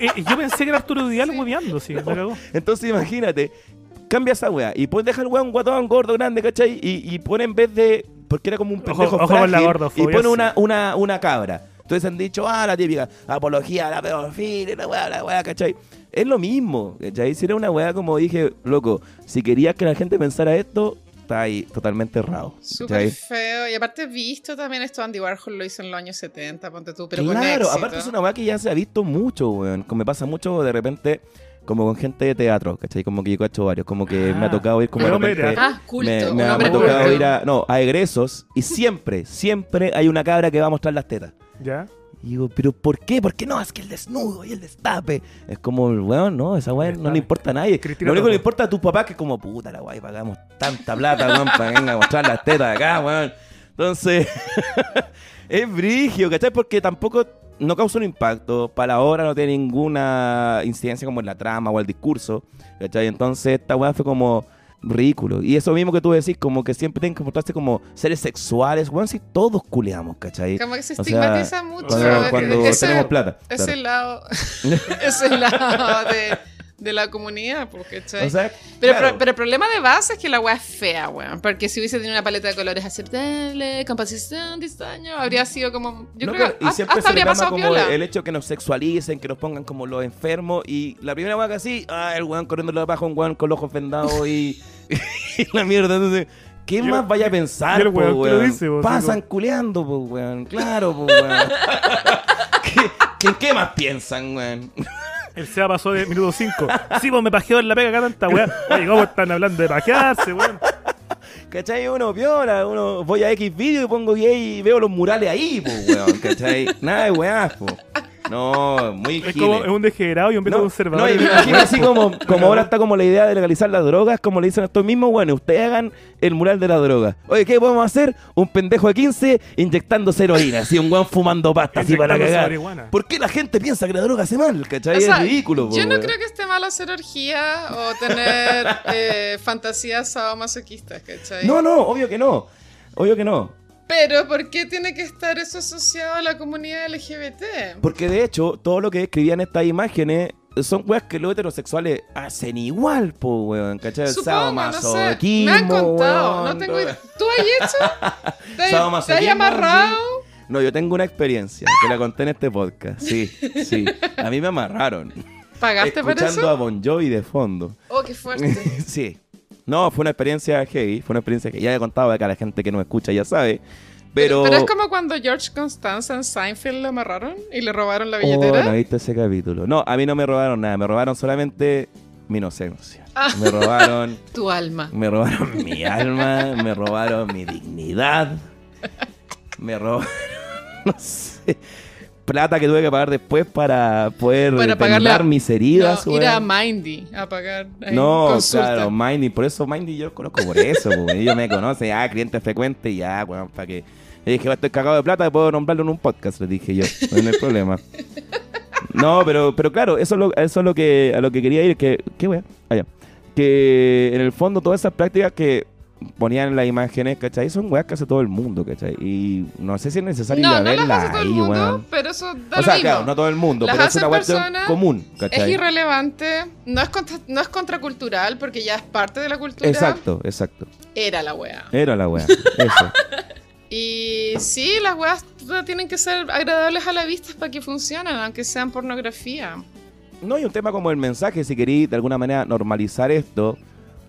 S3: Eh, y yo pensé que era Arturo Vidal hueveando, sí, me cagó.
S4: Entonces, imagínate, cambia esa weá y pon, deja al weón guatón gordo grande, ¿cachai? Y, y pone en vez de porque era como un
S3: Ojo-
S4: pendejo
S3: ojo con
S4: frágil,
S3: la gordofobia,
S4: y pone
S3: sí.
S4: una, una, una cabra. Entonces han dicho, ah, la típica apología a la pedofilia, la weá, la weá, ¿cachai? Es lo mismo, ¿cachai? Si era una weá, como dije, loco, si querías que la gente pensara esto, está ahí totalmente errado.
S1: Súper
S4: ¿cachai?
S1: feo. Y aparte, visto también esto, Andy Warhol lo hizo en los años 70, ponte tú, pero con
S4: claro,
S1: éxito.
S4: aparte es una weá que ya se ha visto mucho, weón. Como me pasa mucho de repente, como con gente de teatro, ¿cachai? Como que yo cacho varios, como que me ha
S3: Ah.
S4: tocado ir como de
S3: Pero mira.
S4: repente-
S1: Ah, culto.
S4: me,
S1: un
S4: me ha
S1: hombre
S4: me ha
S1: culto.
S4: tocado ir a, no, a egresos y siempre, siempre hay una cabra que va a mostrar las tetas.
S3: ¿Ya?
S4: Y digo, ¿pero por qué? ¿Por qué no? Es que el desnudo y el destape. Es como, weón, no, esa weón no
S3: Destape.
S4: le importa a nadie.
S3: Cristina
S4: Lo único que
S3: Toto.
S4: le importa a tus papás que es como, puta la guay, pagamos tanta plata, weón, para que venga a mostrar las tetas acá, weón. Entonces, es brigio, ¿cachai? Porque tampoco no causa un impacto. Para la obra no tiene ninguna incidencia como en la trama o el discurso, ¿cachai? Entonces, esta weá fue como ridículo. Y eso mismo que tú decís, como que siempre tienen que comportarse como seres sexuales, weón, si todos culeamos, ¿cachai?
S1: Como que se
S4: O sea,
S1: estigmatiza mucho.
S4: Cuando, cuando
S1: ese,
S4: tenemos plata.
S1: ese
S4: claro.
S1: lado. ese lado de, de la comunidad, pues, ¿cachai?
S4: O sea,
S1: Pero,
S4: claro.
S1: pero el problema de base es que la weá es fea, weón. Porque si hubiese tenido una paleta de colores aceptable, composición, diseño, habría sido como. Yo
S4: No,
S1: creo
S4: pero-
S1: que
S4: y
S1: ha-
S4: siempre
S1: hasta
S4: se
S1: habría
S4: reclama
S1: pasado
S4: como
S1: piola.
S4: el hecho que nos sexualicen, que nos pongan como los enfermos. Y la primera hueá que así, ah, el weón corriendo abajo, un weón con los ojos vendados y, y la mierda. Entonces, ¿qué
S3: Y el-
S4: más vaya a pensar,
S3: y el
S4: po,
S3: weón que lo
S4: weón?
S3: dice, vos,
S4: Pasan
S3: digo.
S4: culeando, po, weón. Claro, po, weón. ¿Qué, qué, qué más piensan, weón?
S3: El SEA pasó de minuto 5. Sí, vos me pajeó en la pega acá tanta weá. Oye, ¿cómo están hablando de pajearse, weón?
S4: ¿Cachai? Uno viola, uno voy a X video y pongo gay y veo los murales ahí, po, weón. ¿Cachai? Nada de weá, po. No, muy
S3: Es
S4: gile.
S3: como es un degenerado y un método conservador.
S4: no, y me imagino así como, como ahora está como la idea de legalizar las drogas, como le dicen a estos mismos, bueno, ustedes hagan el mural de las drogas. Oye, ¿qué podemos hacer? Un pendejo de 15 inyectándose heroína, así un weón fumando pasta, así para
S3: Inyectándose
S4: cagar.
S3: marihuana.
S4: ¿Por qué la gente piensa que la droga hace mal? ¿Cachai?
S1: O sea,
S4: es ridículo, po,
S1: Yo no
S4: weón.
S1: creo que esté mal hacer orgía o tener eh, fantasías sadomasoquistas, ¿cachai?
S4: No, no, obvio que no. Obvio que no.
S1: Pero ¿por qué tiene que estar eso asociado a la comunidad LGBT?
S4: Porque de hecho, todo lo que escribían estas imágenes son weas que los heterosexuales hacen igual, po, weón. ¿Cachai? El
S1: Supongo, no sé. Me
S4: sadomasoquismo,
S1: han contado.
S4: weón,
S1: no tengo idea. ¿Tú has hecho? ¿Te, has- te has
S4: Sadomasoquismo,
S1: amarrado?
S4: No, yo tengo una experiencia que la conté en este podcast. Sí, sí. A mí me amarraron.
S1: ¿Pagaste por
S4: Escuchando a
S1: eso?
S4: Bon Jovi de fondo.
S1: Oh, qué fuerte.
S4: sí. No, fue una experiencia heavy. Fue una experiencia que ya he contado acá a la gente que no escucha ya sabe. Pero.
S1: Pero... es como cuando George Constanza en Seinfeld lo amarraron y le robaron la
S4: Oh, no
S1: billetera.
S4: he visto ese capítulo. No, a mí no me robaron nada. Me robaron solamente mi inocencia.
S1: Ah.
S4: Me robaron.
S1: tu alma.
S4: Me robaron mi alma, me robaron mi dignidad, me robaron, no sé, plata que tuve que pagar después para poder
S1: Para pagarle
S4: vendar
S1: a-
S4: mis heridas.
S1: No, ir a
S4: weón.
S1: Mindy a pagar. ahí,
S4: No,
S1: consulta.
S4: claro, Mindy, por eso Mindy yo lo conozco por eso, porque ellos me conocen, ah, cliente frecuente, ya, weón, para que... Le dije, estoy cagado de plata, puedo nombrarlo en un podcast, le dije yo, no hay problema. No, pero, pero claro, eso es lo, eso es lo que, a lo que quería ir, que, qué weón, allá. Que en el fondo todas esas prácticas que ponían en las imágenes, ¿cachai? Son weas que hace todo el mundo, ¿cachai? Y no sé si es necesario ir
S1: No,
S4: a
S1: no las
S4: verla
S1: hace todo el
S4: ahí,
S1: mundo,
S4: weón.
S1: pero eso da
S4: O
S1: lo
S4: sea,
S1: mismo.
S4: claro, no todo el mundo,
S1: Las
S4: pero es
S1: hacen
S4: una cuestión
S1: personas,
S4: común,
S1: es
S4: ¿cachai?
S1: irrelevante, no es, contra- no es contracultural porque ya es parte de la cultura.
S4: Exacto, exacto.
S1: Era la wea.
S4: Era la wea. Eso.
S1: Y sí, las weas tienen que ser agradables a la vista para que funcionen, aunque sean pornografía.
S4: No, y un tema como el mensaje, si queréis de alguna manera normalizar esto,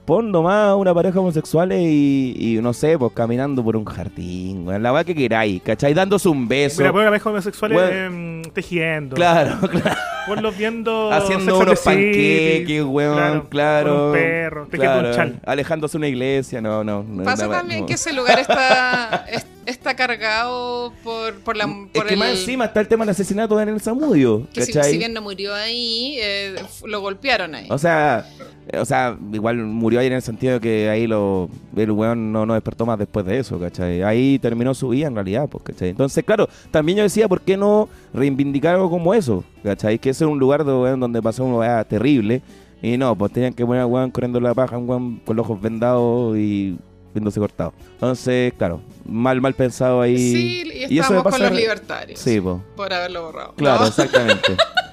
S4: pon nomás una pareja homosexual y, y no sé, pues caminando por un jardín, weón, la weá que queráis, ¿cachai? Dándose un beso.
S3: Mira, pues, pongan a los homosexuales
S4: Bueno.
S3: em, tejiendo.
S4: claro, claro.
S3: Ponlos viendo.
S4: Haciendo
S3: oh, Sex and the
S4: unos
S3: City,
S4: panqueques, weón, claro.
S3: Con un perro, tejiendo
S4: claro,
S3: un chal.
S4: Alejándose una iglesia, no, no. no
S1: Pasa
S4: la weá,
S1: también
S4: no.
S1: que ese lugar está, es- está cargado por, por la...
S4: Es
S1: por
S4: que más
S1: el-
S4: encima está el tema del asesinato de Daniel Zamudio,
S1: que si,
S4: ¿cachai?
S1: si bien no murió ahí, eh, f- lo golpearon ahí.
S4: O sea, eh, o sea, igual murió ahí en el sentido de que ahí lo, el weón no, no despertó más después de eso, ¿cachai? Ahí terminó su vida en realidad, pues, ¿cachai? Entonces, claro, también yo decía, ¿por qué no reivindicar algo como eso? ¿Cachai? Que ese es un lugar do- weón, donde pasó una weá terrible. Y no, pues tenían que poner a weón corriendo la paja, un weón con los ojos vendados y viéndose cortado. Entonces, claro, mal, mal pensado ahí.
S1: sí, y
S4: me
S1: estamos con
S4: pasa
S1: los
S4: re-
S1: libertarios.
S4: Sí, pues.
S1: Por haberlo borrado.
S4: Claro,
S1: No.
S4: exactamente.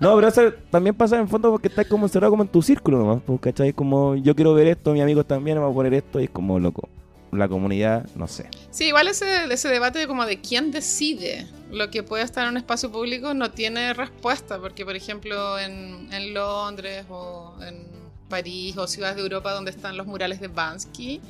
S4: No, pero eso también pasa en el fondo porque estás como encerrado como en tu círculo nomás, pues, ¿cachai? Como yo quiero ver esto, mis amigos también me van a poner esto y es como loco. la comunidad, no sé.
S1: Sí, igual ese, ese debate de como de quién decide lo que puede estar en un espacio público no tiene respuesta, porque por ejemplo en, en Londres o en París o ciudades de Europa donde están los murales de Bansky,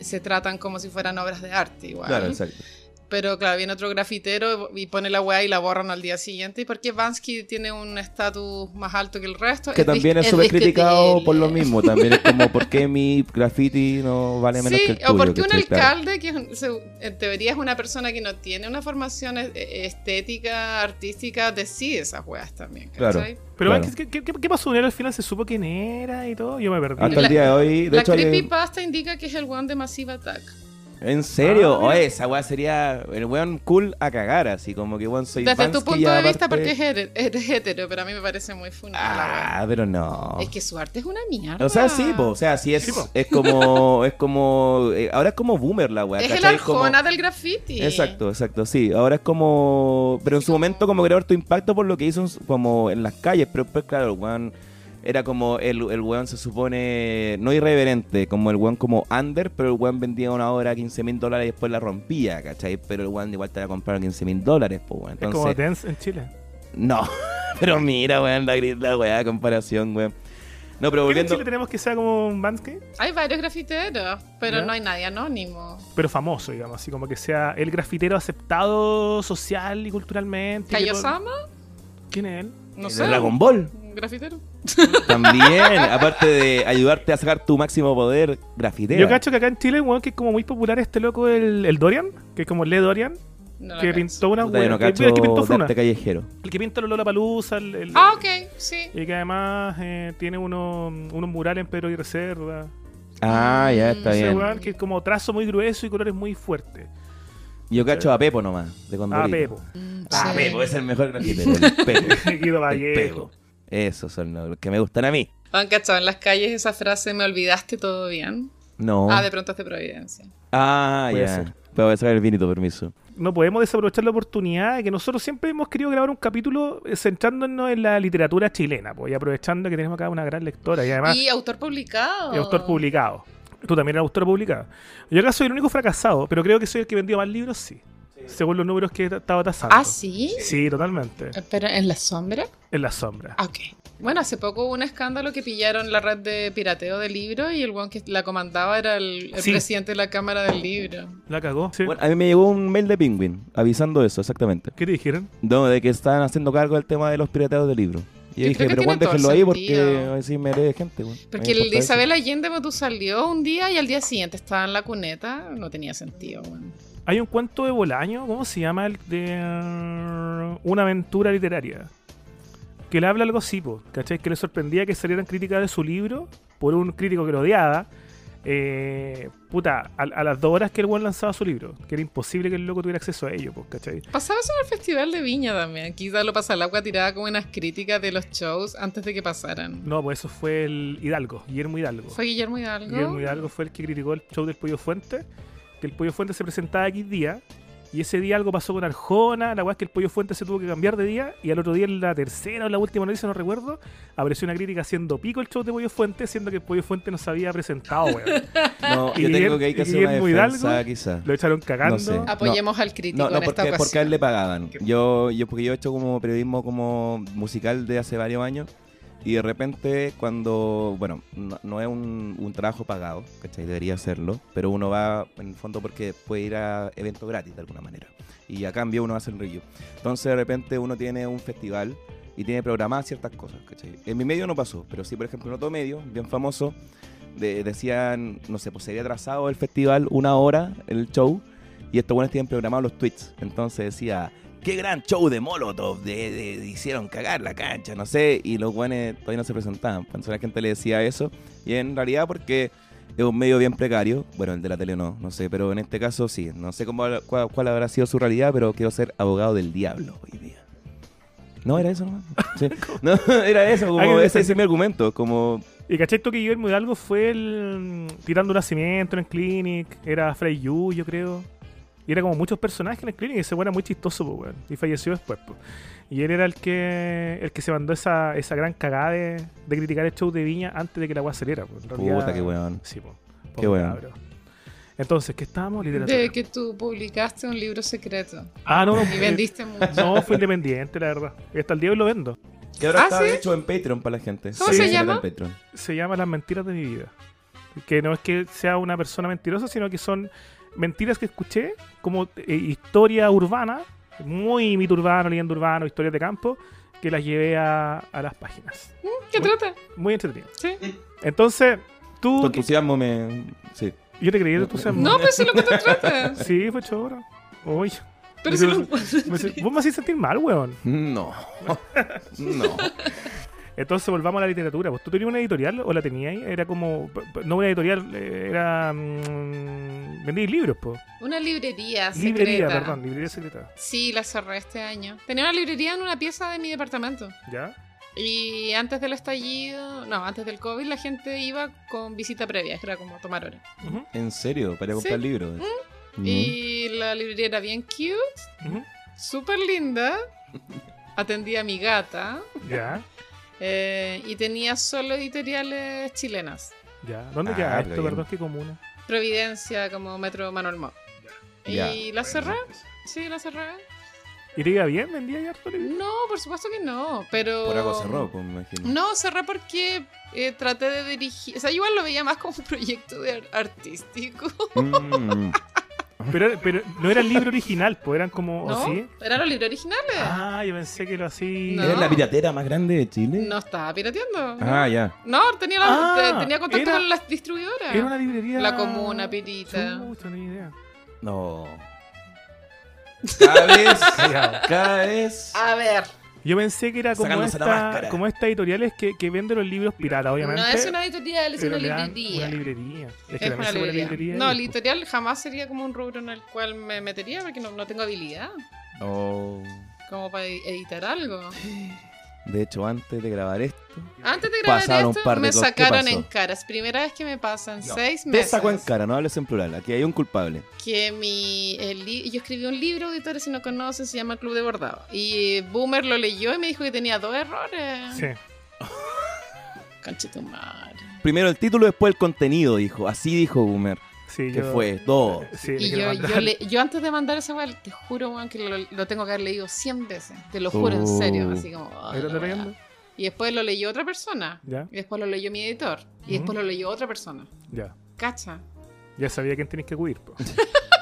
S1: se tratan como si fueran obras de arte igual.
S4: Claro, exacto.
S1: Pero claro, viene otro grafitero y pone la weá y la borran al día siguiente. ¿Y por qué Bansky tiene un estatus más alto que el resto?
S4: Que
S1: Es dis-
S4: también es súper criticado por lo mismo. También es como, ¿por qué mi graffiti no vale menos
S1: sí,
S4: que el tuyo?
S1: o porque un
S4: ¿cachai? Claro.
S1: alcalde, que es un- se- en teoría es una persona que no tiene una formación es- estética, artística, decide esas weas también.
S4: Claro.
S1: ¿cachai?
S3: Pero
S4: Claro.
S3: ¿qué- qué, qué- qué pasó? Un héroe al final se supo quién era y todo. Yo me perdí.
S4: Hasta
S1: La-
S4: el día de hoy, de
S1: La
S4: hecho, le-
S1: creepypasta indica que es el weón de Massive Attack.
S4: ¿en serio?
S3: Ah, mira.
S4: Oye, esa weá sería el weón cool a cagar, así como que weón soy
S1: Desde tu
S4: Bansky,
S1: punto de vista,
S4: aparte-
S1: porque es hétero, eres hétero, pero a mí me parece muy funable.
S4: Ah, pero no.
S1: Es que su arte es una mierda.
S4: O sea,
S1: Ah.
S4: sí, po, o sea, sí es,
S3: Sí, po.
S4: es como, es como, eh, ahora es como boomer la weá,
S1: Es el
S4: ¿cachai? Es como-
S1: arjona del graffiti.
S4: Exacto, exacto, sí. Ahora es como. Pero en su momento, como creó harto impacto por lo que hizo en su- como en las calles. Pero pues, claro, el weón. Era como el, el weón se supone. No irreverente, como el weón como under, pero el weón vendía una obra a 15 mil dólares y después la rompía, ¿cachai? Pero el weón igual te la compraron 15 mil dólares, pues weón.
S3: es como
S4: Entonces.
S3: Dance en Chile.
S4: No. Pero mira, weón, la, gri- la weá de comparación, weón. No, pero
S3: ¿Qué en
S4: volviendo.
S3: Chile tenemos que sea como un Bandscape?
S1: Hay varios grafiteros, pero
S3: ¿Ya?
S1: no hay nadie anónimo.
S3: Pero famoso, digamos. Así como que sea el grafitero aceptado social y culturalmente. y que todo-
S1: ¿Kaiosama?
S3: ¿Quién es él?
S1: No
S4: de
S1: sé.
S4: Dragon Ball.
S1: ¿Un grafitero?
S4: También. aparte de ayudarte a sacar tu máximo poder grafitero.
S3: Yo cacho que acá en Chile, weón, que es como muy popular este loco, el, el Dorian, que es como Le Dorian,
S1: No lo
S3: que
S1: cacho.
S3: pintó una
S4: Puta, yo no
S3: weá- que-
S4: cacho
S3: que pintó Funa.
S4: de este callejero.
S3: El que pinta los Lola Palusa, el, el-
S1: Ah, ok, sí.
S3: y que además eh, tiene uno- unos murales en Pedro y Reserva.
S4: Ah, ya está
S1: Mm,
S3: Ese
S4: bien.
S3: weón que es como trazo muy grueso y colores muy fuertes.
S4: Yo cacho a Pepo nomás, de cuando.
S3: Ah, Pepo.
S1: Mm,
S4: Ah,
S1: sí.
S4: Pepo es el mejor grafitero. El Pepo.
S3: Guido
S4: El
S3: Vallejo.
S4: Pepo. Esos son los que me gustan a mí.
S1: ¿Han cachado Ah, en las calles esa frase, me olvidaste todo bien?
S4: No.
S3: Oh.
S1: Ah, de pronto es de Providencia.
S4: Ah,
S3: Puede ser.
S4: ya. Pero voy a sacar el vinito, permiso.
S3: No podemos desaprovechar la oportunidad de que nosotros siempre hemos querido grabar un capítulo eh, centrándonos en la literatura chilena, pues, y aprovechando que tenemos acá una gran lectora y además
S1: Y autor publicado.
S3: es autor publicado. Tú también eres autor publicado. Yo acá soy el único fracasado, pero creo que soy el que vendió más libros, sí. Según los números que he estaba tasando.
S1: Ah, sí. Eh.
S3: Sí, totalmente.
S1: Pero en la sombra.
S3: En la sombra.
S1: Ah, Ok. Bueno, hace poco hubo un escándalo que pillaron la red de pirateo de libros y el one que la comandaba era el, el
S3: Sí.
S1: presidente de la Cámara del Libro.
S3: La cagó. Sí.
S4: Bueno, a mí me llegó un mail de Penguin avisando eso, exactamente.
S3: ¿Qué te dijeron?
S4: No, de que están haciendo cargo del tema de los pirateados de libros. Y yo
S1: Yo
S4: dije,
S1: creo que
S4: pero bueno,
S1: tiene todo
S4: déjenlo ahí porque
S1: sentido.
S4: así merece gente. weón.
S1: Porque
S4: A mí me
S1: el de
S4: importa eso.
S1: Isabel Allende pues, tú salió un día y al día siguiente estaba en la cuneta. No tenía sentido, weón.
S3: Hay un cuento de Bolaño, ¿cómo se llama? El de eh, una aventura literaria. Que le habla algo así, po, ¿cachai? Que le sorprendía que salieran críticas de su libro por un crítico que lo odiaba. eh, puta, a, a las dos horas que el buen lanzaba su libro, que era imposible que el loco tuviera acceso a ello, pues, ¿cachai?
S1: Pasaba eso en el Festival de Viña también. Quizá lo pasa el agua tirada como unas críticas de los shows antes de que pasaran.
S3: No, pues eso fue el Hidalgo, Guillermo Hidalgo.
S1: Fue Guillermo Hidalgo.
S3: Guillermo Hidalgo fue el que criticó el show del Pollo Fuente, que el Pollo Fuente se presentaba X día, y ese día algo pasó con Arjona, la weá es que el Pollo Fuente se tuvo que cambiar de día, y al otro día en la tercera o la última noticia, no recuerdo, apareció una crítica haciendo pico el show de Pollo Fuente, siendo que el Pollo Fuente no se había presentado, weón.
S4: No, yo
S3: Y
S4: tengo que hay
S3: Guillermo-
S4: que hacer una
S3: Guillermo
S4: defensa,
S3: Hidalgo
S4: quizás.
S3: Lo echaron cagando.
S4: No sé.
S1: Apoyemos al crítico
S4: No, no,
S1: en esta
S4: porque, porque a él
S1: ocasión.
S4: le pagaban. Yo, yo, porque yo he hecho como periodismo como musical de hace varios años. Y de repente, cuando. Bueno, no, no es un, un trabajo pagado, ¿cachai? Debería serlo. Pero uno va, en el fondo, porque puede ir a eventos gratis de alguna manera. Y a cambio, uno hace un review. Entonces, de repente, uno tiene un festival y tiene programadas ciertas cosas, ¿cachai? En mi medio no pasó, pero sí, por ejemplo, en otro medio, bien famoso, de- decían, no sé, pues se había atrasado el festival una hora, el show, y estos buenos tienen programados los tweets. Entonces decía, qué gran show de Molotov, de, de- de- hicieron cagar la cancha, no sé. Y los buenos todavía no se presentaban. Pues Entonces la gente le decía eso. Y en realidad porque es un medio bien precario. Bueno, el de la tele no, no sé. Pero en este caso sí. No sé cómo, cuál, cuál habrá sido su realidad, pero quiero ser abogado del diablo hoy día. No, era eso nomás. Sí. No, era eso, como
S3: Alguien
S4: ese, ese es mi argumento. Como
S3: Y caché tú que Guillermo Hidalgo fue el mm, tirando nacimiento en Clinic, era Frey Yu, yo creo. Y era como muchos personajes en el Clinic, y ese weón era muy chistoso, pues, weón. Y falleció después, pues. Y él era el que el que se mandó esa, esa gran cagada de, de criticar el show de Viña antes de que la weá saliera, pues. En realidad-
S4: Puta, qué weón.
S3: Sí, pues.
S4: Qué weón.
S3: Entonces, ¿qué estábamos? Literatura.
S1: De que tú publicaste un libro secreto
S3: Ah, no, no.
S1: y
S3: eh,
S1: vendiste mucho.
S3: No, fue independiente, la verdad. Y hasta el día de hoy lo vendo.
S4: Que ahora
S1: ¿Ah,
S4: está
S1: sí?
S4: de hecho en Patreon para la gente.
S1: ¿Cómo
S4: Sí,
S1: se
S4: está
S1: llama?
S4: en Patreon.
S3: Se llama Las mentiras de mi vida. Que no es que sea una persona mentirosa, sino que son mentiras que escuché como eh, historia urbana, muy mito urbano, leyenda urbano, historias de campo, que las llevé a, a las páginas.
S1: Mm, ¿Qué
S3: Bueno.
S1: trata?
S3: Muy entretenido.
S1: Sí.
S3: Entonces,
S4: Tu
S3: tú...
S4: entusiasmo me. Sí.
S3: Yo te creí de tu ser-
S1: No, pues sí lo que te trata.
S3: Sí, fue chora. Uy.
S1: Pero si lo
S3: Me hace- Vos me hacís sentir mal, weón.
S4: No. no.
S3: Entonces volvamos a la literatura. ¿Vos tú tenías una editorial o la tenías? Era como. p- p- No una editorial, eh, era. mm, vendí libros, po.
S1: Una librería secreta.
S3: Librería, perdón, librería secreta.
S1: Sí, la cerré este año. Tenía una librería en una pieza de mi departamento.
S3: ¿Ya?
S1: Y antes del estallido, no, antes del COVID, la gente iba con visita previa, que era como tomar hora.
S3: Ujú,
S4: En serio, para ir a
S1: Sí.
S4: comprar libros. Mm.
S1: Y la librería era bien cute,
S3: ujú,
S1: súper linda. Atendía a mi gata.
S3: Ya,
S1: eh, y tenía solo editoriales chilenas.
S3: ya. ¿Dónde
S4: Ah,
S3: queda
S4: pero
S3: esto?
S4: bien.
S3: Perdón, qué comuna.
S1: Providencia, como Metro Manuel Mo.
S4: Ya.
S1: Y la cerré. Sí, la cerré.
S3: ¿Y te iba bien? ¿Vendía ya harto libro?
S1: No, por supuesto que no, pero...
S4: Por algo cerró, pues, me imagino.
S1: No, cerré porque eh, traté de dirigir... O sea, igual lo veía más como un proyecto de ar- artístico.
S4: Mm.
S3: Pero, pero no era el libro original, pues eran como. ¿o
S1: ¿No?
S3: sí?
S1: ¿Eran los libros originales?
S3: Ah, yo pensé que lo así.
S1: No.
S4: ¿Eres la piratera más grande de Chile?
S1: No estaba pirateando.
S4: Ah, ya.
S1: No, tenía, la-
S3: Ah,
S1: te- tenía contacto
S3: era-
S1: con las distribuidoras.
S3: Era una librería.
S1: La comuna, pirita.
S3: Chuta, ni idea.
S4: No. Cada vez.
S3: Callado.
S4: cada vez.
S1: A ver,
S3: Yo pensé que era como
S4: Sacándose la
S3: esta,
S4: máscara.
S3: como estas editoriales que, que venden los libros piratas, obviamente.
S1: no es una editorial, es
S3: pero
S1: una
S3: le dan
S1: librería.
S3: Una librería. Es que
S1: Es
S3: también
S1: una
S3: se pone
S1: librería.
S3: librería.
S1: No,
S3: y-
S1: el editorial jamás sería como un rubro en el cual me metería porque no, no tengo habilidad
S4: Oh.
S1: como para ed- editar algo.
S4: De hecho, antes de grabar esto.
S1: Antes de grabar
S4: Pasaron un
S1: esto,
S4: par de
S1: me
S4: cosas. ¿Qué
S1: sacaron
S4: pasó?
S1: en caras. Primera vez que me pasan
S4: No,
S1: seis
S4: Te
S1: meses.
S4: saco en cara, no hables en plural. Aquí hay un culpable.
S1: Que mi. el li- yo escribí un libro, auditores, si no conocen, se llama Club de Bordado. Y Boomer lo leyó y me dijo que tenía dos errores.
S3: Sí.
S1: Conchetumare.
S4: Primero el título, después el contenido, dijo. Así dijo Boomer.
S3: Sí,
S4: ¿Qué
S3: yo-
S4: fue? Todo.
S3: Sí, le
S1: Y
S3: quiero
S1: yo,
S3: mandar.
S1: yo, le- yo antes de mandar esa weá, te juro, weón, que lo, lo tengo que haber leído 100 veces. Te lo juro, en
S4: Oh.
S1: serio. Así como. oh,
S3: Ahí lo
S1: la
S3: estoy
S1: weá.
S3: leyendo.
S1: Y después lo leyó otra persona.
S3: Ya,
S1: Y después lo leyó mi editor. Y después lo leyó otra persona.
S3: ya.
S1: Cacha.
S3: Ya sabía quién tenés que acudir. po.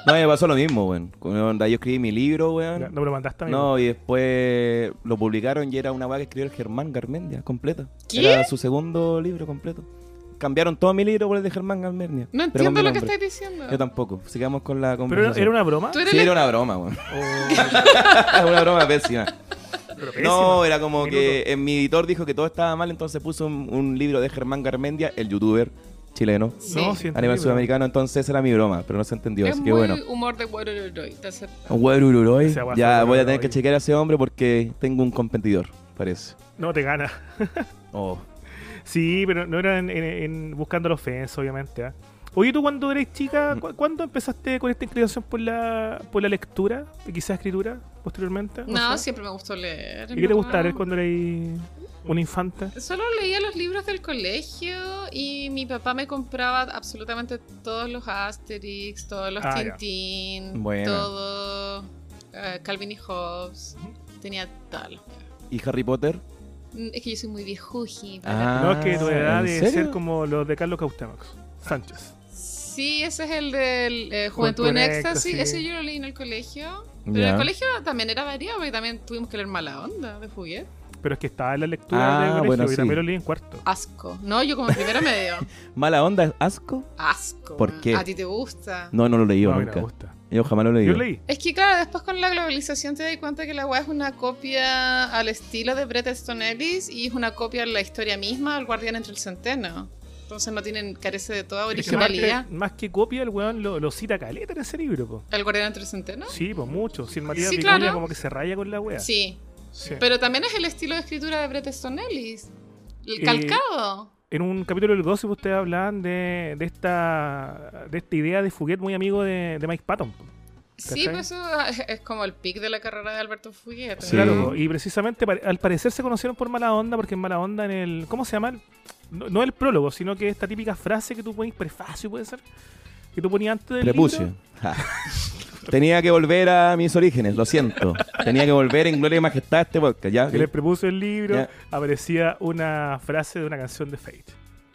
S4: No, me pasó lo mismo, weón. Cuando onda, Yo escribí mi libro,
S3: Ya,
S4: weón.
S3: no me lo mandaste a mí.
S4: No, y después lo publicaron y era una weá que escribió el Germán Garmendia, completa.
S1: ¿Qué?
S4: Era su segundo libro completo. Cambiaron todo mi libro por el de Germán Garmendia.
S1: No
S4: pero con mi
S1: entiendo lo que
S4: nombre.
S1: estáis diciendo.
S4: Yo tampoco. Sigamos con la
S3: Pero
S4: conversación.
S3: era, era una Oh. broma.
S1: Tú eres
S4: Sí,
S1: el-
S4: era una broma, weón.
S3: O-
S4: una broma pésima.
S3: pero
S4: No,
S3: pésima.
S4: era como
S3: Minuto.
S4: que en mi editor dijo que todo estaba mal, entonces puso un, un libro de Germán Garmendia, el youtuber chileno,
S1: Sí.
S3: No, sí, entendí,
S4: a nivel
S3: pero-
S4: sudamericano, entonces era mi broma, pero no se entendió,
S1: es
S4: así
S1: muy
S4: que bueno.
S1: humor de Waterloo, te acepto.
S4: Un huevo Ururoy,
S3: Ese guaso
S4: ya voy a
S3: Ururoy.
S4: tener que chequear a ese hombre porque tengo un competidor, parece.
S3: No te gana.
S4: Oh.
S3: Sí, pero no era en, en- en buscando la ofensa, obviamente. ¿ah? Oye, tú cuando eres chica,
S4: Mm.
S3: cu- ¿cuándo empezaste con esta inclinación por la, por la lectura? Quizás escritura, posteriormente.
S1: No,
S3: sé.
S1: siempre me gustó leer.
S3: ¿Y qué te
S1: no,
S3: gustaba leer
S1: no.
S3: cuando eras una infanta?
S1: Solo leía los libros del colegio y mi papá me compraba absolutamente todos los Asterix, todos los
S3: Ah, ya.
S1: Tintín,
S4: Buena.
S1: todo eh, Calvin y Hobbes. Tenía tal.
S4: ¿Y Harry Potter?
S1: Es que yo soy muy viejuji. para-
S4: Ah,
S3: no, es que tu edad
S4: ¿en
S3: de
S4: serio?
S3: ser como los de Carlos Cautemax. Sánchez.
S1: Sí, ese es el del eh, Juventud
S3: Juventud
S1: en
S3: en
S1: Éxtasis.
S3: Éxtasis.
S1: Ese yo lo leí en el colegio. Pero en
S4: Ya.
S1: el colegio también era variado porque también tuvimos que leer mala onda de juguete.
S3: Pero es que estaba en la lectura
S4: Ah,
S3: del colegio
S4: bueno,
S3: y también
S4: sí.
S3: lo leí en cuarto.
S1: Asco. No, yo como en primero medio.
S4: ¿Mala onda es asco?
S1: Así
S4: ¿Por qué?
S1: ¿A ti te gusta?
S4: No, no lo leí
S3: No, a mí no me
S4: nunca.
S3: gusta.
S4: Yo jamás lo leí.
S3: Yo leí.
S1: Es que claro, después con la globalización te das cuenta que la weá es una copia al estilo de Bret Easton Ellis y es una copia a la historia misma al Guardián entre el Centeno. Entonces no tienen, carece de toda
S3: Es que más,
S1: originalidad.
S3: que, más que copia, el weón lo, lo cita caleta en ese libro, po.
S1: ¿El Guardián entre el Centeno?
S3: Sí, pues mucho. Sin Matías
S1: Sí,
S3: Vicuña
S1: claro.
S3: como que se raya con la wea.
S1: Sí.
S3: Sí.
S1: Pero también es el estilo de escritura de Bret Easton Ellis. El
S3: Eh,
S1: calcado.
S3: En un capítulo del Gossip ustedes hablaban de, de esta de esta idea de Fuguet muy amigo de, de Mike Patton. po.
S1: Sí,
S3: ¿cachai?
S1: pues eso es- es como el pic de la carrera de Alberto Fuguet.
S4: Sí.
S3: Claro, po. y precisamente pare- al parecer se conocieron por mala onda, porque en mala onda en el. ¿Cómo se llama? No, no el prólogo, sino que esta típica frase que tú pones prefacio, puede ser. que tú ponías antes del
S4: Prepucio.
S3: libro.
S4: Ja. Tenía que volver a mis orígenes, lo siento. Tenía que volver en gloria y majestad a este podcast, ¿ya?
S3: En el prepucio del libro
S4: Ya.
S3: aparecía una frase de una canción de Fate.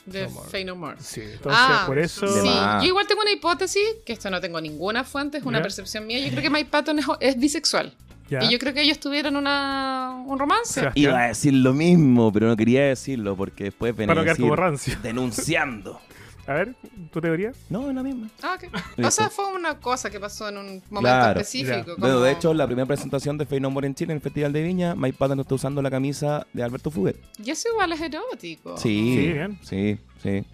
S1: De
S3: No more.
S1: Fey No More.
S3: Sí, entonces por eso.
S1: Ah, Sí,
S4: más.
S1: yo igual tengo una hipótesis, que esto no tengo ninguna fuente, es una
S3: Ya.
S1: percepción mía. Yo creo que Mike Patton es, es bisexual.
S3: Ya.
S1: Y yo creo que ellos tuvieron una, un romance.
S3: Sebastián,
S4: Iba a decir lo mismo, pero no quería decirlo porque después venía
S3: para
S4: a
S3: no quedar
S4: decir
S3: como rancio.
S4: denunciando.
S3: A ver, ¿tu teoría?
S4: No, es la misma.
S1: Ah, ok.
S4: Listo.
S1: O sea, fue una cosa que pasó en un momento
S4: Claro,
S1: específico.
S3: ya.
S4: Bueno,
S1: como-
S4: de hecho, la primera presentación de Fey No More en Chile en el Festival de Viña, Mike Patton está usando la camisa de Alberto Fuguet.
S1: Y eso igual es erótico.
S4: Sí,
S3: Sí, bien.
S4: sí, sí.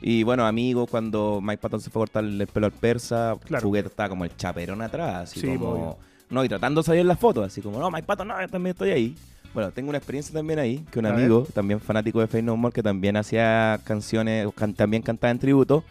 S4: Y bueno, amigos, cuando Mike Patton se fue a cortar el pelo al persa,
S3: Claro.
S4: Fuguet estaba como el chaperón atrás, así
S3: Sí,
S4: como...
S3: obvio.
S4: No, y tratando de salir en las fotos, así como, no, Mike Patton, no, yo también estoy ahí. Bueno, tengo una experiencia también ahí, que un
S3: A ver.
S4: amigo, también fanático de Fey No More, que también hacía canciones, o can- también cantaba en tributo,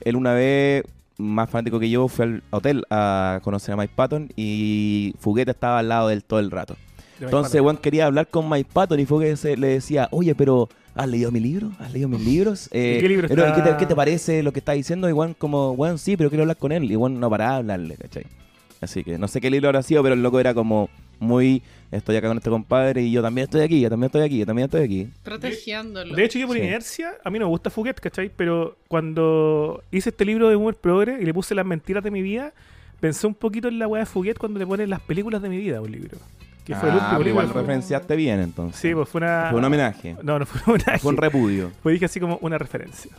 S4: él una vez, más fanático que yo, fue al hotel a conocer a Mike Patton y Fuguet estaba al lado de él todo el rato.
S3: De
S4: Entonces, Juan quería hablar con Mike Patton y Fuguet se- le decía, oye, pero ¿has leído mi libro? ¿Has leído mis libros? Eh,
S3: qué libro
S4: pero,
S3: está?
S4: te, qué te parece lo que está diciendo? Y Juan como, Juan sí, pero quiero hablar con él. Y Juan no paraba de hablarle, ¿cachai? Así que no sé qué libro habrá sido, pero el loco era como muy, estoy acá con este compadre y yo también estoy aquí, yo también estoy aquí, yo también estoy aquí.
S1: Protegiéndolo.
S3: De hecho, yo por
S4: Sí.
S3: inercia, a mí no me gusta Fouquet, ¿cachai? Pero cuando hice este libro de Humor Progre y le puse las mentiras de mi vida, pensé un poquito en la weá de Fouquet cuando le ponen las películas de mi vida a un libro. Que fue el
S4: Ah,
S3: último
S4: pero
S3: libro.
S4: igual referenciaste bien entonces.
S3: Sí, pues fue una.
S4: Fue un homenaje.
S3: No, no fue un homenaje.
S4: Fue un repudio.
S3: Pues dije así como una referencia.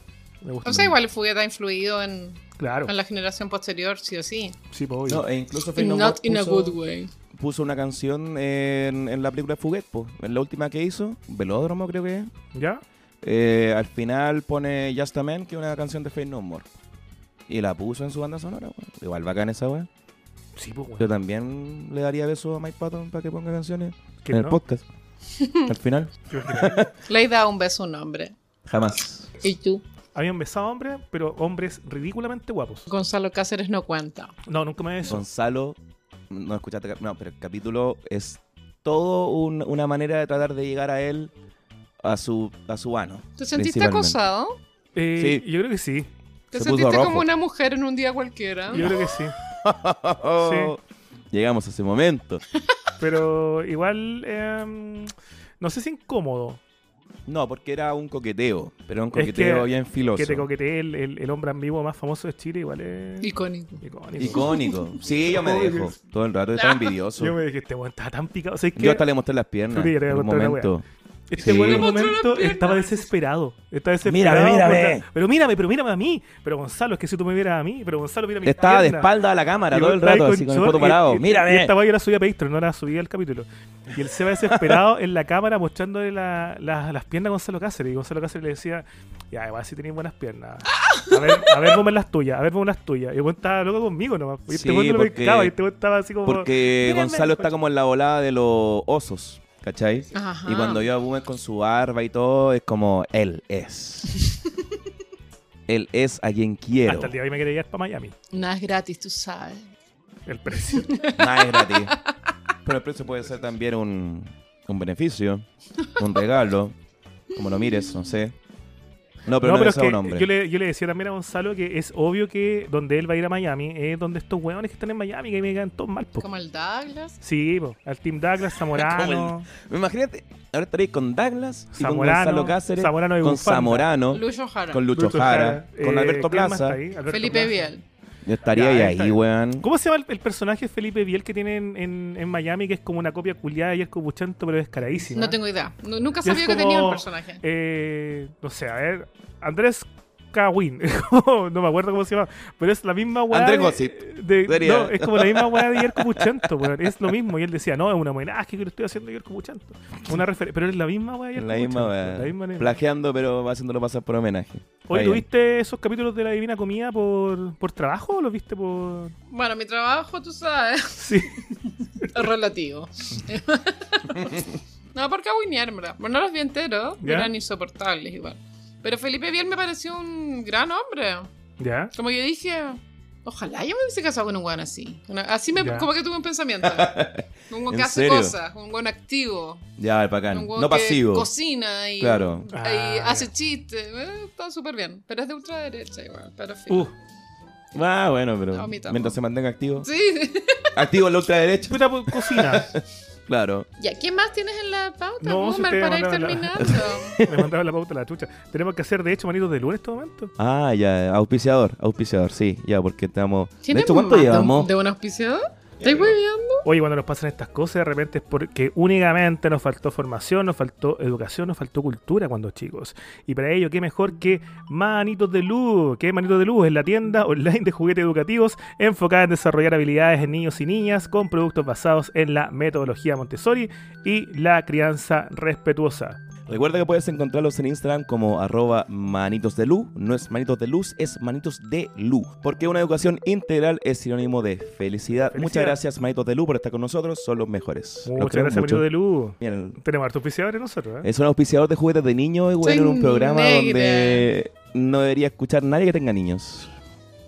S3: Me gusta.
S1: o sea, igual Fuguet ha influido en,
S3: Claro.
S1: en la generación posterior, sí o sí.
S3: Sí, pues obvio.
S4: No, e incluso Fey No More
S1: Not in a
S4: puso-
S1: good way.
S4: puso una canción en, en la película de Fuguet, po. en la última que hizo, Velódromo creo que es.
S3: ¿Ya?
S4: Eh, al final pone Just a Man, que es una canción de Faith No More. Y la puso en su banda sonora, weón. Igual bacán esa weá.
S3: Sí, pues
S4: Yo
S3: weón.
S4: también le daría besos a Mike Patton para que ponga canciones
S3: Que
S4: en el
S3: no.
S4: podcast. al final,
S3: Yo creo que-
S1: Le he dado un beso a un hombre.
S4: jamás.
S1: Y tú,
S3: Habían besado hombres, pero hombres ridículamente guapos.
S1: Gonzalo Cáceres, no cuenta.
S3: No, nunca me besó.
S4: Gonzalo, no escuchaste, cap- no, pero el capítulo es todo un- una manera de tratar de llegar a él, a su, a su ano.
S1: ¿Te sentiste
S4: principalmente.
S1: acosado?
S3: Eh,
S4: Sí.
S3: Yo creo que sí.
S1: ¿Te
S4: Se puso
S1: sentiste
S4: rojo.
S1: como una mujer en un día cualquiera?
S3: Yo creo que sí.
S4: Llegamos a ese momento.
S3: Pero igual, em, no sé si incómodo
S4: No, porque era un coqueteo, pero un
S3: Es que-
S4: coqueteo bien filoso.
S3: que te coquetee el, el, el hombre ambiguo más famoso de Chile, igual es
S1: Icónico.
S3: icónico.
S4: Icónico. Sí, yo me
S3: Obvio
S4: dejo.
S3: que sí.
S4: Todo el rato estaba envidioso.
S3: Ah, Yo me dije, este weón estaba tan picado. O sea, es que
S4: Yo hasta le mostré las piernas
S3: Chuta, yo te voy a
S4: en un
S3: contar una
S4: momento.
S3: este
S4: Sí.
S3: weón en
S4: Me
S3: un
S1: mostró las
S3: momento
S1: piernas.
S3: estaba desesperado. Estaba desesperado.
S4: Mírame,
S3: por
S4: mírame.
S3: la- Pero mírame, pero mírame a mí. Pero Gonzalo, es que si tú me vieras a mí, pero Gonzalo, mira mi
S4: Estaba de espalda a la cámara todo el rato, así con el foto parado.
S3: Mira, Y
S4: ¡Mírame!
S3: esta weá yo la subí a Patreon, no la subí al capítulo. Y él se va desesperado en la cámara mostrándole la- la- las piernas a Gonzalo Cáceres. Y Gonzalo Cáceres le decía, ya, igual si tenéis buenas piernas. A ver, a ver, vos las tuyas, a ver, vos las tuyas. Y el weón estaba loco conmigo nomás. Y este
S4: Sí,
S3: weón no lo
S4: porque-
S3: pescaba, y este weón estaba así como...
S4: Porque
S3: mírame,
S4: Gonzalo está
S3: coche.
S4: como en la volada de los osos, ¿cachai?
S1: Ajá.
S4: Y cuando yo a Boomer con su barba y todo, es como, él es. él es a quien quiero.
S3: Hasta el día de hoy me quería ir para Miami.
S1: Nada es gratis, tú sabes.
S3: El precio.
S4: Nada es gratis. Pero el precio puede ser también un, un beneficio, un regalo, como lo mires, no sé. No, pero no, es a un hombre.
S3: yo le, yo le decía también a Gonzalo que es obvio que donde él va a ir a Miami es donde estos hueones que están en Miami que me quedan todos mal, po.
S1: Como el Douglas.
S3: Sí, po. Al Team Douglas, Zamorano,
S4: Me Imagínate, ahora estaréis con Douglas, y con
S3: Zamorano,
S4: Gonzalo Cáceres,
S3: Zamorano de
S4: con
S3: bufanda.
S4: Zamorano,
S1: Lucho Jara.
S4: con Lucho
S3: Bruto
S4: Jara,
S3: Jara,
S4: con
S3: eh,
S4: Alberto
S3: ¿quién más está
S4: Plaza.
S3: ahí? Alberto
S1: Felipe
S3: Plaza.
S1: Vial.
S4: Yo estaría
S3: Ya,
S4: ahí,
S3: ahí está
S4: ahí,
S3: bien.
S4: weón.
S3: ¿Cómo se llama el, el personaje Felipe Biel que tienen en, en Miami que es como una copia culiada y es copuchento pero descaradísima?
S1: No tengo idea. Nu- Nunca
S3: Es
S1: sabía que
S3: como-
S1: tenía un personaje.
S3: Eh, no sé, a ver. Andrés Cawin. no me acuerdo cómo se llama. Pero es la misma weá.
S4: Andrés
S3: de-
S4: Gossip.
S3: de-
S4: Sería.
S3: no, es como la misma weá de Yerko Puchento, weón. Es lo mismo. Y él decía, no, es una homenaje que le estoy haciendo a Yerko Puchento. Una refer- Pero es la misma weá de Yerko
S4: La misma,
S3: Puchento,
S4: weón.
S3: La misma nena.
S4: Plagiando, pero haciéndolo pasar por homenaje.
S3: Oye,
S4: Está bien.
S3: ¿tuviste esos capítulos de la Divina Comida por, por trabajo o los viste por.?
S1: Bueno, mi trabajo, tú sabes,
S3: Sí.
S1: es relativo. no, porque agüineármela. Bueno, no los vi enteros,
S3: ¿Ya?
S1: eran insoportables igual. Pero Felipe Biel me pareció un gran hombre.
S3: ¿Ya?
S1: Como yo dije, ojalá yo me hubiese casado con un weón así. Una- así me,
S3: Ya.
S1: como que tuve un pensamiento. Un weón
S4: ¿En
S1: que hace
S4: serio?
S1: cosas, un weón activo,
S4: Ya, el bacán.
S1: un weón
S4: No
S1: que
S4: pasivo.
S1: cocina y,
S4: Claro.
S1: y
S3: Ah,
S1: hace
S3: ya.
S1: chistes. eh, está súper bien, pero es de ultraderecha igual. Pero en fin.
S3: Uh,
S4: Ah, bueno, pero
S1: No, mi tampoco.
S4: mientras se mantenga activo.
S1: Sí.
S4: Activo en la ultraderecha.
S3: Puta pues, cocina.
S4: Claro.
S1: Ya, ¿qué más tienes en la pauta,
S3: No, si
S1: Boomer,
S3: ustedes
S1: para ir
S3: mandaron la-
S1: terminando?
S3: Me mandaba la pauta a la chucha. Tenemos que hacer, de hecho, manitos de luna en este momento.
S4: Ah, ya, auspiciador, auspiciador, sí, ya, porque estamos. De
S1: ¿Tienes
S4: hecho, ¿cuánto
S1: más de un-
S4: llevamos?
S1: ¿De un auspiciador? ¿Estáis hueviando?
S3: Oye, cuando nos pasan estas cosas, de repente es porque únicamente nos faltó formación, nos faltó educación, nos faltó cultura cuando chicos. Y para ello, qué mejor que Manitos de Luz, que Manitos de Luz es la tienda online de juguetes educativos enfocada en desarrollar habilidades en niños y niñas con productos basados en la metodología Montessori y la crianza respetuosa.
S4: Recuerda que puedes encontrarlos en Instagram como arroba manitos de luz. No es manitos de luz, es manitos de luz. Porque una educación integral es sinónimo de felicidad.
S3: Felicidad.
S4: Muchas gracias, manitos de luz, por estar con nosotros. Son los mejores. Los
S3: Muchas
S4: queremos
S3: gracias, Manitos de Luz.
S4: Miren,
S3: Tenemos hartos auspiciadores nosotros, ¿eh?
S4: es un auspiciador de juguetes de niños, güey,
S1: Soy
S4: en un programa
S1: negra.
S4: donde no debería escuchar nadie que tenga niños.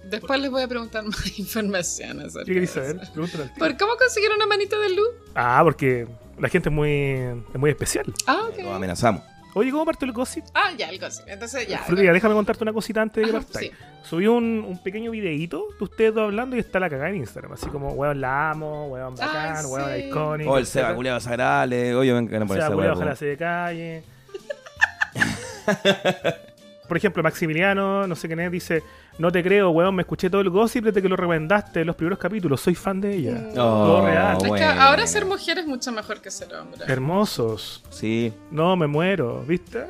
S1: Después les voy a preguntar más información. acerca
S3: ¿Qué queréis
S1: de eso.
S3: saber? Pregúntale al tío.
S1: ¿Por cómo conseguir una manita de luz?
S3: Ah, porque la gente es muy, es muy especial.
S1: Ah,
S4: Los
S1: ok.
S4: amenazamos.
S3: Oye, ¿cómo parto el gossip?
S1: Ah, ya, algo así. Entonces ya.
S3: Frutilla, déjame contarte una cosita antes de que
S1: Ajá,
S3: partáis.
S1: sí.
S3: Subí un, un pequeño videíto de ustedes dos hablando y está la cagada en Instagram. Así como, weón, la amo, weón, bacán,
S1: Ay,
S3: weón,
S1: sí.
S3: icónico.
S4: O Oh, el Seba culiado sagrale. Oye, ven, ganan por
S3: Se
S4: esa
S3: culiao,
S4: hueá,
S3: ojalá
S4: po.
S3: se de calle. Por ejemplo, Maximiliano, no sé quién es, dice: No te creo, weón, me escuché todo el gossip desde que lo recomendaste en los primeros capítulos, soy fan de ella.
S1: Mm.
S3: Todo real.
S1: Es que
S4: Oh, bueno.
S1: ahora ser mujer es mucho mejor que ser
S3: Eh.
S1: hombre.
S3: Hermosos,
S4: Sí,
S3: no me muero, ¿viste?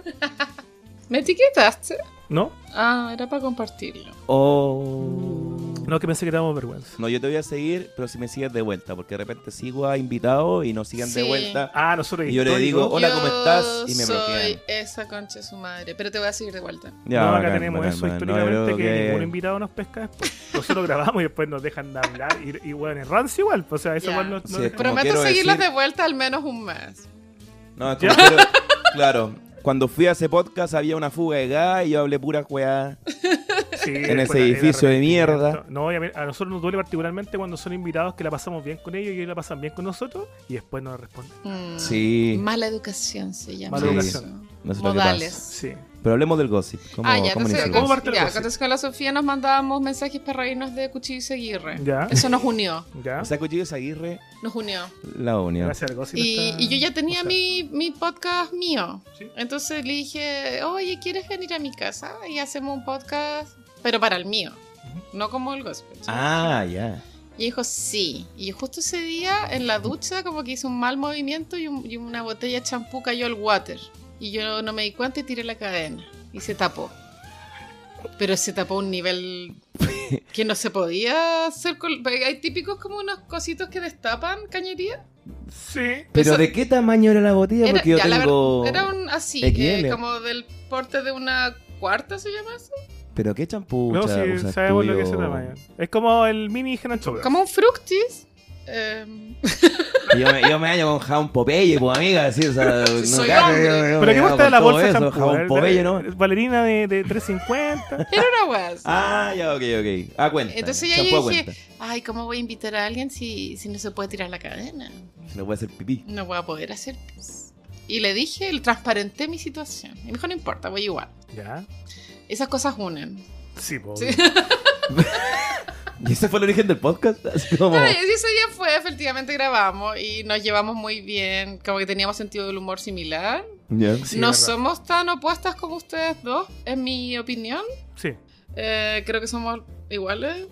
S1: ¿Me etiquetaste?
S3: ¿No?
S1: Ah, era para compartirlo.
S4: Oh.
S3: No, que pensé que dábamos vergüenza.
S4: No, yo te voy a seguir, pero si me sigues de vuelta, porque de repente sigo a invitados y nos siguen de
S1: Sí.
S4: vuelta.
S3: Ah, nosotros.
S4: Y yo le digo,
S3: históricos.
S4: Hola, ¿cómo estás? Y me
S1: Yo soy
S4: bloquean.
S1: esa concha de su madre, pero te voy a seguir de vuelta.
S4: Ya,
S3: no, acá
S4: bacán,
S3: tenemos
S4: bacán,
S3: eso
S4: bacán. No,
S3: históricamente
S4: yo creo
S3: que, ningún invitado nos pesca después. Nosotros grabamos y después nos dejan de hablar y, y bueno, es rancio igual. pues, O sea, eso
S1: Ya.
S3: igual no, no
S4: Sí,
S3: deja-
S4: es como
S1: Prometo
S4: quiero
S1: seguirlas
S4: decir-
S1: de vuelta al menos un mes.
S4: No, es como quiero- claro. Cuando fui a ese podcast había una fuga de gas y yo hablé pura weá.
S3: sí,
S4: en
S3: después
S4: ese
S3: hay
S4: edificio de
S3: arrepentimiento.
S4: mierda.
S3: No, y a, mí- a nosotros nos duele particularmente cuando son invitados que la pasamos bien con ellos y ellos la pasan bien con nosotros y después nos responden.
S1: Mm.
S4: Sí.
S1: Mala educación se llama.
S3: Mala
S1: eso.
S3: educación.
S4: No sé lo que
S1: Modales.
S3: Sí.
S4: pasa. Pero hablemos del gossip. ¿Cómo,
S1: ah, ya,
S4: cómo
S1: entonces,
S4: inicia el
S3: ¿cómo
S1: con,
S4: gossip?
S3: parte del
S1: ya,
S3: gossip?
S1: entonces con la Sofía nos mandábamos mensajes para reírnos de Cuchillo y Seguirre.
S3: Ya.
S1: Eso nos unió,
S3: ¿Ya?
S4: O sea, Cuchillo Aguirre,
S1: nos unió.
S4: la unión.
S3: Gracias al gossip
S1: Y,
S3: está-
S1: y yo ya tenía
S3: o sea,
S1: mi, mi podcast mío.
S3: Sí.
S1: Entonces le dije, oye, ¿quieres venir a mi casa? Y hacemos un podcast, pero para el mío, no como el gospel. ¿sí?
S4: Ah, ya.
S1: Y dijo, sí. Y justo ese día, en la ducha, como que hice un mal movimiento y, un- y una botella de champú cayó al water. Y yo no me di cuenta y tiré la cadena. Y se tapó. Pero se tapó a un nivel que no se podía hacer. Con... Hay típicos como unos cositos que destapan cañería.
S3: Sí.
S4: ¿Pero
S1: Pues Eso-
S4: de qué tamaño era la botella?
S1: Era,
S4: Porque yo
S1: ya, la
S4: tengo...
S1: verdad, era un así,
S4: XL.
S1: eh, como del porte de una cuarta, ¿se llama eso?
S4: ¿Pero qué champú
S3: No,
S4: cha-
S3: sí,
S4: usas
S3: sabemos
S4: tú,
S3: lo que es
S4: yo-
S3: el tamaño. Es como el mini Genanchoga.
S1: Como un fructis. Eh,
S4: Yo me, yo me hallo con jabón Popeye, pues amiga, sí, o sea,
S1: Soy
S4: cacho,
S1: hombre.
S3: Pero que
S4: me
S3: cuesta
S4: hago
S3: la
S4: con
S3: bolsa de
S4: todo eso,
S3: shampoo,
S4: Jabón
S3: ¿eh?
S4: Popeye, ¿no?
S3: Valerina de, de 350.
S1: era una guasa.
S4: Ah, ya, ok, ok. Ah, cuenta.
S1: Entonces ya
S4: Shampoo
S1: yo
S4: a
S1: dije-
S4: cuenta.
S1: Ay, ¿cómo voy a invitar a alguien si, si no se puede tirar la cadena?
S4: Se lo voy a hacer pipí.
S1: No voy a poder hacer. pues. Y le dije, le transparenté mi situación. Y me dijo, no importa, voy igual.
S3: ¿Ya?
S1: Esas cosas unen.
S3: Sí, pues.
S1: Sí.
S4: ¿Y ese fue el origen del podcast? Así como...
S1: Ay, y ese día fue, efectivamente grabamos y nos llevamos muy bien. Como que teníamos sentido del humor similar.
S4: Ya.
S3: Sí,
S1: no
S3: verdad.
S1: somos tan opuestas como ustedes dos, en mi opinión.
S3: Sí.
S1: Eh, creo que somos iguales.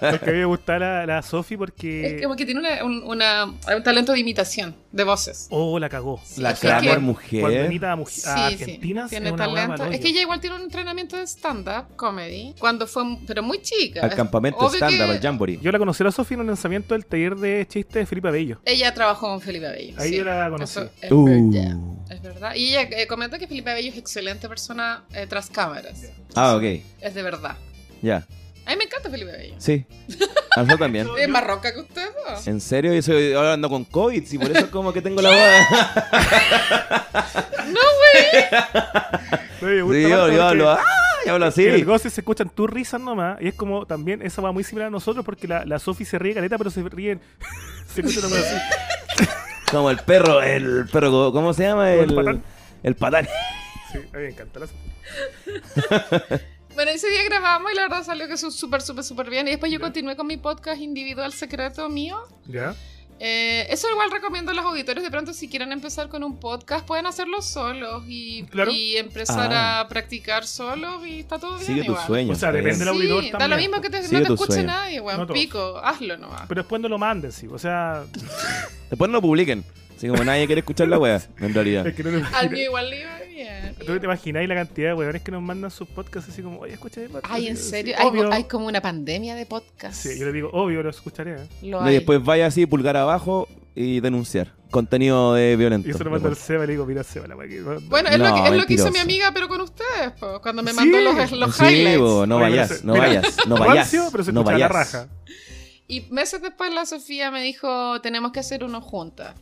S3: Porque a mí me gusta la, la Sofi porque.
S1: Es como que tiene una- un, una- un talento de imitación, de voces.
S3: Oh, la cagó.
S4: La
S1: es que-
S4: clamor
S3: Cuando
S4: mujer.
S3: venita a, muj- a Argentina
S1: tiene talento. Es que ella igual tiene un entrenamiento de stand-up comedy cuando fue, pero muy chica.
S4: Al campamento
S1: Obvio
S4: estándar,
S1: que
S4: al jamboree.
S3: Yo la conocí a la Sofi en un lanzamiento del taller de chistes de Felipe Abello.
S1: Ella trabajó con Felipe Abello.
S3: Ahí
S1: sí.
S3: yo la conocí.
S1: Eso es,
S4: Uh.
S1: verdad, es verdad. Y ella eh, comenta que Felipe Abello es excelente persona eh, tras cámaras.
S4: Ah, ok.
S1: Es de verdad.
S4: Ya.
S1: A mí me encanta Felipe Abello.
S4: Sí. A nosotros también.
S1: Es más roca que usted, ¿no?
S4: ¿En serio? Yo soy, ahora ando con COVID, y por eso es como que tengo la voz.
S3: No, me gusta tanto
S4: Sí, yo, yo
S3: porque
S4: hablo. ¡Ah! Yo hablo así.
S3: En el goce se escuchan tus risas nomás. Y es como también, esa va muy similar a nosotros porque la, la Sofi se ríe caleta, pero se ríen. se escucha nomás así.
S4: Como el perro, el perro, ¿cómo se llama?
S3: Como el
S4: El
S3: patán.
S4: El patán.
S3: Sí, a mí me encanta la Sofi.
S1: Bueno, ese día grabamos y la verdad salió que su- súper, súper, súper bien. Y después yo continué con mi podcast individual secreto mío.
S3: ¿Ya?
S1: Eh, eso igual recomiendo a los auditores. De pronto, si quieren empezar con un podcast, pueden hacerlo solos y,
S3: Claro.
S1: y empezar
S4: Ah.
S1: a practicar solos y está todo bien.
S4: Sigue tus
S1: igual.
S4: sueños.
S3: O sea,
S4: pues.
S3: depende del auditor
S1: Sí, da
S3: también,
S1: lo mismo
S3: po.
S1: que te,
S4: Sigue
S1: no te
S4: tus
S1: escuche
S4: sueños.
S1: nadie, weón.
S3: No todos.
S1: Pico, hazlo nomás.
S3: Pero después no lo manden, sí. O sea,
S4: Después no lo publiquen. Así como nadie quiere escuchar la wea, en realidad.
S3: es que no lo
S1: Al
S3: imagino.
S1: mío igual le iba bien.
S3: ¿Tú te imagináis la cantidad de weones que nos mandan sus podcasts así como, oye, escucha mi podcast?
S1: Ay, en
S3: Sí,
S1: serio,
S3: sí,
S1: hay,
S3: obvio.
S1: hay como una pandemia de podcasts.
S3: Sí, yo le digo, obvio, lo escucharé. ¿eh?
S1: Lo
S4: Y
S1: hay.
S4: después vaya así, pulgar abajo y denunciar. Contenido de violento.
S3: Y eso lo mando al Seba y le digo, mira, Seba, la wea que manda".
S1: Bueno, es, lo
S4: No,
S1: que, es lo que hizo mi
S4: mentiroso.
S1: amiga, pero con ustedes, po, cuando me
S3: Sí.
S1: mandó los, los
S4: Sí,
S1: highlights.
S4: bo, no
S3: Oye, pero
S4: vayas,
S3: se-
S4: no
S3: mira,
S4: vayas, no vayas.
S3: Rancio, pero se
S4: no
S3: escucha la
S4: vayas.
S3: raja.
S1: Y meses después la Sofía me dijo, tenemos que hacer uno juntas.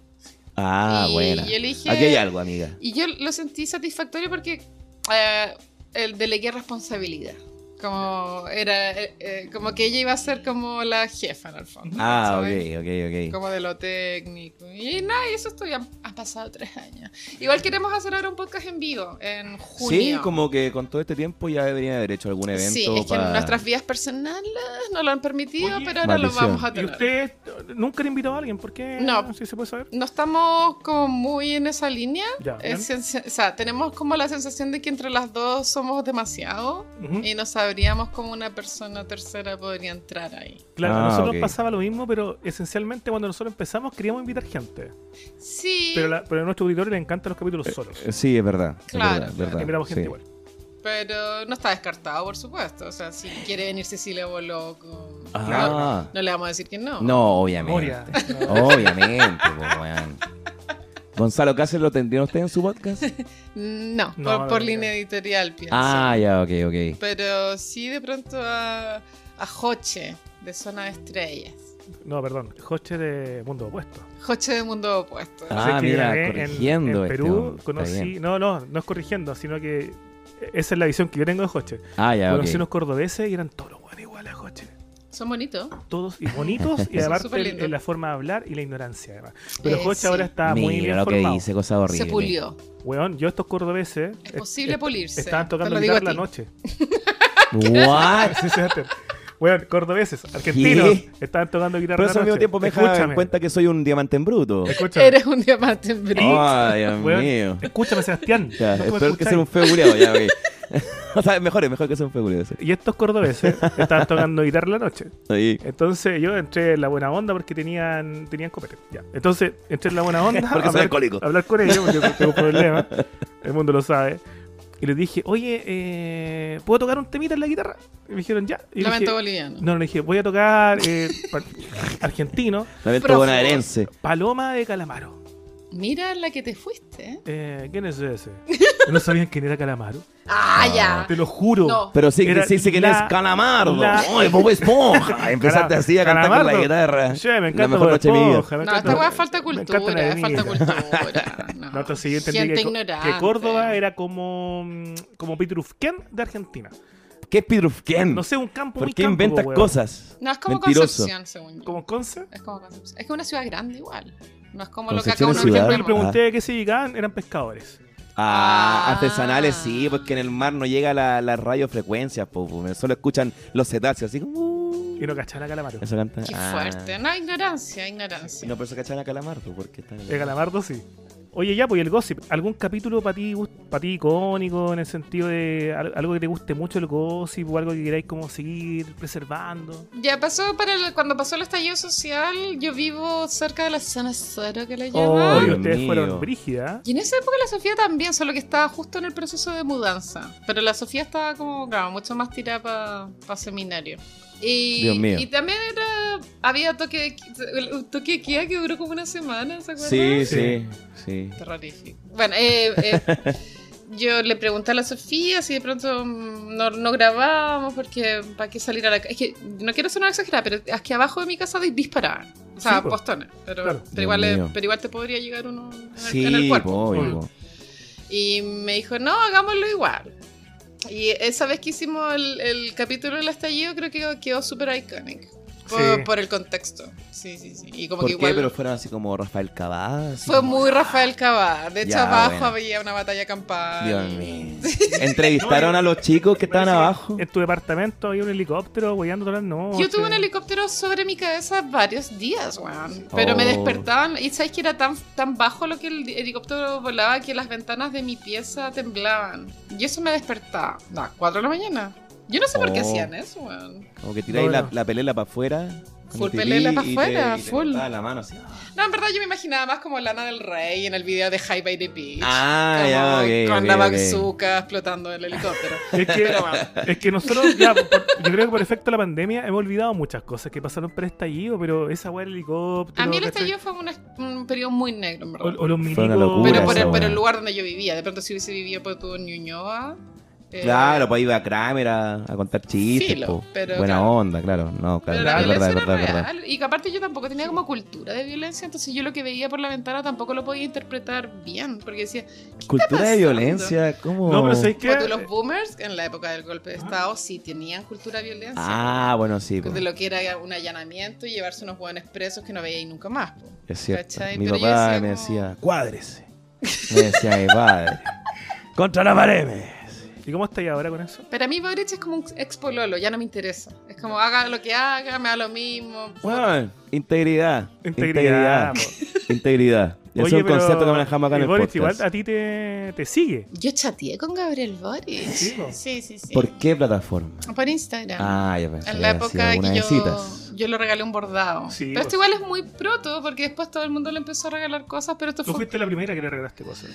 S4: Ah,
S1: Y
S4: buena.
S1: yo le dije-
S4: Aquí hay algo, amiga.
S1: Y yo lo sentí satisfactorio porque eh, el delegué responsabilidad. Como era eh, eh, como que ella iba a ser como la jefa en el fondo.
S4: Ah,
S1: ¿sabes?
S4: ok, ok, ok.
S1: Como de lo técnico. Y nada, y eso estoy, han, han pasado tres años. Igual queremos hacer ahora un podcast en vivo, en junio.
S4: Sí, como que con todo este tiempo ya debería haber hecho algún evento.
S1: Sí, es que
S4: pa-
S1: nuestras vidas personales no lo han permitido,
S3: Oye.
S1: pero ahora lo
S4: Maldición.
S1: vamos a
S3: ¿Y
S1: tener.
S3: usted nunca le invitó a alguien? ¿Por qué?
S1: No.
S3: Si se puede saber.
S1: No estamos como muy en esa línea.
S3: Ya.
S1: Eh, sensa- o sea, tenemos como la sensación de que entre las dos somos demasiado
S3: bien. Ujú.
S1: y no sabríamos cómo una persona tercera podría entrar ahí.
S3: Claro, a
S4: Ah,
S3: nosotros
S4: ok.
S3: pasaba lo mismo, pero esencialmente cuando nosotros empezamos queríamos invitar gente.
S1: Sí,
S3: Pero, la- pero a nuestro auditorio le encantan los capítulos solos.
S4: Eh, Sí, es verdad. es
S1: Claro,
S4: verdad, es
S1: claro.
S4: verdad,
S3: Invitamos gente
S4: sí.
S3: igual.
S1: pero no está descartado, por supuesto. O sea, si quiere venir Cecilia Boloco,
S4: Ah,
S1: no le vamos a decir que no.
S4: no, obviamente.
S3: Moria.
S4: Obviamente, po, weón. Gonzalo Cáceres lo tendría usted en su podcast.
S1: No,
S3: No,
S1: por,
S3: no,
S1: por
S3: no.
S1: línea editorial, pienso.
S4: Ah, ya, ok, ok.
S1: Pero sí, de pronto a, a Joche, de Zona de Estrellas.
S3: No, perdón. Joche de Mundo Opuesto.
S1: Joche de Mundo Opuesto.
S4: Ah,
S3: Sé que
S4: mira,
S3: grabé en-
S4: corrigiendo
S3: En,
S4: este
S3: Perú
S4: hombre, está
S3: conocí.
S4: bien.
S3: No, no, no es corrigiendo, sino que esa es la visión que yo tengo de Joche.
S4: Ah, ya, ok.
S3: Conocí unos cordobeses y eran todos los buenos iguales a Joche.
S1: Son bonitos.
S3: Todos y bonitos y además
S1: superlindos.
S3: en la forma de hablar y la ignorancia además. Pero
S1: Eh,
S3: Joche
S1: sí.
S3: ahora está muy
S4: Mira
S3: bien
S4: lo que
S3: formado.
S4: dice, cosa horrible.
S1: Se pulió.
S3: Weón, yo estos cordobeses
S1: Es
S3: est-
S1: posible
S3: est-
S1: pulirse.
S3: estaban
S1: Te
S3: tocando
S1: lo digo
S3: guitarra
S1: a
S3: la
S1: ti.
S3: noche.
S4: What?
S3: Sí, Sebastián. Bueno, cordobeses, argentinos, estaban tocando guitarra.
S4: Pero eso
S3: la
S4: al mismo
S3: noche.
S4: tiempo me deja en
S3: escúchame,
S4: cuenta que soy un diamante en bruto.
S3: escúchame,
S1: Eres un diamante en brillo.
S4: Ay, Dios
S3: weón,
S4: mío.
S3: escúchame, Sebastián.
S4: Ya,
S3: no
S4: es
S3: me
S4: peor que
S3: escucháis.
S4: ser un feo culiao, ya, ok. o sea, mejor, es mejor que ser un feo culiao, sí.
S3: Y estos cordobeses estaban tocando guitarra la noche.
S4: Ahí.
S3: Entonces yo entré en la buena onda porque tenían, tenían copete. Ya. Entonces entré en la buena onda.
S4: Porque
S3: a
S4: soy alcohólico.
S3: a hablar con ellos porque tengo problemas. El mundo lo sabe. Y les dije, oye, eh, ¿puedo tocar un temita en la guitarra? Y me dijeron, ya. Y le
S1: Lamento
S3: dije,
S1: boliviano.
S3: no, le dije, voy a tocar eh, pa- argentino,
S4: Lamento
S1: Prófugo.
S4: bonaerense.
S3: Paloma de Calamaro.
S1: Mira la que te fuiste. ¿eh?
S3: Eh, ¿Quién es ese? No sabían quién era Calamaro.
S1: Ah, ya.
S3: Te lo juro.
S1: No.
S4: Pero sí,
S3: Era
S4: sí, sí que no
S3: la-
S4: es Calamardo.
S3: la-
S4: Oye, Bob Esponja. Empezaste
S3: Cala-
S4: así a cantar con la
S3: Calamardo.
S4: guitarra.
S3: Sí, me encanta.
S4: La mejor
S3: Bob
S4: noche de mi vida.
S3: Esponja, me
S1: No,
S3: encanta-
S1: esta weá falta
S3: me encanta
S1: cultura,
S3: la de
S1: falta
S3: mí.
S1: cultura. No.
S3: No, entonces yo entendí
S1: Gente
S3: que, co-
S1: ignorante.
S3: que Córdoba era como, mm, como Pitrufquén de Argentina.
S4: ¿Qué es Pidrufquén?
S3: No sé, un campo
S4: ¿Por
S3: muy
S4: qué
S3: campo,
S4: inventas
S3: weón.
S4: cosas?
S1: No, es como
S4: Mentiroso.
S1: Concepción, según yo.
S3: ¿Como Conce?
S1: Es como Concepción. Es que es una ciudad grande igual. No es como
S4: Concepción
S1: lo
S4: es
S1: que acá uno
S4: ciudad.
S1: ejemplo,
S3: Le pregunté a qué se llegaban, eran pescadores.
S4: Ah,
S1: Ah.
S4: artesanales sí, porque en el mar no llega la, la radiofrecuencia, po, po. solo escuchan los cetáceos, así como... uh,
S3: Y no cachaban a Calamaro.
S4: Eso canta.
S1: Qué
S4: ah.
S1: fuerte. No, ignorancia, ignorancia.
S4: No, pero eso cachan a Calamar, po, porque están...
S3: De Calamardo sí. Oye, ya, pues y el gossip. ¿Algún capítulo para ti, gust- pa' ti icónico en el sentido de al- algo que te guste mucho el gossip o algo que queráis como seguir preservando?
S1: Ya pasó para el- cuando pasó el estallido social, yo vivo cerca de la zona cero que
S3: Oh.
S1: le
S4: Ah.
S3: Oye,
S1: llaman.
S4: Dios
S3: ustedes
S4: mío.
S3: fueron brígidas.
S1: Y en esa época la Sofía también, solo que estaba justo en el proceso de mudanza. Pero la Sofía estaba como, claro, mucho más tirada para seminario. Y,
S4: Dios mío.
S1: y también era, había toque, de qui- toque de queda que duró como una semana, ¿se acuerdan?
S4: Sí,
S3: Sí.
S4: sí, sí.
S1: Terrorífico. Bueno, eh, eh, yo le pregunté a la Sofía si de pronto mm, no, no grabábamos porque para qué salir a la calle. Es que no quiero sonar exagerada, pero es que abajo de mi casa dis- disparaban. O sea,
S3: Sí, po.
S1: postones. Pero,
S3: Claro.
S1: pero, igual,
S4: Dios
S1: eh,
S4: mío.
S1: pero igual te podría llegar uno en el, en el
S4: Sí,
S1: cuerpo.
S4: po, obvio,
S3: Mm.
S4: po.
S1: Y me dijo, no, hagámoslo igual. Y esa vez que hicimos el, el capítulo del estallido, creo que quedó súper icónico. por,
S3: Sí.
S1: por el contexto. Sí, sí, sí. Y como
S4: ¿Por
S1: que
S4: qué?
S1: igual
S4: Pero fueron así como Rafael Cavada. así
S1: fue
S4: como-
S1: muy Rafael Cavada. De hecho,
S4: Ya,
S1: abajo
S4: bueno.
S1: había una batalla campal.
S4: Dios mío. Entrevistaron a los chicos que estaban abajo.
S3: En tu departamento había un helicóptero guiando todas las noches.
S1: Yo tuve un helicóptero sobre mi cabeza varios días, weón. Pero me
S4: Oh.
S1: despertaban y sabes que era tan, tan bajo lo que el helicóptero volaba que las ventanas de mi pieza temblaban. Y eso me despertaba. No, a 4 de la mañana. Yo no sé por qué
S4: Oh.
S1: hacían eso, weón.
S4: Como que tiráis
S3: Bueno.
S4: la, la pelela para afuera. con
S1: Full
S4: el tibí
S1: pelela pa'
S4: y te-
S1: afuera,
S4: y te
S1: full.
S4: cortaba la mano así.
S1: No, en verdad yo me imaginaba más como Lana del Rey en el video de High by the Beach.
S4: Ah,
S1: Como
S4: ya, ok,
S1: Con
S4: ok,
S1: la
S4: ok.
S1: bazuca explotando el helicóptero.
S3: Es que,
S1: Pero bueno.
S3: es que nosotros, ya, por- yo creo que por efecto de la pandemia hemos olvidado muchas cosas que pasaron por este estallido, pero esa weá del helicóptero.
S1: A mí el
S3: ¿cachai?
S1: estallido fue una- un periodo muy negro, en
S3: O,
S1: verdad.
S3: o los milicos.
S4: una locura
S1: pero, por
S4: esa
S1: el, pero el
S4: weá.
S1: lugar donde yo vivía. De pronto si hubiese vivido por todo Ñuñoa. eh,
S4: Claro, pues iba a Kramer a, a contar chistes.
S1: Filo,
S4: po.
S1: pero
S4: Buena
S1: claro.
S4: onda, claro. No, claro,
S1: Pero la
S4: es verdad,
S1: violencia
S4: es
S1: era
S4: verdad, es verdad.
S1: real. Y que aparte yo tampoco tenía como cultura de violencia, entonces yo lo que veía por la ventana tampoco lo podía interpretar bien, porque decía,
S4: Cultura de
S1: pasando?
S4: violencia, ¿cómo?
S3: No, pero ¿sabéis qué?
S1: como tú, los boomers en la época del golpe de Estado sí tenían cultura de violencia.
S4: Ah, bueno, sí. po.
S1: De lo que era un allanamiento y llevarse unos hueones presos que no veía ahí nunca más. po.
S4: Es cierto.
S1: ¿Cachai?
S4: Mi
S1: Pero yo
S4: papá
S1: decía
S4: me
S1: como-
S4: decía, cuádrese. Me decía mi padre. Contra la pared. me decía.
S3: ¿Y cómo estáis ahora con eso?
S1: Para mí Boric es como un expololo, ya no me interesa. Es como haga lo que haga, me da lo mismo.
S4: Bueno, integridad.
S3: Integridad,
S4: Integridad. Integridad. Ese es
S3: Oye,
S4: un concepto
S3: pero-
S4: que manejamos acá en
S3: y
S4: el
S3: Boris,
S4: podcast.
S3: igual a ti te, te sigue.
S1: Yo chateé con Gabriel Boric.
S3: Sí, po.
S1: sí, sí. sí.
S4: ¿Por qué plataforma?
S1: Por Instagram.
S4: Ah, ya pensé.
S1: En la
S4: que había sido
S1: época
S4: alguna
S1: que
S4: de
S1: yo,
S4: citas.
S1: yo le regalé un bordado.
S3: Sí,
S1: pero esto
S3: pues.
S1: igual es muy proto, porque después todo el mundo le empezó a regalar cosas, pero esto
S3: Tú
S1: fue...
S3: fuiste la primera que le regalaste cosas.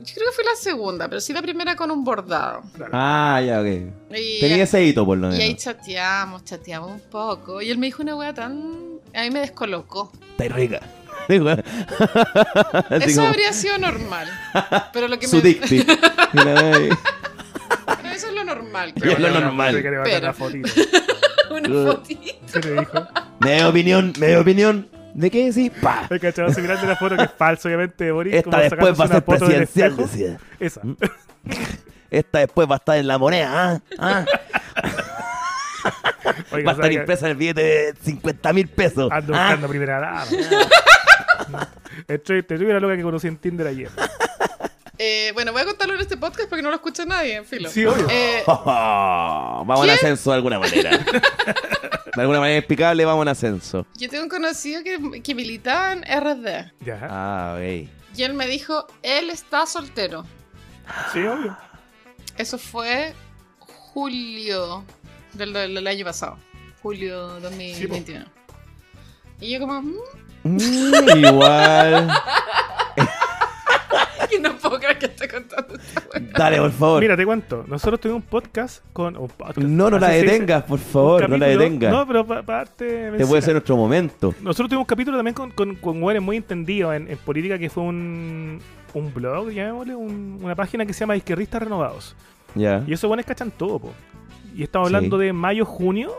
S1: Yo creo que fue la segunda, pero sí la primera con un bordado.
S4: Ah, ya, ok.
S1: Y,
S4: Tenía ese hito, por lo
S1: y ahí
S4: menos.
S1: chateamos, chateamos un poco. Y él me dijo una wea tan... A mí me descolocó.
S4: Está rica. Igual. Así
S1: Eso
S4: como
S1: habría sido normal. Pero lo que
S4: Su
S1: me...
S4: dick pic. Mira, ahí.
S1: Pero eso es lo normal.
S4: Y es lo
S3: Ahora,
S4: normal.
S3: te quiere mandar
S1: Pero-
S3: la fotito.
S1: Una
S4: Claro.
S1: fotito.
S3: ¿Qué te dijo?
S4: Media opinión, media opinión. ¿De qué decís? Pa.
S3: El cachado se mirando la foto que es falso, obviamente, de Boris.
S4: Esta
S3: como
S4: después
S3: sacándose
S4: va a
S3: una
S4: ser
S3: foto del
S4: presidencial,
S3: espejo.
S4: decía. ¿Mm?
S3: Esa.
S4: Esta después va a estar en la moneda, ¿ah? ¿Ah?
S3: Oiga,
S4: Va a estar
S3: ¿sabes qué?
S4: impresa en el billete de 50 mil pesos.
S3: Ando
S4: ¿ah?
S3: buscando primera dama. Estoy te una loca que conocí en Tinder ayer.
S1: Eh, bueno, voy a contarlo en este podcast porque no lo escucha nadie, en filo.
S3: Sí, obvio.
S1: Eh,
S4: vamos al ascenso de alguna manera. de alguna manera explicable, vamos al ascenso.
S1: yo tengo un conocido que, que militaba en RD.
S3: Ya.
S4: Ah, ok.
S1: Y él me dijo, él está soltero.
S3: Sí, obvio.
S1: Eso fue julio del, del- del año pasado. Julio 2021. y yo como, "Mm,
S4: Mm, igual.
S1: que no puedo creer que esté contando esta wea".
S4: Dale, por favor.
S3: Mira, te cuento. Nosotros tuvimos un podcast con. un podcast. Ah,
S4: no, no la
S3: Así se dice.
S4: detengas, por
S3: Un
S4: favor, no la
S3: capítulo-
S4: detengas.
S3: No, pero pa- parte.
S4: Este puede ser nuestro momento.
S3: Nosotros tuvimos un capítulo también con, con, con hueones muy entendidos en, en política que fue un, un blog, llamémosle, un- una página que se llama Izquierdistas Renovados.
S4: Ya.
S3: Y esos buenos cachan todo, po. Y estamos hablando
S4: Sí.
S3: de mayo, junio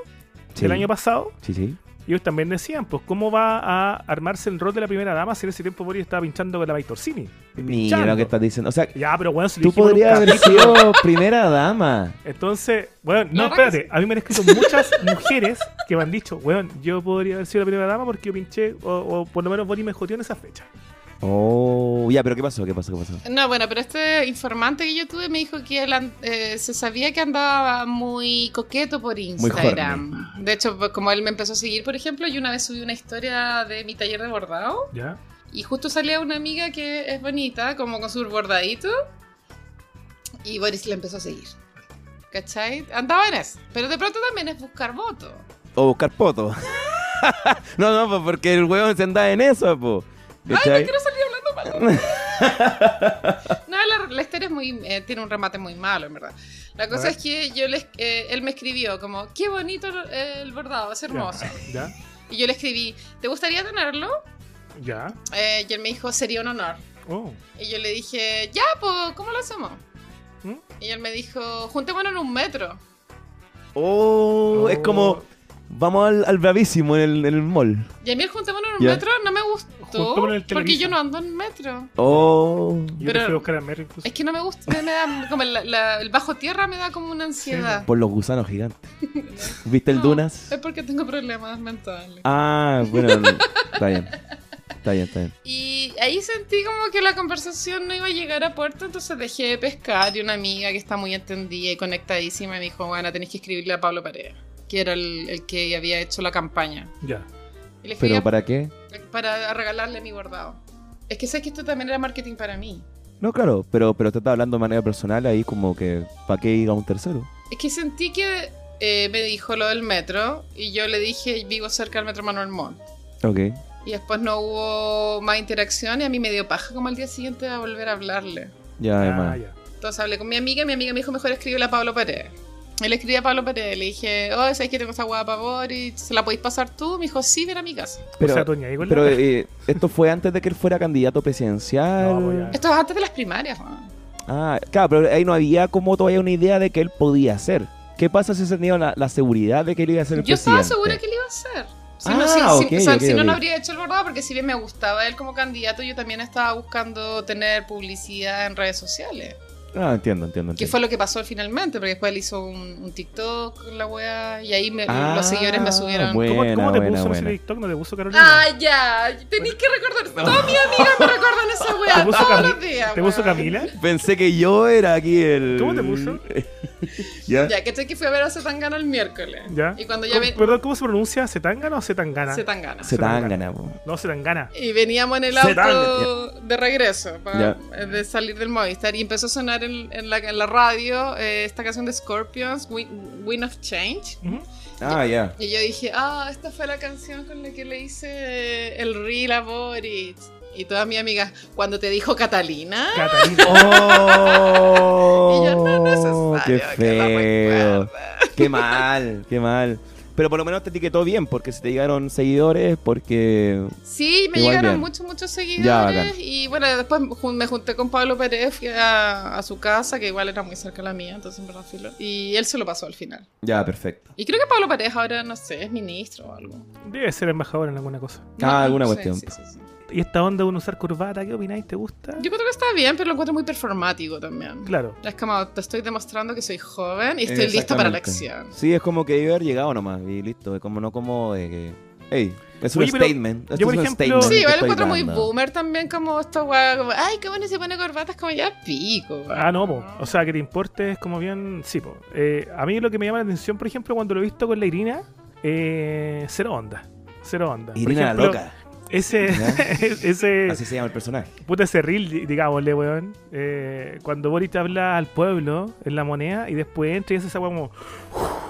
S3: del año pasado.
S4: Sí, sí.
S3: Y ellos también decían, pues, ¿cómo va a armarse el rol de la primera dama si en ese tiempo Boris estaba pinchando con la Maitorsini?
S4: Mira lo que estás diciendo. O sea,
S3: Ya, pero bueno, si lo
S4: tú
S3: dijimos en un
S4: podrías haber
S3: capítulo.
S4: sido primera dama.
S3: Entonces, bueno,
S1: La
S3: no,
S1: verdad
S3: espérate. A mí me han escrito muchas mujeres que me han dicho, weón, yo podría haber sido la primera dama porque yo pinché, o, o por lo menos Boris me joteó en esa fecha.
S4: Oh, ya, pero ¿qué pasó? ¿Qué pasó? ¿Qué pasó?
S1: No, bueno, pero este informante que yo tuve me dijo que él an- eh, se sabía que andaba muy coqueto por Instagram. De hecho, pues, como él me empezó a seguir, por ejemplo, yo una vez subí una historia de mi taller de bordado.
S3: ¿Ya?
S1: Y justo salía una amiga que es bonita, como con su bordadito. Y Boris la empezó a seguir. ¿Cachai? Andaba en eso. Pero de pronto también es buscar votos.
S4: O buscar poto. no, no, pues porque el huevón se andaba en eso, po. ¿Cachai?
S1: Quiero salir hablando mal. No, la, la historia es muy, eh, tiene un remate muy malo, en verdad. La cosa
S3: ver.
S1: es que yo les, eh, él me escribió como, qué bonito el- el bordado, es hermoso.
S3: ¿Ya?
S1: Y yo le escribí, ¿te gustaría tenerlo?
S3: ¿Ya?
S1: Eh, y él me dijo, sería un honor.
S3: Oh.
S1: Y yo le dije, ya, pues, ¿cómo lo hacemos?
S3: ¿Mm?
S1: Y él me dijo, juntémonos en un metro.
S4: Oh, es como. Vamos al, al bravísimo en el, en el mall.
S1: Y a mí el juntémonos en un
S4: Ya.
S1: metro no me gustó. tú?
S3: Juntémoslo en el
S1: Porque yo
S3: Televisa.
S1: no ando en metro.
S4: Oh.
S3: Yo
S1: Pero-
S3: prefiero buscar a Mary incluso.
S1: Es que no me gusta, me, me da como la- la- el bajo tierra me da como una ansiedad.
S4: Por los gusanos gigantes. ¿Viste el
S1: No,
S4: Dunas?
S1: Es porque tengo problemas mentales.
S4: Ah, bueno, no. está bien. Está bien, está bien.
S1: Y ahí sentí como que la conversación no iba a llegar a puerto, entonces dejé de pescar y una amiga que está muy entendida y conectadísima me dijo, bueno, tenés que escribirle a Pablo Paredes, que era el, el que había hecho la campaña.
S3: Ya.
S1: Y le escribí
S4: ¿Pero
S1: a-
S4: para
S1: para...
S4: qué?
S1: regalarle mi guardado. Es que sé que esto también era marketing para mí.
S4: No, claro, pero, pero te está hablando de manera personal ahí como que ¿para qué ir a un tercero?
S1: Es que sentí que eh, me dijo lo del metro y yo le dije, vivo cerca del metro Manuel Montt.
S4: Ok.
S1: Y después no hubo más interacción y a mí me dio paja como al día siguiente a volver a hablarle.
S4: Ya,
S3: Ah,
S4: hermano.
S3: ya.
S1: Entonces hablé con mi amiga y mi amiga me dijo, mejor escríbela a Pablo Paredes. Y le escribí a Pablo Paredes, le dije, oh, ¿sabes que tengo esa guapa por y se la podéis pasar tú? Me dijo, sí, ven a mi casa.
S4: Pero,
S3: o sea, Toña, igual
S4: pero
S3: la-
S4: eh, esto fue antes de que él fuera candidato presidencial.
S3: No, pues ya.
S1: Esto es antes de las primarias, Juan.
S4: Ah, claro, pero ahí no había como todavía una idea de que él podía hacer. ¿Qué pasa si se tenía la, la seguridad de que él iba a ser el
S1: Yo
S4: presidente?
S1: estaba segura que lo iba a hacer. Si
S4: Ah,
S1: no, si, si-
S4: ok,
S1: o sea,
S4: ok,
S1: si no, no
S4: ok.
S1: habría hecho el bordado, porque si bien me gustaba él como candidato, yo también estaba buscando tener publicidad en redes sociales.
S4: Ah, entiendo, entiendo.
S1: Que
S4: entiendo.
S1: fue lo que pasó finalmente, porque después él hizo un, un TikTok con la weá y ahí me-
S4: Ah,
S1: los seguidores me subieron.
S4: bueno.
S3: ¿Cómo,
S4: Buena,
S3: cómo te
S4: buena,
S3: puso
S4: buena.
S3: ese TikTok? ¿No te puso Carolina?
S1: Ah, ya, tenéis que recordar. Todas mis amigas me recuerdan esa
S3: ¿Te
S1: weá
S3: puso,
S1: todos
S3: Cami-
S1: los días.
S3: ¿Te puso
S1: weón.
S3: Camila?
S4: Pensé que yo era aquí el.
S3: ¿Cómo te puso?
S4: ya.
S1: Ya, ¿cachai? Que fui a ver a Zetangana el miércoles.
S3: Ya.
S1: Y cuando ya
S3: ¿Cómo-
S1: ven.
S3: Perdón, ¿cómo se pronuncia? ¿Zetangana o Zetangana?
S1: Zetangana.
S4: Se tan ganado.
S3: No, Zetangana.
S1: Y veníamos en el
S4: Zetangana,
S1: auto de regreso, para, de salir del Movistar, y empezó a sonar en, en la, en la radio eh, esta canción de Scorpions, Win, Win of Change.
S3: Ujú.
S4: Ah, ya.
S1: Y yo dije, ah, esta fue la canción con la que le hice el reel a Boris. Y todas mis amigas, cuando te dijo Catalina,
S3: Catalina.
S4: ¡Oh!
S1: y yo, no es necesario
S4: ¡Qué
S1: que la
S4: feo!
S1: recuerdes".
S4: ¡Qué mal! ¡Qué mal! Pero por lo menos te etiquetó bien, porque si te llegaron seguidores, porque.
S1: Sí, me
S4: Igual
S1: llegaron
S4: bien.
S1: muchos, muchos
S4: Ya, bacán.
S1: seguidores. y bueno, después jun- me junté con Pablo Pérez fui a, a su casa, que igual era muy cerca de la mía, entonces en verdad filo. Y él se lo pasó al final.
S4: Ya, perfecto.
S1: Y creo que Pablo Pérez ahora, no sé, es ministro o algo.
S3: Debe ser embajador en alguna cosa.
S1: No,
S4: Ah, alguna
S1: sí,
S4: cuestión.
S1: sí, sí, sí.
S3: ¿Y esta onda de uno usar corbata? ¿Qué opináis? ¿Te gusta?
S1: Yo creo que está bien, pero lo encuentro muy performático también.
S3: Claro.
S1: Es como, te estoy demostrando que soy joven y estoy listo para la acción.
S4: Sí, es como que debe haber llegado nomás y listo. Es como no como de que. ¡Ey! Es un
S3: Oye, pero
S4: statement. Esto
S3: yo, por
S4: es un
S3: ejemplo-
S4: statement
S1: Sí,
S4: que
S1: igual lo
S4: estoy
S1: encuentro muy
S4: dando.
S1: boomer también, como esta weá, como, ay, qué bueno se pone corbatas, como ya pico. weá.
S3: Ah, no, po. o sea, que te importe es como bien. Sí, po. Eh, a mí lo que me llama la atención, por ejemplo, cuando lo he visto con la Irina, eh, cero onda. Cero onda. Por
S4: Irina la
S3: ejemplo, eh,
S4: loca.
S3: Ese. ese.
S4: Así se llama el personaje.
S3: Puta ese reel, di- digámosle, weón. Eh, cuando Boris te habla al pueblo en la moneda y después entra y hace esa weón como.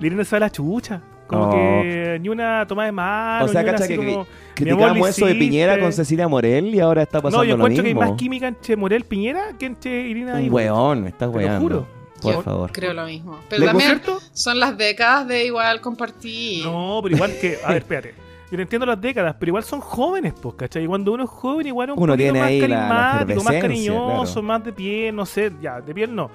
S3: Lirina se va a la chucha. Como
S4: Oh.
S3: que ni una toma de mano.
S4: O sea,
S3: ni una
S4: cacha
S3: así
S4: que
S3: como, "Mi amor, lo
S4: Criticamos eso de
S3: hiciste".
S4: Piñera con Cecilia Morel y ahora está pasando
S3: No, yo
S4: lo
S3: encuentro
S4: mismo.
S3: que hay más química entre Morel Piñera que entre Irina y
S4: Un
S3: Boris.
S4: weón, estás
S3: Te lo
S4: weando.
S3: juro.
S4: Por
S1: Yo
S4: favor.
S1: Creo lo mismo. Pero
S4: ¿Le
S1: también
S3: ¿Cierto?
S1: son las décadas de igual compartir.
S3: No, pero igual que. A ver, espérate. Yo no entiendo las décadas, pero igual son jóvenes, pues, ¿cachai? Y cuando uno es joven, igual es un
S4: Uno
S3: poquito
S4: tiene
S3: más
S4: ahí la- la
S3: carismático, más
S4: efervescencia,
S3: cariñoso,
S4: claro.
S3: más de piel, no sé, ya, de piel no.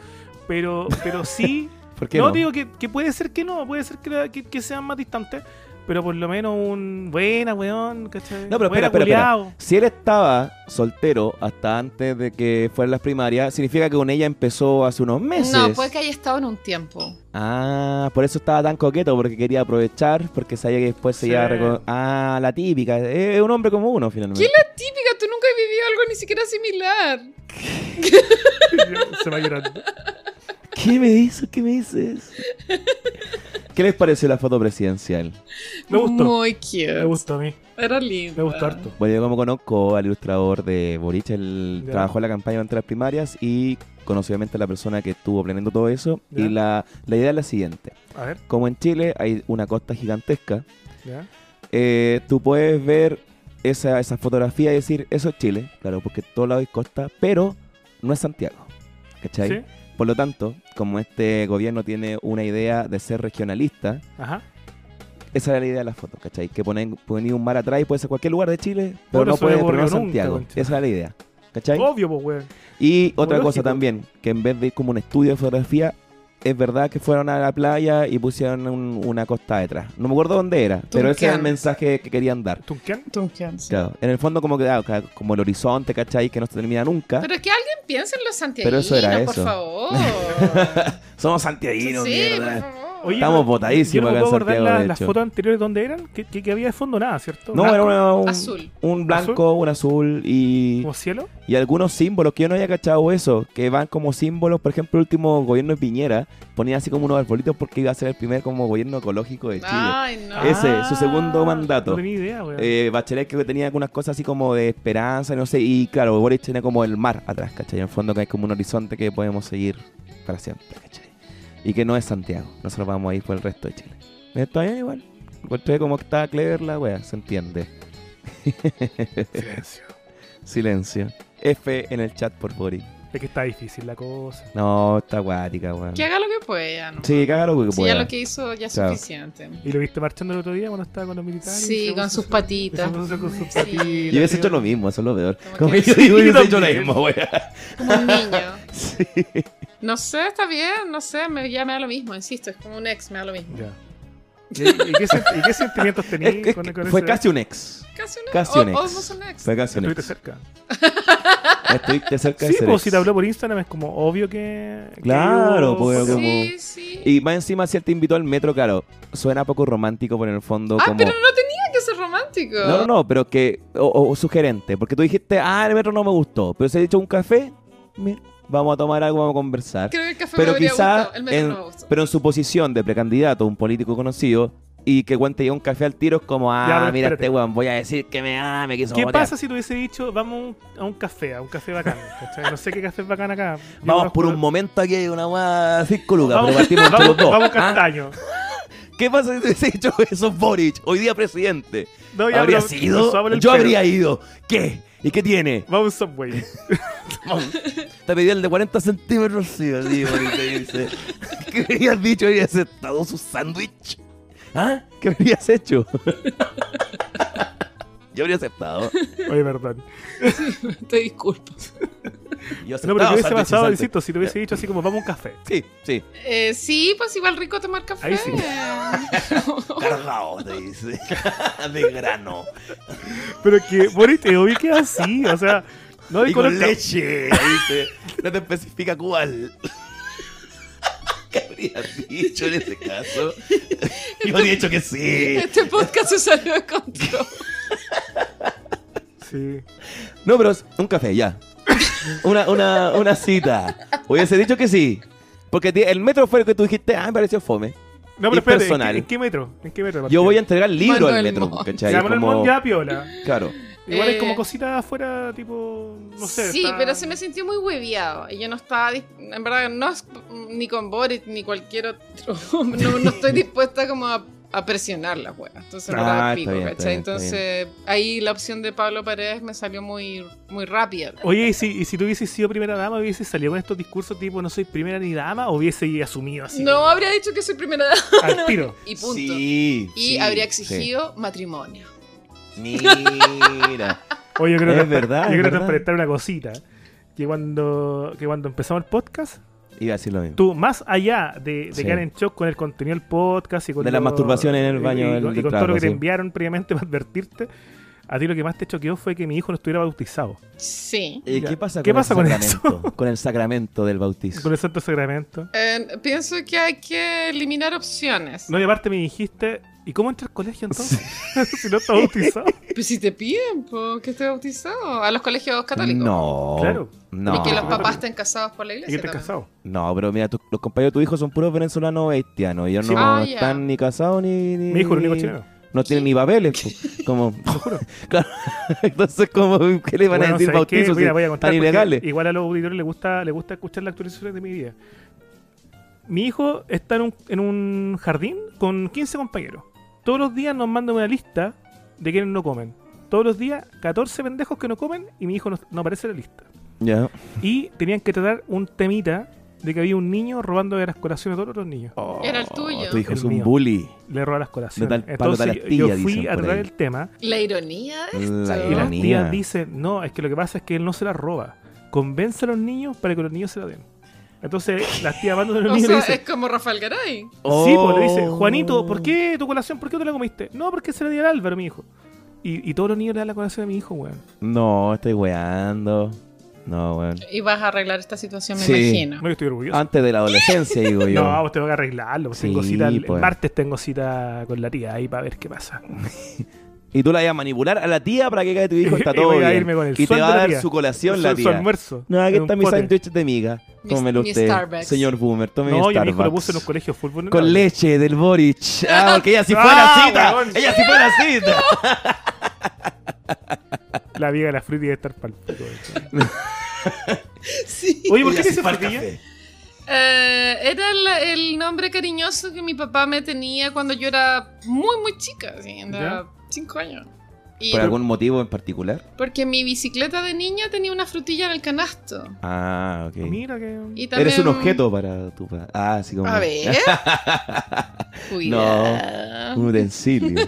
S3: Pero, pero sí.
S4: ¿Por qué
S3: no,
S4: no?
S3: digo que, que puede ser que no, puede ser que, la- que- que sean más distantes, pero por lo menos un buena, weón, ¿cachai?
S4: No, pero espera,
S3: Buena,
S4: espera, espera.
S3: culiao.
S4: Si él estaba soltero hasta antes de que fueran las primarias, significa que con ella empezó hace unos meses.
S1: No, puede que haya estado en un tiempo.
S4: Ah, por eso estaba tan coqueto, porque quería aprovechar, porque sabía que después se
S3: Sí.
S4: iba a reco- Ah, la típica. Es es un hombre como uno, finalmente.
S1: Típica, tú nunca has vivido algo ni siquiera similar.
S3: Se va llorando.
S4: ¿Qué me dices? ¿Qué me dices? ¿Qué les pareció la foto presidencial?
S3: Me gustó.
S1: Muy cute.
S3: Me gustó a mí,
S1: Era lindo.
S3: me
S4: Ah.
S3: gustó harto.
S4: Bueno, yo como conozco al ilustrador de Boric, él
S3: Ya.
S4: trabajó en la campaña durante las primarias y conocí obviamente a la persona que estuvo planeando todo eso.
S3: Ya.
S4: Y la, la idea es la siguiente.
S3: A ver,
S4: Como en Chile hay una costa gigantesca,
S3: ya.
S4: eh, tú puedes ver esa, esa fotografía y decir, eso es Chile, claro, porque en todo lado hay costa, pero no es Santiago. ¿Cachai?
S3: Sí,
S4: Por lo tanto, como este gobierno tiene una idea de ser regionalista,
S3: ajá.
S4: esa era la idea de la foto, ¿cachai? Que ponen, ponen un mar atrás y puede ser cualquier lugar de Chile,
S3: Bueno,
S4: pero no
S3: eso me
S4: puede poner
S3: aburrió nunca,
S4: Santiago.
S3: concha.
S4: esa era la idea, ¿cachai?
S3: Obvio, pues, weón.
S4: y otra
S3: lógico.
S4: cosa también, que en vez de ir como un estudio de fotografía, es verdad que fueron a la playa y pusieron un- una costa detrás. No me acuerdo dónde era, pero ese era el
S1: Tunkian.
S4: mensaje que querían dar.
S3: ¿Tunkian?
S1: Tunkian, sí.
S4: Claro. En el fondo como que ah, ca- como el horizonte, ¿cachai? Que no se termina nunca.
S1: Pero es que alguien piense en los Oh.
S4: Pero
S1: santiaguinos,
S4: eso era
S1: por
S4: eso.
S1: favor.
S4: Somos santiaguinos,
S1: sí, por
S4: mierda.
S1: favor.
S3: Oye,
S4: Estamos
S3: pero Yo no
S4: botadísimos
S3: me
S4: acá en
S3: puedo acordar
S4: Santiago,
S3: la-
S4: de
S3: las
S4: hecho.
S3: fotos anteriores donde eran, que, que- que había de fondo nada, ¿cierto?
S4: No,
S3: Blanco,
S4: era una- un,
S1: Azul.
S4: un blanco, un azul y,
S3: ¿Como cielo?
S4: y algunos símbolos que yo no había cachado eso, que van como símbolos, por ejemplo, el último gobierno de Piñera ponía así como unos arbolitos porque iba a ser el primer como gobierno ecológico de Chile.
S1: Ay, no.
S4: Es- Ese, su segundo mandato.
S3: Ah. No tenía idea, weón.
S4: Eh, Bachelet creo que tenía algunas cosas así como de esperanza, no sé, y claro, Boris tiene como el mar atrás, ¿cachai? En el fondo que hay como un horizonte que podemos seguir para siempre, ¿cachai? Y que no es Santiago, nosotros vamos a ir por el resto de Chile. Eh, Está bien igual, encontré como que está clever la wea, se entiende.
S3: Silencio.
S4: Silencio. F en el chat por Boris.
S3: Es que está difícil la cosa.
S4: No, está acuática, weón.
S1: Que haga lo que pueda, ¿no?
S4: Sí, caga lo que
S1: Si ya
S4: pueda.
S1: lo que hizo ya es
S4: Claro.
S1: suficiente.
S3: ¿Y lo viste marchando el otro día cuando estaba con los militares?
S1: Sí,
S3: Se
S1: con
S3: puso
S1: sus
S3: su-
S1: patitas.
S3: se puso con sus
S1: Sí.
S3: patitas.
S4: Yo hubiese hecho lo mismo, eso es lo peor. Como que
S1: que-
S4: yo digo,
S3: Sí,
S4: yo hubiese
S3: yo
S4: hecho lo
S3: también.
S4: mismo, weón.
S1: Como un niño.
S4: Sí.
S1: No sé, está bien, no sé, me, ya me da lo mismo, insisto, es como un ex, me da lo mismo.
S3: Ya. ¿Y, y qué, sen- y qué sentimientos tenías
S4: Es- es
S3: con,
S4: que
S3: con
S4: fue
S3: ese-
S4: casi un ex.
S1: Casi un ex.
S4: Casi
S1: o,
S4: un
S1: o
S4: ex.
S1: Oh, vos un ex.
S4: Fue casi un
S3: Estuviste
S4: ex.
S3: cerca.
S4: Estuviste cerca de
S3: Sí,
S4: ser
S3: pues
S4: ex.
S3: si te habló por Instagram es como obvio que. que
S4: Claro,
S3: hubo-
S4: pues, como-
S1: Sí, sí.
S4: Y más encima, si él te invitó al metro, claro, suena poco romántico, pero en el fondo
S1: ah,
S4: como...
S1: pero no tenía que ser romántico.
S4: No, no, no, pero que... O, o- o sugerente, porque tú dijiste, ah, el metro no me gustó, pero se ha hecho un café, mira, vamos a tomar algo, vamos a conversar.
S1: Creo que el café
S4: Pero
S1: me habría
S4: quizá
S1: gustado, el metro
S4: en-
S1: no me gustó.
S4: Pero en su posición de precandidato, un político conocido, y que cuente llega un café al tiro, es como, ah,
S3: pero
S4: mira
S3: espérate.
S4: este weón, voy a decir que me, ah, me quiso
S3: ¿Qué
S4: botear.
S3: pasa si te hubiese dicho, vamos a un café, a un café bacán? ¿cachai? No sé qué café es bacán acá. Yo
S4: Vamos
S3: conozco-
S4: por un momento aquí, una weá, cinco lucas,
S3: Vamos,
S4: pero partimos entre los dos.
S3: vamos
S4: ¿ah?
S3: castaño.
S4: ¿Qué pasa si te hubiese dicho eso Boric, hoy día presidente?
S3: No, ya,
S4: ¿Habría
S3: pero-
S4: sido?
S3: nos sobra el
S4: Yo
S3: pelo.
S4: habría ido. ¿Qué? ¿Y qué tiene?
S3: Vamos a un subway.
S4: Te pedí el de 40 centímetros, sí, así, Boric, te dice. ¿Qué habrías dicho? ¿Habrías aceptado su sándwich? ¿Ah? ¿Qué habrías hecho? Yo habría aceptado.
S3: Oye, perdón.
S1: Te disculpo.
S4: Yo
S3: No, pero te
S4: aceptaba
S3: hubiese
S4: sándwiches
S3: pasado,
S4: antes.
S3: insisto, si te hubiese dicho así como, vamos a un café.
S4: Sí, sí.
S1: Eh, sí, pues igual rico tomar café.
S3: Ahí sí.
S4: Cargado, te dice. De grano.
S3: Pero que, Boris, te obvio que es así, o sea, no de
S4: Y con
S3: color ca-
S4: leche. Dice. No te especifica cuál. ¿Qué habrías dicho en ese caso? Yo habría dicho que sí.
S1: este podcast se salió de control.
S3: Sí.
S4: No, pero es un café, ya. Una, una, una cita. Hubiese dicho que sí. Porque ti- el metro fue el que tú dijiste, ah, me pareció fome.
S3: No,
S4: Y
S3: pero espérate, ¿en
S4: personal.
S3: qué, en qué metro? ¿En qué metro?
S4: Yo voy a entregar libro al
S1: Manuel
S4: metro,
S1: Montt.
S4: ¿cachai?
S3: Ya, Manuel
S4: Como-
S3: Montt, ya, piola.
S4: Claro.
S3: Igual hay
S1: Eh.
S3: como cositas afuera, tipo, no sé.
S1: sí,
S3: está-
S1: pero se me sintió muy hueviado. Y yo no estaba, dis- en verdad, no es ni con Boris ni cualquier otro. hombre, No, no estoy dispuesta como a, a presionar la hueá. Entonces, en
S4: Ah,
S1: verdad,
S4: está
S1: pico,
S4: bien, está
S1: ¿cachai?
S4: bien, está
S1: Entonces, ahí la opción de Pablo Paredes me salió muy, muy rápida.
S3: Oye, ¿y si, y si tú hubieses sido primera dama, hubieses salido con estos discursos tipo, no soy primera ni dama, o hubiese asumido así.
S1: no
S3: como,
S1: habría dicho que soy primera dama
S3: Al tiro.
S1: y punto.
S4: Sí.
S1: Y
S4: sí,
S1: habría
S4: sí.
S1: exigido matrimonio.
S4: Mira.
S3: Oye, yo quiero,
S4: Es
S3: transpa-
S4: verdad,
S3: yo
S4: es
S3: quiero
S4: verdad.
S3: transparentar una cosita. Que cuando, que cuando empezamos el podcast,
S4: Iba a decir lo mismo.
S3: tú, más allá de, de
S4: Sí.
S3: quedar en shock con el contenido del podcast y con
S4: De la masturbación en el
S3: y-
S4: baño
S3: y,
S4: del-
S3: con- y con todo
S4: del
S3: lo que
S4: trabajo,
S3: te
S4: sí.
S3: enviaron previamente para advertirte, a ti lo que más te choqueó fue que mi hijo no estuviera bautizado
S1: Sí.
S4: Eh,
S3: Ya.
S4: ¿Qué pasa,
S3: ¿Qué
S4: con,
S3: pasa
S4: el
S3: con
S4: sacramento? Con el sacramento del bautismo.
S3: con el Santo Sacramento.
S1: Eh, pienso que hay que eliminar opciones.
S3: No, y aparte me dijiste, ¿y cómo entra al colegio entonces? si no está bautizado.
S1: Pero Pues si te piden po, que esté bautizado a los colegios católicos.
S4: No.
S3: Claro.
S4: No.
S1: Y que los papás estén casados por la
S3: ¿Y que
S1: iglesia.
S3: estás
S1: también.
S3: casado?
S4: No, pero mira, tu- los compañeros de tu hijo son puros venezolanos haitianos. Ellos
S3: Sí.
S4: no
S1: Ah, ya.
S4: están ni casados ni, ni-
S3: Mi hijo es el único chileno.
S4: No tienen ni papeles. pues, como, Claro. Entonces, como, ¿qué le van
S3: Bueno,
S4: a decir
S3: ¿sabes qué?
S4: bautizos?
S3: Mira,
S4: si
S3: voy a contar porque
S4: están ilegales.
S3: Igual a los auditores les gusta, les gusta escuchar las actualizaciones de mi vida. Mi hijo está en un, en un jardín con 15 compañeros. Todos los días nos mandan una lista de quienes no comen. Todos los días, 14 pendejos que no comen y mi hijo no, no aparece en la lista.
S4: Ya.
S3: Y tenían que tratar un temita de que había un niño robando de las colaciones de todos los otros niños.
S1: Era el tuyo.
S4: Tu hijo
S3: Oh, El
S4: es un
S3: mío.
S4: bully.
S3: Le roban las colaciones.
S4: De tal palo,
S3: Entonces
S4: tal
S3: yo-
S4: astilla,
S3: yo fui
S4: dicen
S3: a
S4: por
S3: tratar
S4: ahí.
S3: el tema
S1: La ironía de esto.
S4: La
S3: y las
S4: ironía.
S3: tías dicen, no, es que lo que pasa es que él no se la roba. Convence a los niños para que los niños se la den. Entonces las tías mandan
S1: O
S3: los niños y le
S1: sea,
S3: dicen,
S1: es como Rafael Garay.
S3: Sí, pues
S4: Oh.
S3: le dice, Juanito, ¿por qué tu colación? ¿Por qué tú la comiste? No, porque se la dio al Álvaro, mi hijo. Y, y todos los niños le dan la colación a mi hijo, weón.
S4: No, estoy weando. No, weón.
S1: Y vas a arreglar esta situación, me
S4: Sí.
S3: No,
S1: imagino.
S3: yo estoy orgulloso.
S4: Antes de la adolescencia, digo Ah, yo.
S3: no, vos tengo que arreglarlo.
S4: Sí,
S3: tengo cita el, el
S4: pues.
S3: martes tengo cita con la tía ahí para ver qué pasa.
S4: Y tú la ibas a manipular a la tía para que caiga tu hijo, está
S3: Y
S4: todo
S3: voy a
S4: bien.
S3: irme con el
S4: y te
S3: sueldo
S4: va
S3: de
S4: a
S3: la
S4: dar
S3: tía.
S4: su colación la
S3: Su- su
S4: tía.
S3: almuerzo.
S4: no, aquí
S3: en un
S4: está mi
S3: pote.
S4: sándwich de miga.
S1: Mi-
S4: Tómelo
S1: mi
S4: usted,
S1: Starbucks.
S4: señor Boomer. Tome
S3: No,
S4: mi
S3: yo a mi hijo lo
S4: Starbucks.
S3: puse en un colegio full vulnerable.
S4: Con leche del Boric. Ah, porque ella sí fue a
S3: Ah,
S4: la cita.
S3: weón.
S4: Ella sí fue a la cita.
S3: La vieja de la frutilla de estar pal pico, weón.
S1: Sí.
S3: Oye, ¿por qué te
S4: Ella sí
S3: dice
S4: fue al
S3: frutilla?
S4: café.
S1: Eh, era el, el nombre cariñoso que mi papá me tenía cuando yo era muy, muy chica, así, andaba cinco años. Y
S4: ¿Por algún motivo en particular?
S1: porque mi bicicleta de niña tenía una frutilla en el canasto.
S4: Ah, ok.
S3: Mira que...
S1: Y también,
S4: Eres un objeto para tu pa- Ah, así como.
S1: A ver. Cuidado.
S4: Un utensilio.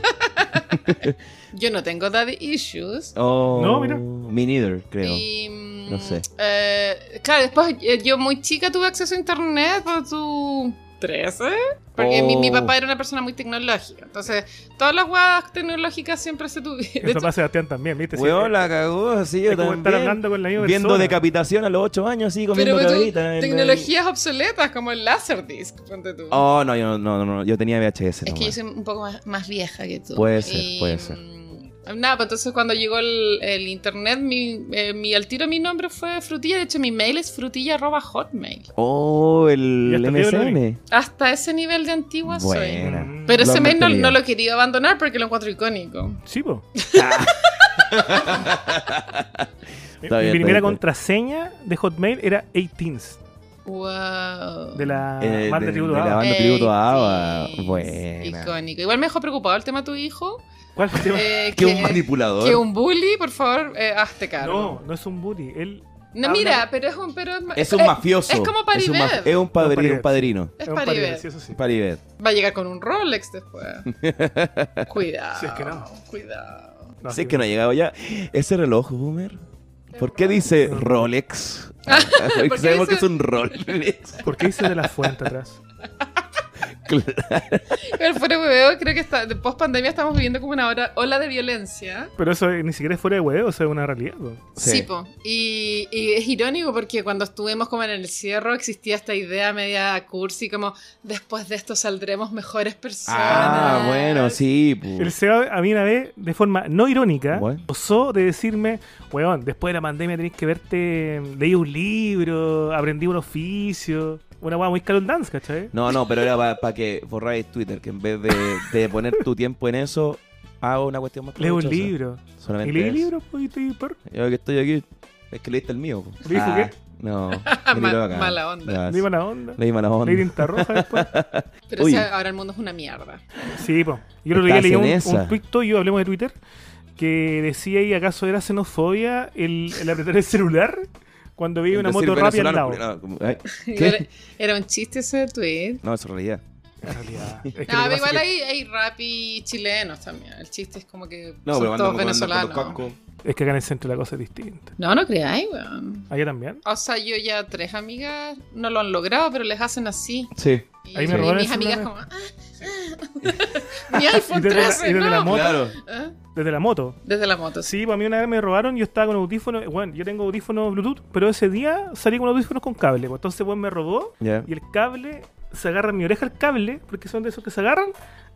S1: Yo no tengo daddy issues.
S4: Oh,
S3: No, mira.
S4: Me neither, creo.
S1: Y, mm,
S4: No sé.
S1: eh, claro, después eh, yo muy chica tuve acceso a internet por tu 13. Porque mi, mi
S4: Oh.
S1: papá era una persona muy tecnológica. Entonces, todas las guadas tecnológicas siempre se tuvieron.
S3: El papá Sebastián también, ¿viste? Sí,
S4: Weón,
S3: eh,
S4: la cagó así yo
S3: es como estar
S4: también.
S3: hablando con la misma
S4: Viendo
S3: persona.
S4: decapitación a los 8 años así, comiendo
S1: Pero ponte tú,
S4: cabrita. en el-
S1: tecnologías obsoletas como el Laserdisc, ponte tú.
S4: Oh, no, yo, no, no, no, yo tenía VHS.
S1: es que yo
S4: nomás.
S1: soy un poco más, más vieja que tú.
S4: Puede ser,
S1: Y,
S4: puede ser.
S1: mm, Nada, pues entonces cuando llegó el, el internet, mi, eh, mi- al tiro mi nombre fue Frutilla. De hecho, mi mail es frutilla.hotmail.
S4: Oh,
S3: Ya
S4: el
S3: está,
S4: MSN.
S1: Hasta ese nivel de antigua soy.
S4: Buena.
S3: Mm.
S1: Pero
S4: Lo
S1: ese mail no,
S4: hemos tenido.
S1: no lo quería abandonar porque lo encuentro icónico.
S3: Sí, po. Mi-
S4: Está
S3: Mi
S4: bien, está
S3: primera
S4: bien.
S3: contraseña de Hotmail era 18s
S1: Wow.
S3: de la
S4: Eh,
S3: banda
S4: de-
S3: tributo
S4: de
S3: a
S4: la
S3: ABBA.
S4: banda tributo a ABBA.
S1: Eighties.
S4: Buena.
S1: Icónico. Igual me dejó preocupado el tema de tu hijo.
S3: ¿Cuál fue el tema?
S1: eh,
S4: Que un manipulador.
S1: que un bully, por favor, eh, hazte cargo.
S3: No, no es un booty. Él
S1: No,
S3: Habla-
S1: mira, pero es un. Pero es, ma-
S4: Es un
S1: eh,
S4: mafioso.
S1: es como
S4: Es un, maf-
S1: Paribet.
S4: es un padrino.
S3: Paribet.
S4: Un padrino.
S1: Es
S3: un
S1: para
S3: pariente,
S1: ver.
S3: sí, eso sí.
S4: Paribet.
S1: Va a llegar con un Rolex después. cuidado.
S3: Si es que no.
S1: Cuidado.
S3: No,
S4: Sé
S3: sí,
S4: que no ha llegado ya. Ese reloj, Boomer. ¿Por qué dice Rolex? Ah,
S1: qué
S4: Sabemos que es
S1: dice-
S4: un Rolex.
S3: ¿Por qué dice de la fuente atrás?
S1: El fuera de hueveo, creo que está, de post pandemia estamos viviendo como una hora- ola de violencia.
S3: Pero eso eh, ni siquiera es fuera de huevo, eso es una realidad. po.
S4: Sí.
S1: Sí, po. Y, y es irónico porque cuando estuvimos como en el cierre existía esta idea media cursi como después de esto saldremos mejores personas.
S4: Ah, bueno, sí. pu.
S3: El eh? Seba a mí una vez, de forma no irónica,
S4: Bueno.
S3: osó de decirme, weón, después de la pandemia tenés que verte, leí un libro, aprendí un oficio, una weá muy Carol Dance, ¿cachai?
S4: No, no, pero era para que borráis Twitter, que en vez de, de poner tu tiempo en eso, hago una cuestión más
S3: Leo un
S4: provechosa.
S3: libro.
S4: Solamente
S3: Y leí
S4: eso.
S3: libro, pues, y estoy por-
S4: Yo que estoy aquí, es que leíste el mío. po.
S3: ¿Leí juguete?
S4: No,
S1: Ma-
S4: leí lo acá.
S1: mala onda.
S4: Ya,
S3: leí mala onda.
S4: Leí mala onda.
S3: Leí tinta roja después.
S1: Pero
S4: Uy.
S1: o sea, ahora el mundo es una mierda.
S3: Sí, po. Yo lo leí,
S4: Estás
S3: leí
S4: en
S3: un,
S4: esa.
S3: un tuit tuyo, hablemos de Twitter, que decía ahí acaso era xenofobia el, el apretar el celular cuando veía una
S4: Decir
S3: moto rápida al
S4: venezolano,
S3: lado.
S4: no, como- ay,
S1: Era,
S4: ¿Qué?
S1: era un chiste ese tweet.
S4: No, eso es realidad.
S3: En realidad, es que lo que
S1: Ah,
S3: pasa
S1: pero igual
S3: es que-
S1: hay, hay rap y chilenos también. El chiste es como que
S4: No, pero
S1: son todos
S4: andamos con-
S1: venezolanos.
S4: andamos con los cascos.
S3: Es que acá en el centro la cosa es distinta.
S1: No, no creáis, weón.
S3: Allá también.
S1: O sea, yo ya tres amigas no lo han logrado, pero les hacen así.
S4: Sí.
S1: Y,
S3: Ahí
S4: me
S1: y
S3: robaron
S1: mis
S3: el
S1: amigas
S3: celular.
S1: como... "Ah, ah". Mi iPhone
S3: Y desde la-
S1: 13,
S3: y desde
S1: no.
S3: la moto.
S4: Claro.
S1: ¿Ah?
S3: Desde la moto.
S1: Desde la moto, sí.
S3: Sí, para mí una vez me robaron, yo estaba con audífonos, bueno, yo tengo audífonos Bluetooth, pero ese día salí con audífonos con cable, pues, entonces pues me robó
S4: Ya.
S3: y el cable se agarra en mi oreja el cable, porque son de esos que se agarran,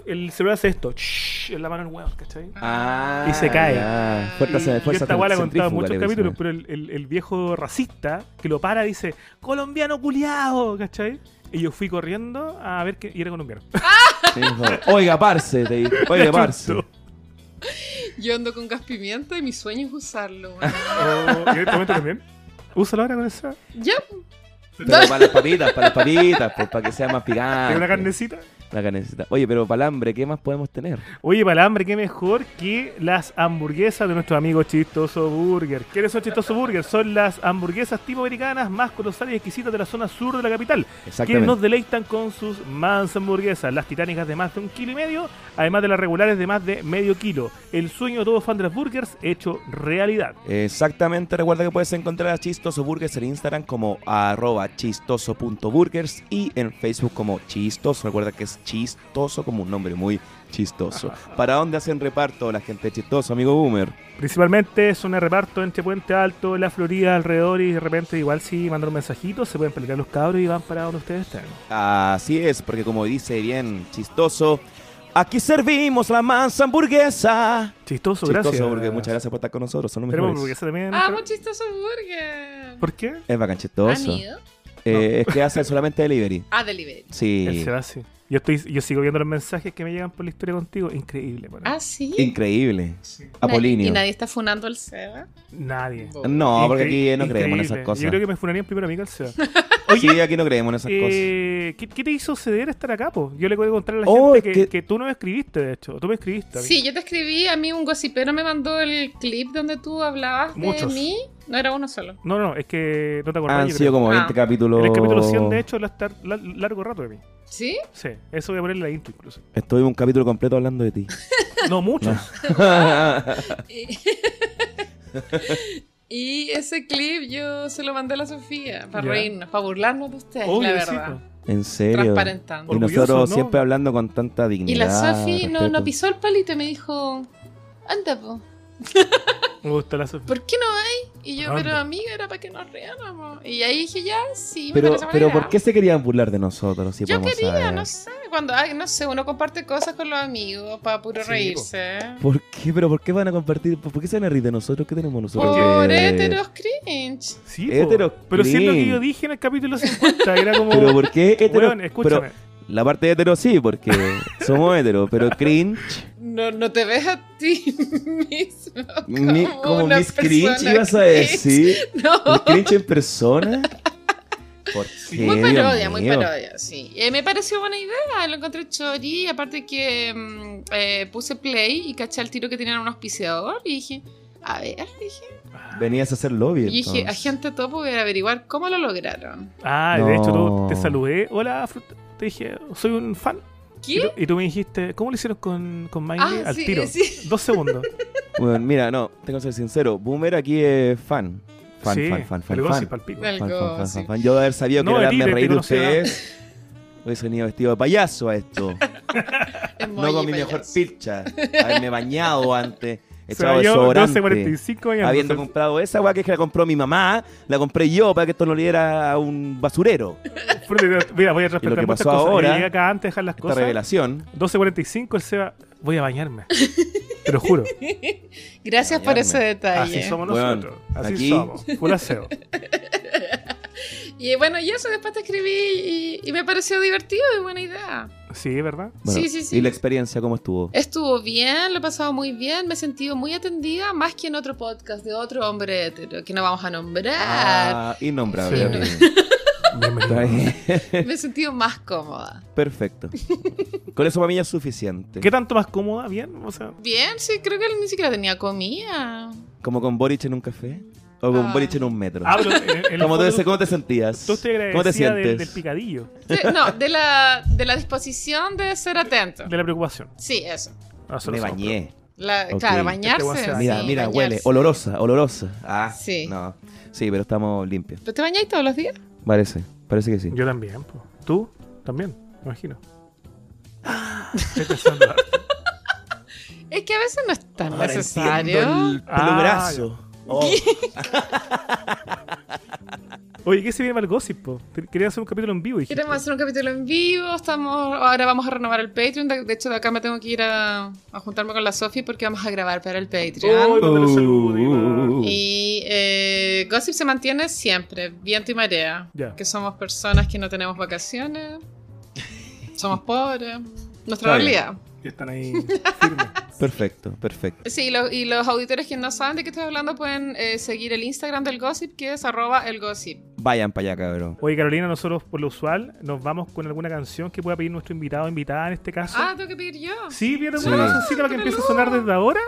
S3: el celular hace esto, shhh, en la mano el hueón, ¿cachai?
S4: Ah,
S3: Y se cae.
S4: ya. Fuerza,
S1: Y-
S3: Yo
S4: fuerza
S3: esta guay la he contado en
S4: centrífuga,
S3: muchos
S4: le dicen.
S3: capítulos, pero el, el- el viejo racista que lo para dice, colombiano culiao, ¿cachai? Y yo fui corriendo a ver que y era colombiano.
S4: Sí, hijo. Oiga, parce. te digo. Oiga, parce.
S1: Yo ando con gas pimienta y mi sueño es usarlo, weón.
S3: O- y en este momento también. Úsalo ahora con esa.
S1: ya,
S4: Pero para las papitas, para las papitas, pues, para que sea más picante.
S3: Tengo una carnecita.
S4: La carnecita. Oye, pero palambre, ¿qué más podemos tener?
S3: Oye, Palambre, qué mejor que las hamburguesas de nuestro amigo Chistoso Burger. ¿Quiénes son Chistoso Burger? Son las hamburguesas tipo americanas más colosales y exquisitas de la zona sur de la capital. Quienes nos deleitan con sus mans hamburguesas, las titánicas de más de un kilo y medio, además de las regulares de más de medio kilo. El sueño de todo fan de las burgers hecho realidad.
S4: Exactamente, recuerda que puedes encontrar a Chistoso Burgers en Instagram como arroba chistoso.burgers y en Facebook como chistoso. Recuerda que es chistoso como un nombre muy chistoso. ¿Para dónde hacen reparto la gente de chistoso, amigo Boomer?
S3: Principalmente es un reparto entre Puente Alto, La Florida, alrededor y de repente igual si mandan un mensajito se pueden pelear los cabros y van para donde ustedes estén.
S4: Así es, porque como dice bien chistoso, aquí servimos la mansa hamburguesa.
S3: Chistoso,
S4: chistoso,
S3: gracias.
S4: porque muchas gracias por estar con nosotros. Son los
S3: Tenemos
S4: mejores.
S3: hamburguesa también.
S1: Ah, muy chistoso burger.
S3: ¿Por qué?
S4: Es bacán
S1: ¿Han
S4: chistoso.
S1: ido?
S4: Eh, Es que hace solamente delivery.
S1: Ah, delivery.
S3: Él
S4: Sí.
S3: se va así. Yo, estoy, yo sigo viendo los mensajes que me llegan por la historia contigo. Increíble, bueno.
S1: Ah, sí.
S4: Increíble.
S1: Nadie-
S4: Apolinio.
S1: ¿Y nadie está funando al Seba?
S3: Nadie.
S4: No, porque
S3: Incre-
S4: aquí no creemos en
S3: increíble.
S4: esas cosas.
S3: Yo creo que me funarían primero a mí que al Seba.
S4: Sí, aquí no creemos en esas cosas.
S3: Eh, ¿qué, qué te hizo ceder a estar acá, po? Yo le voy a contar a la
S4: Oh,
S3: gente
S4: es
S3: que,
S4: que-
S3: que tú no me escribiste, de hecho. Tú me escribiste. a mí.
S1: Sí, yo te escribí, a mí un gocipero me mandó el clip donde tú hablabas
S3: Muchos.
S1: de mí. No era uno solo.
S3: No, no, es que no te acordás.
S4: Han
S3: yo creo.
S4: sido como
S1: Ah.
S4: 20 capítulos.
S3: En el capítulo 100, de hecho, la estar la- largo rato de mí.
S1: ¿Sí?
S3: Sí, eso voy a ponerle la intro incluso.
S4: Estuve un capítulo completo hablando de ti.
S3: No, muchos.
S1: Y- y ese clip yo se lo mandé a la Sofía para
S3: Ya.
S1: reírnos, para burlarnos de ustedes,
S3: Obvio,
S1: la
S3: sí,
S1: verdad.
S3: po.
S4: en serio.
S1: Transparentando.
S4: Y
S3: Orgulloso,
S4: nosotros
S3: ¿no?
S4: siempre hablando con tanta dignidad.
S1: Y la Sofi no, no
S4: Ah, respeto.
S1: pisó el palito y me dijo, anda, po,
S3: Me gusta la Sofía.
S1: ¿por qué no hay? Y yo,
S3: Anda.
S1: pero amiga, era para que nos riéramos. Y ahí dije, ya, sí, me
S4: Pero,
S1: parece
S4: pero
S1: buena idea".
S4: ¿por qué se querían burlar de nosotros? Si
S1: Yo
S4: podemos
S1: quería,
S4: saber?
S1: no sé, cuando, ay, no sé, uno comparte cosas con los amigos para puro
S3: Sí,
S1: reírse.
S4: ¿Por qué? ¿Pero por qué van a compartir? ¿Por por qué se van a reír de nosotros? ¿Qué tenemos nosotros?
S1: Por
S4: que-
S1: heteros cringe.
S3: Sí,
S4: Hetero
S3: po. Pero siendo que
S4: clean.
S3: yo dije en el capítulo 50, era como.
S4: ¿Pero por qué hetero?
S3: Weón,
S4: pero
S3: escúchame.
S4: la parte de hetero sí, porque somos heteros, pero cringe.
S1: No, no te ves a ti mismo.
S4: mi-
S1: Como
S4: como
S1: una
S4: Miss Cringe
S1: persona
S4: ibas a
S1: cringe.
S4: decir.
S1: No.
S4: ¿El cringe en persona? ¿Por qué,
S1: Muy
S4: Dios
S1: parodia, muy
S4: mío?
S1: parodia, sí. Eh, me pareció buena idea, lo encontré chori. Aparte que mm, eh, puse play y caché el tiro que tenían un auspiciador y dije, a ver, dije.
S4: Venías a hacer lobby.
S1: Y dije,
S4: entonces.
S1: a gente topo voy a averiguar cómo lo lograron.
S3: Ah, de hecho, tú
S4: No.
S3: te saludé. Hola, Fru- te dije, soy un fan. Y
S1: ¿Qué?
S3: tú, y tú me dijiste, ¿cómo lo hicieron con, con Miley
S1: Ah,
S3: al
S1: sí,
S3: tiro?
S1: sí.
S3: Dos segundos.
S4: Bueno, mira, no, tengo que ser sincero. Boomer aquí es fan. Fan,
S3: sí,
S4: fan, fan, fan.
S3: el
S4: fan.
S3: gossip al pico.
S1: Del
S4: Fan, fan, fan,
S1: gossip.
S4: fan, fan. Yo de haber sabido que
S3: No,
S4: era
S3: Elite,
S4: darme
S3: te
S4: reír de
S3: conocí, ¿verdad?
S4: ustedes. Hubiese venido vestido de payaso a esto.
S1: Emoji
S4: no con mi
S1: payaso.
S4: mejor pilcha. Haberme bañado antes.
S3: Se va
S4: Echado
S3: yo
S4: desodorante.
S3: 12.45 y
S4: Habiendo
S3: entonces-
S4: comprado esa weá que la compró mi mamá, la compré yo para que esto no le diera a un basurero.
S3: Fruto, mira, Mira, voy a respetar
S4: que
S3: muchas
S4: pasó
S3: cosas. Yo
S4: ahora,
S3: llegué acá antes de dejar las
S4: Esta
S3: cosas.
S4: revelación.
S3: 12.45, el Seba, voy a bañarme. Te lo juro.
S1: Gracias por
S4: Bañarme.
S1: ese detalle.
S3: Así somos
S4: Weón,
S3: nosotros. Así
S4: aquí-
S3: somos. Pura Seba.
S1: Y eh, bueno, y eso después te escribí y, y me pareció divertido y buena idea.
S3: Sí, ¿verdad?
S4: Bueno,
S1: Sí, sí, sí.
S4: ¿Y la experiencia cómo estuvo?
S1: Estuvo bien, lo he pasado muy bien, me he sentido muy atendida, más que en otro podcast de otro hombre hetero, que no vamos a nombrar.
S4: Ah, innombrable.
S3: Sí.
S4: horrible. Está
S3: Bienvenido.
S4: bien.
S1: Me he sentido más cómoda.
S4: Perfecto. Con eso para mí ya es suficiente.
S3: ¿Qué tanto más cómoda? ¿Bien? O sea,
S1: Bien, sí, creo que ni siquiera tenía comida.
S4: Como con Boric en un café o con
S1: Ah.
S4: Boric en un metro.
S3: hablo en, en el
S4: ¿Cómo,
S3: fondo,
S4: te, ¿Cómo te sentías?
S3: tú estoy
S4: ¿Cómo te
S3: agradecida
S4: sientes?
S3: del, del picadillo,
S1: Sí, no, de la, de la disposición de ser atento.
S3: de la preocupación. Ah,
S1: Sí, eso.
S3: Nosotros
S4: Me
S3: somos
S4: bañé.
S1: La-
S4: Ok.
S1: Claro,
S3: Este
S1: bañarse.
S3: guasa-
S4: Mira,
S1: sí,
S4: mira,
S1: bañarse.
S4: huele. Olorosa, olorosa. Ah,
S1: Sí.
S4: No. Sí, pero estamos limpios.
S1: ¿Pero te bañáis todos los días?
S4: Parece, parece que sí.
S3: pro. Yo también. po. ¿Tú? También, me imagino. Estoy pensando.
S1: Es que a veces no es tan
S4: Ahora entiendo
S1: necesario.
S4: el pelo
S3: Ah,
S4: graso. Oh,
S3: Oye, ¿qué se viene para el gossip? po? Te- Quería hacer un capítulo en vivo. dijiste.
S1: Queremos hacer un capítulo en vivo, estamos, ahora vamos a renovar el Patreon. De, de hecho, de acá me tengo que ir a, a juntarme con la Sofi porque vamos a grabar para el Patreon.
S3: Uy, mándale saludos, Iván.
S4: Uh.
S1: Y eh, Gossip se mantiene siempre, viento y marea.
S3: Ya.
S1: Que somos personas que no tenemos vacaciones, somos pobres,
S4: Está bien.
S1: nuestra realidad.
S3: que están ahí firmes.
S4: Perfecto, perfecto.
S1: Sí, lo- y los auditores que no saben de qué estoy hablando pueden eh, seguir el Instagram del Gossip, que es arroba el Gossip.
S4: Vayan para allá, cabrón.
S3: Oye, Carolina, nosotros por lo usual nos vamos con alguna canción que pueda pedir nuestro invitado o invitada en este caso.
S1: Ah, tengo que pedir yo.
S3: sí, pide
S4: Sí.
S3: alguna cancioncita para que empiece a sonar desde ahora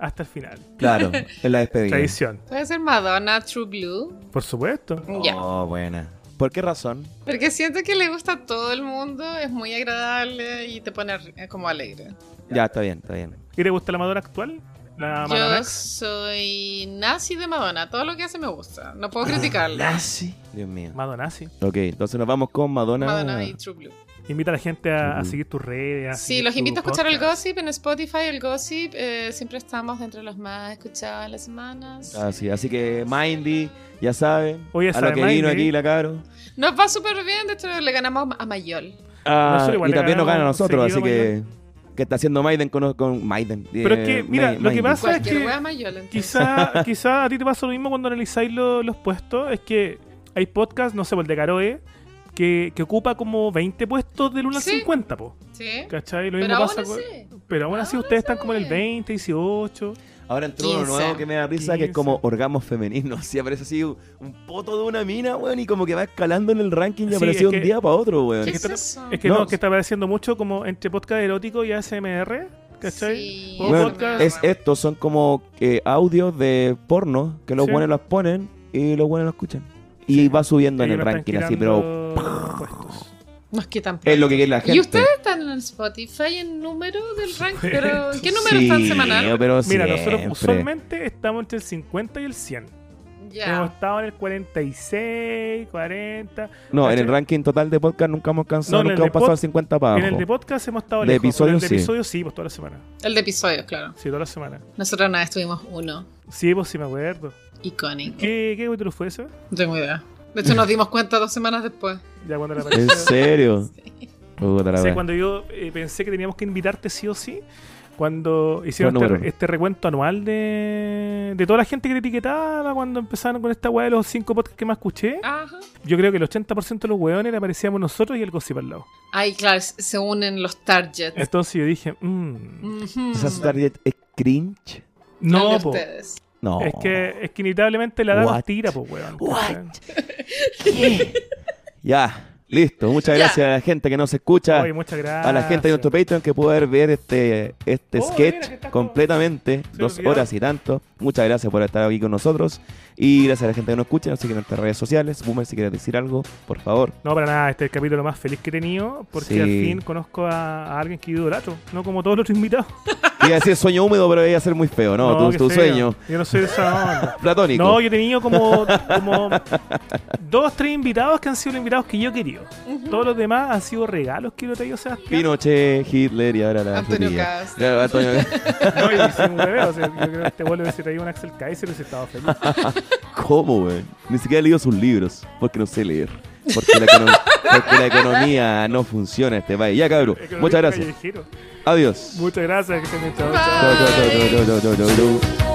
S3: hasta el final.
S4: Claro, es la despedida.
S3: Tradición,
S1: Puede ser Madonna, True Blue.
S3: por supuesto.
S1: Ya.
S4: Oh, buena. ¿Por qué razón?
S1: Porque siento que le gusta a todo el mundo, es muy agradable y te pone eh, como alegre.
S4: Ya, está bien, está bien.
S3: ¿Y te gusta la Madonna actual? La Madonna
S1: Yo
S3: X?
S1: soy nazi de Madonna, todo lo que hace me gusta, no puedo criticarla.
S4: Nazi. Dios mío.
S3: Madonna, sí.
S4: Ok, entonces nos vamos con Madonna.
S1: Madonna y True Blue.
S3: Invita a la gente a, a
S4: Ujú.
S3: seguir tus redes. a
S1: Sí,
S3: seguir
S1: los
S3: tu
S1: invito a escuchar el
S3: podcast.
S1: gossip en Spotify, el gossip. eh, siempre estamos dentro de los más escuchados en las semanas.
S4: Así, así que Mindy, ya saben.
S3: Oye,
S4: a
S3: sabe
S4: lo que vino
S3: Mindy.
S4: aquí la caro.
S1: Nos va súper bien, de hecho le ganamos a Mayol.
S4: Ah,
S3: Nosotros igual
S4: y
S3: le
S4: también nos gana a
S3: ganamos
S4: nosotros, así
S3: seguido,
S4: que. ¿Qué está haciendo Maiden con, con Maiden?
S3: Pero es que, mira, lo que pasa- ¿Sabes
S1: Cualquier
S3: qué?
S1: wea Mayol, entonces.
S3: Quizá, quizá a ti te pasa lo mismo cuando analizáis lo- los puestos. Es que hay podcasts, no sé, por el de Caroe, que, que ocupa como 20 puestos del 1 al
S1: Sí.
S3: 50, po.
S1: Sí.
S3: ¿Cachai? Lo
S1: Pero
S3: mismo
S1: aún
S3: pasa con-
S1: así. Ah,
S3: Pero aún así ustedes están como en el 20, 18.
S4: Ahora entró uno
S1: 15.
S4: nuevo que me da risa, que es
S3: 15.
S4: como orgasmos femeninos. Así aparece así un, un poto de una mina, weón, y como que va escalando en el ranking y
S3: Sí,
S4: apareció
S3: es
S4: un
S3: que-
S4: día para otro, weón.
S1: ¿Qué
S3: Es
S1: es
S3: que está-
S1: eso?
S3: Es que
S4: No.
S3: no, que está apareciendo mucho como entre podcast erótico y ASMR, ¿cachai?
S1: Sí,
S3: O
S1: Bueno,
S3: podcast-
S4: Es, estos son como eh, audios de porno que los
S3: Sí.
S4: buenos los ponen y los buenos los escuchan. Y va subiendo en
S3: que
S4: el
S3: nos están
S4: ranking así, pero
S3: quitando puestos.
S1: Nos quitan.
S4: es lo que quiere la gente.
S1: ¿Y ustedes están en Spotify en número del ranking? ¿Pero ¿en qué número
S4: Sí,
S1: están semanal?
S4: pero
S3: Mira, nosotros
S4: siempre.
S3: usualmente estamos entre el 50 y el 100. Hemos
S1: Ya.
S3: estado en el 46, 40.
S4: No, en
S3: ¿cachai?
S4: el ranking total de podcast nunca hemos alcanzado,
S3: No, en el
S4: nunca hemos
S3: de
S4: pasado
S3: pod-
S4: al 50 para
S3: En el
S4: abajo.
S3: de podcast hemos estado
S4: De
S3: lejos. pero
S4: episodios,
S3: en el
S4: sí.
S3: de episodios sí, pues toda la semana.
S1: El de episodios, claro.
S3: Sí, toda la semana.
S1: Nosotros una vez tuvimos uno.
S3: Sí, pues sí me acuerdo.
S1: Icónico.
S3: ¿Qué, qué capítulo fue ese?
S1: No tengo idea. De hecho, nos dimos cuenta dos semanas después.
S3: Ya cuando la
S4: ¿En
S3: apareció.
S4: serio? Puta la
S3: O sea,
S4: wea.
S3: cuando yo eh, pensé que teníamos que invitarte sí o sí, cuando hicieron
S4: Fue
S3: este,
S4: número.
S3: este recuento anual de, de toda la gente que te etiquetaba, cuando empezaron con esta weá de los cinco podcasts que más escuché,
S1: Ajá.
S3: yo creo que el 80% de los weones le aparecíamos nosotros y el gossip al lado.
S1: Ay, claro, se se unen los targets.
S3: Entonces yo dije, mm,
S1: Ujú.
S4: ¿Esa su target es cringe?
S1: Al
S3: no,
S1: de
S3: po.
S1: ustedes.
S4: No.
S3: Es que, es que inevitablemente la edad
S4: Oh. What?
S3: nos tira, po, weón. ¿cachai?
S4: Ya, listo. Muchas
S1: Ya.
S4: gracias a la gente que nos escucha.
S3: Oye, muchas gracias.
S4: a la gente de nuestro Patreon que pudo haber ver este, este
S3: Oh,
S4: sketch
S3: mira, que está como-
S4: completamente,
S3: Se
S4: dos
S3: olvidaba.
S4: horas y tanto. Muchas gracias por estar aquí con nosotros y gracias a la gente que nos escucha, nos sigue en nuestras redes sociales. Boomer, si quieres decir algo, por favor.
S3: No, para nada, este es el capítulo más feliz que he tenido porque
S4: Sí.
S3: al fin conozco a, a alguien que idolatro, no como todos los otros invitados.
S4: Iba a decir sueño húmedo, pero iba a ser muy feo, ¿no? tu
S3: qué
S4: tu
S3: feo.
S4: sueño
S3: Yo no soy de esa onda.
S4: platónico.
S3: No, yo he tenido como, como dos, tres invitados que han sido los invitados que yo he querido. Todos los demás han sido regalos que yo he traído, Sebastián.
S4: Pinochet, Hitler y ahora la
S1: Antonio
S4: frutilla.
S1: Cast.
S4: Claro, Antonio Cast.
S3: No, y hice un hueveo, o sea, yo creo que este vuelo hubiese traído un Axel Kaiser y hubiese estado feliz.
S4: ¿Cómo, güey? Ni siquiera he leído sus libros, porque no sé leer. Porque la, econo- porque la economía no funciona en este país. Ya, cabrón.
S3: Es que no
S4: Muchas
S3: digo
S4: gracias.
S3: callejero.
S4: Adiós.
S3: Muchas gracias, que estén bien, chao, chao.
S4: Chau, chau, chau, chau, chau, chau, chau, chau.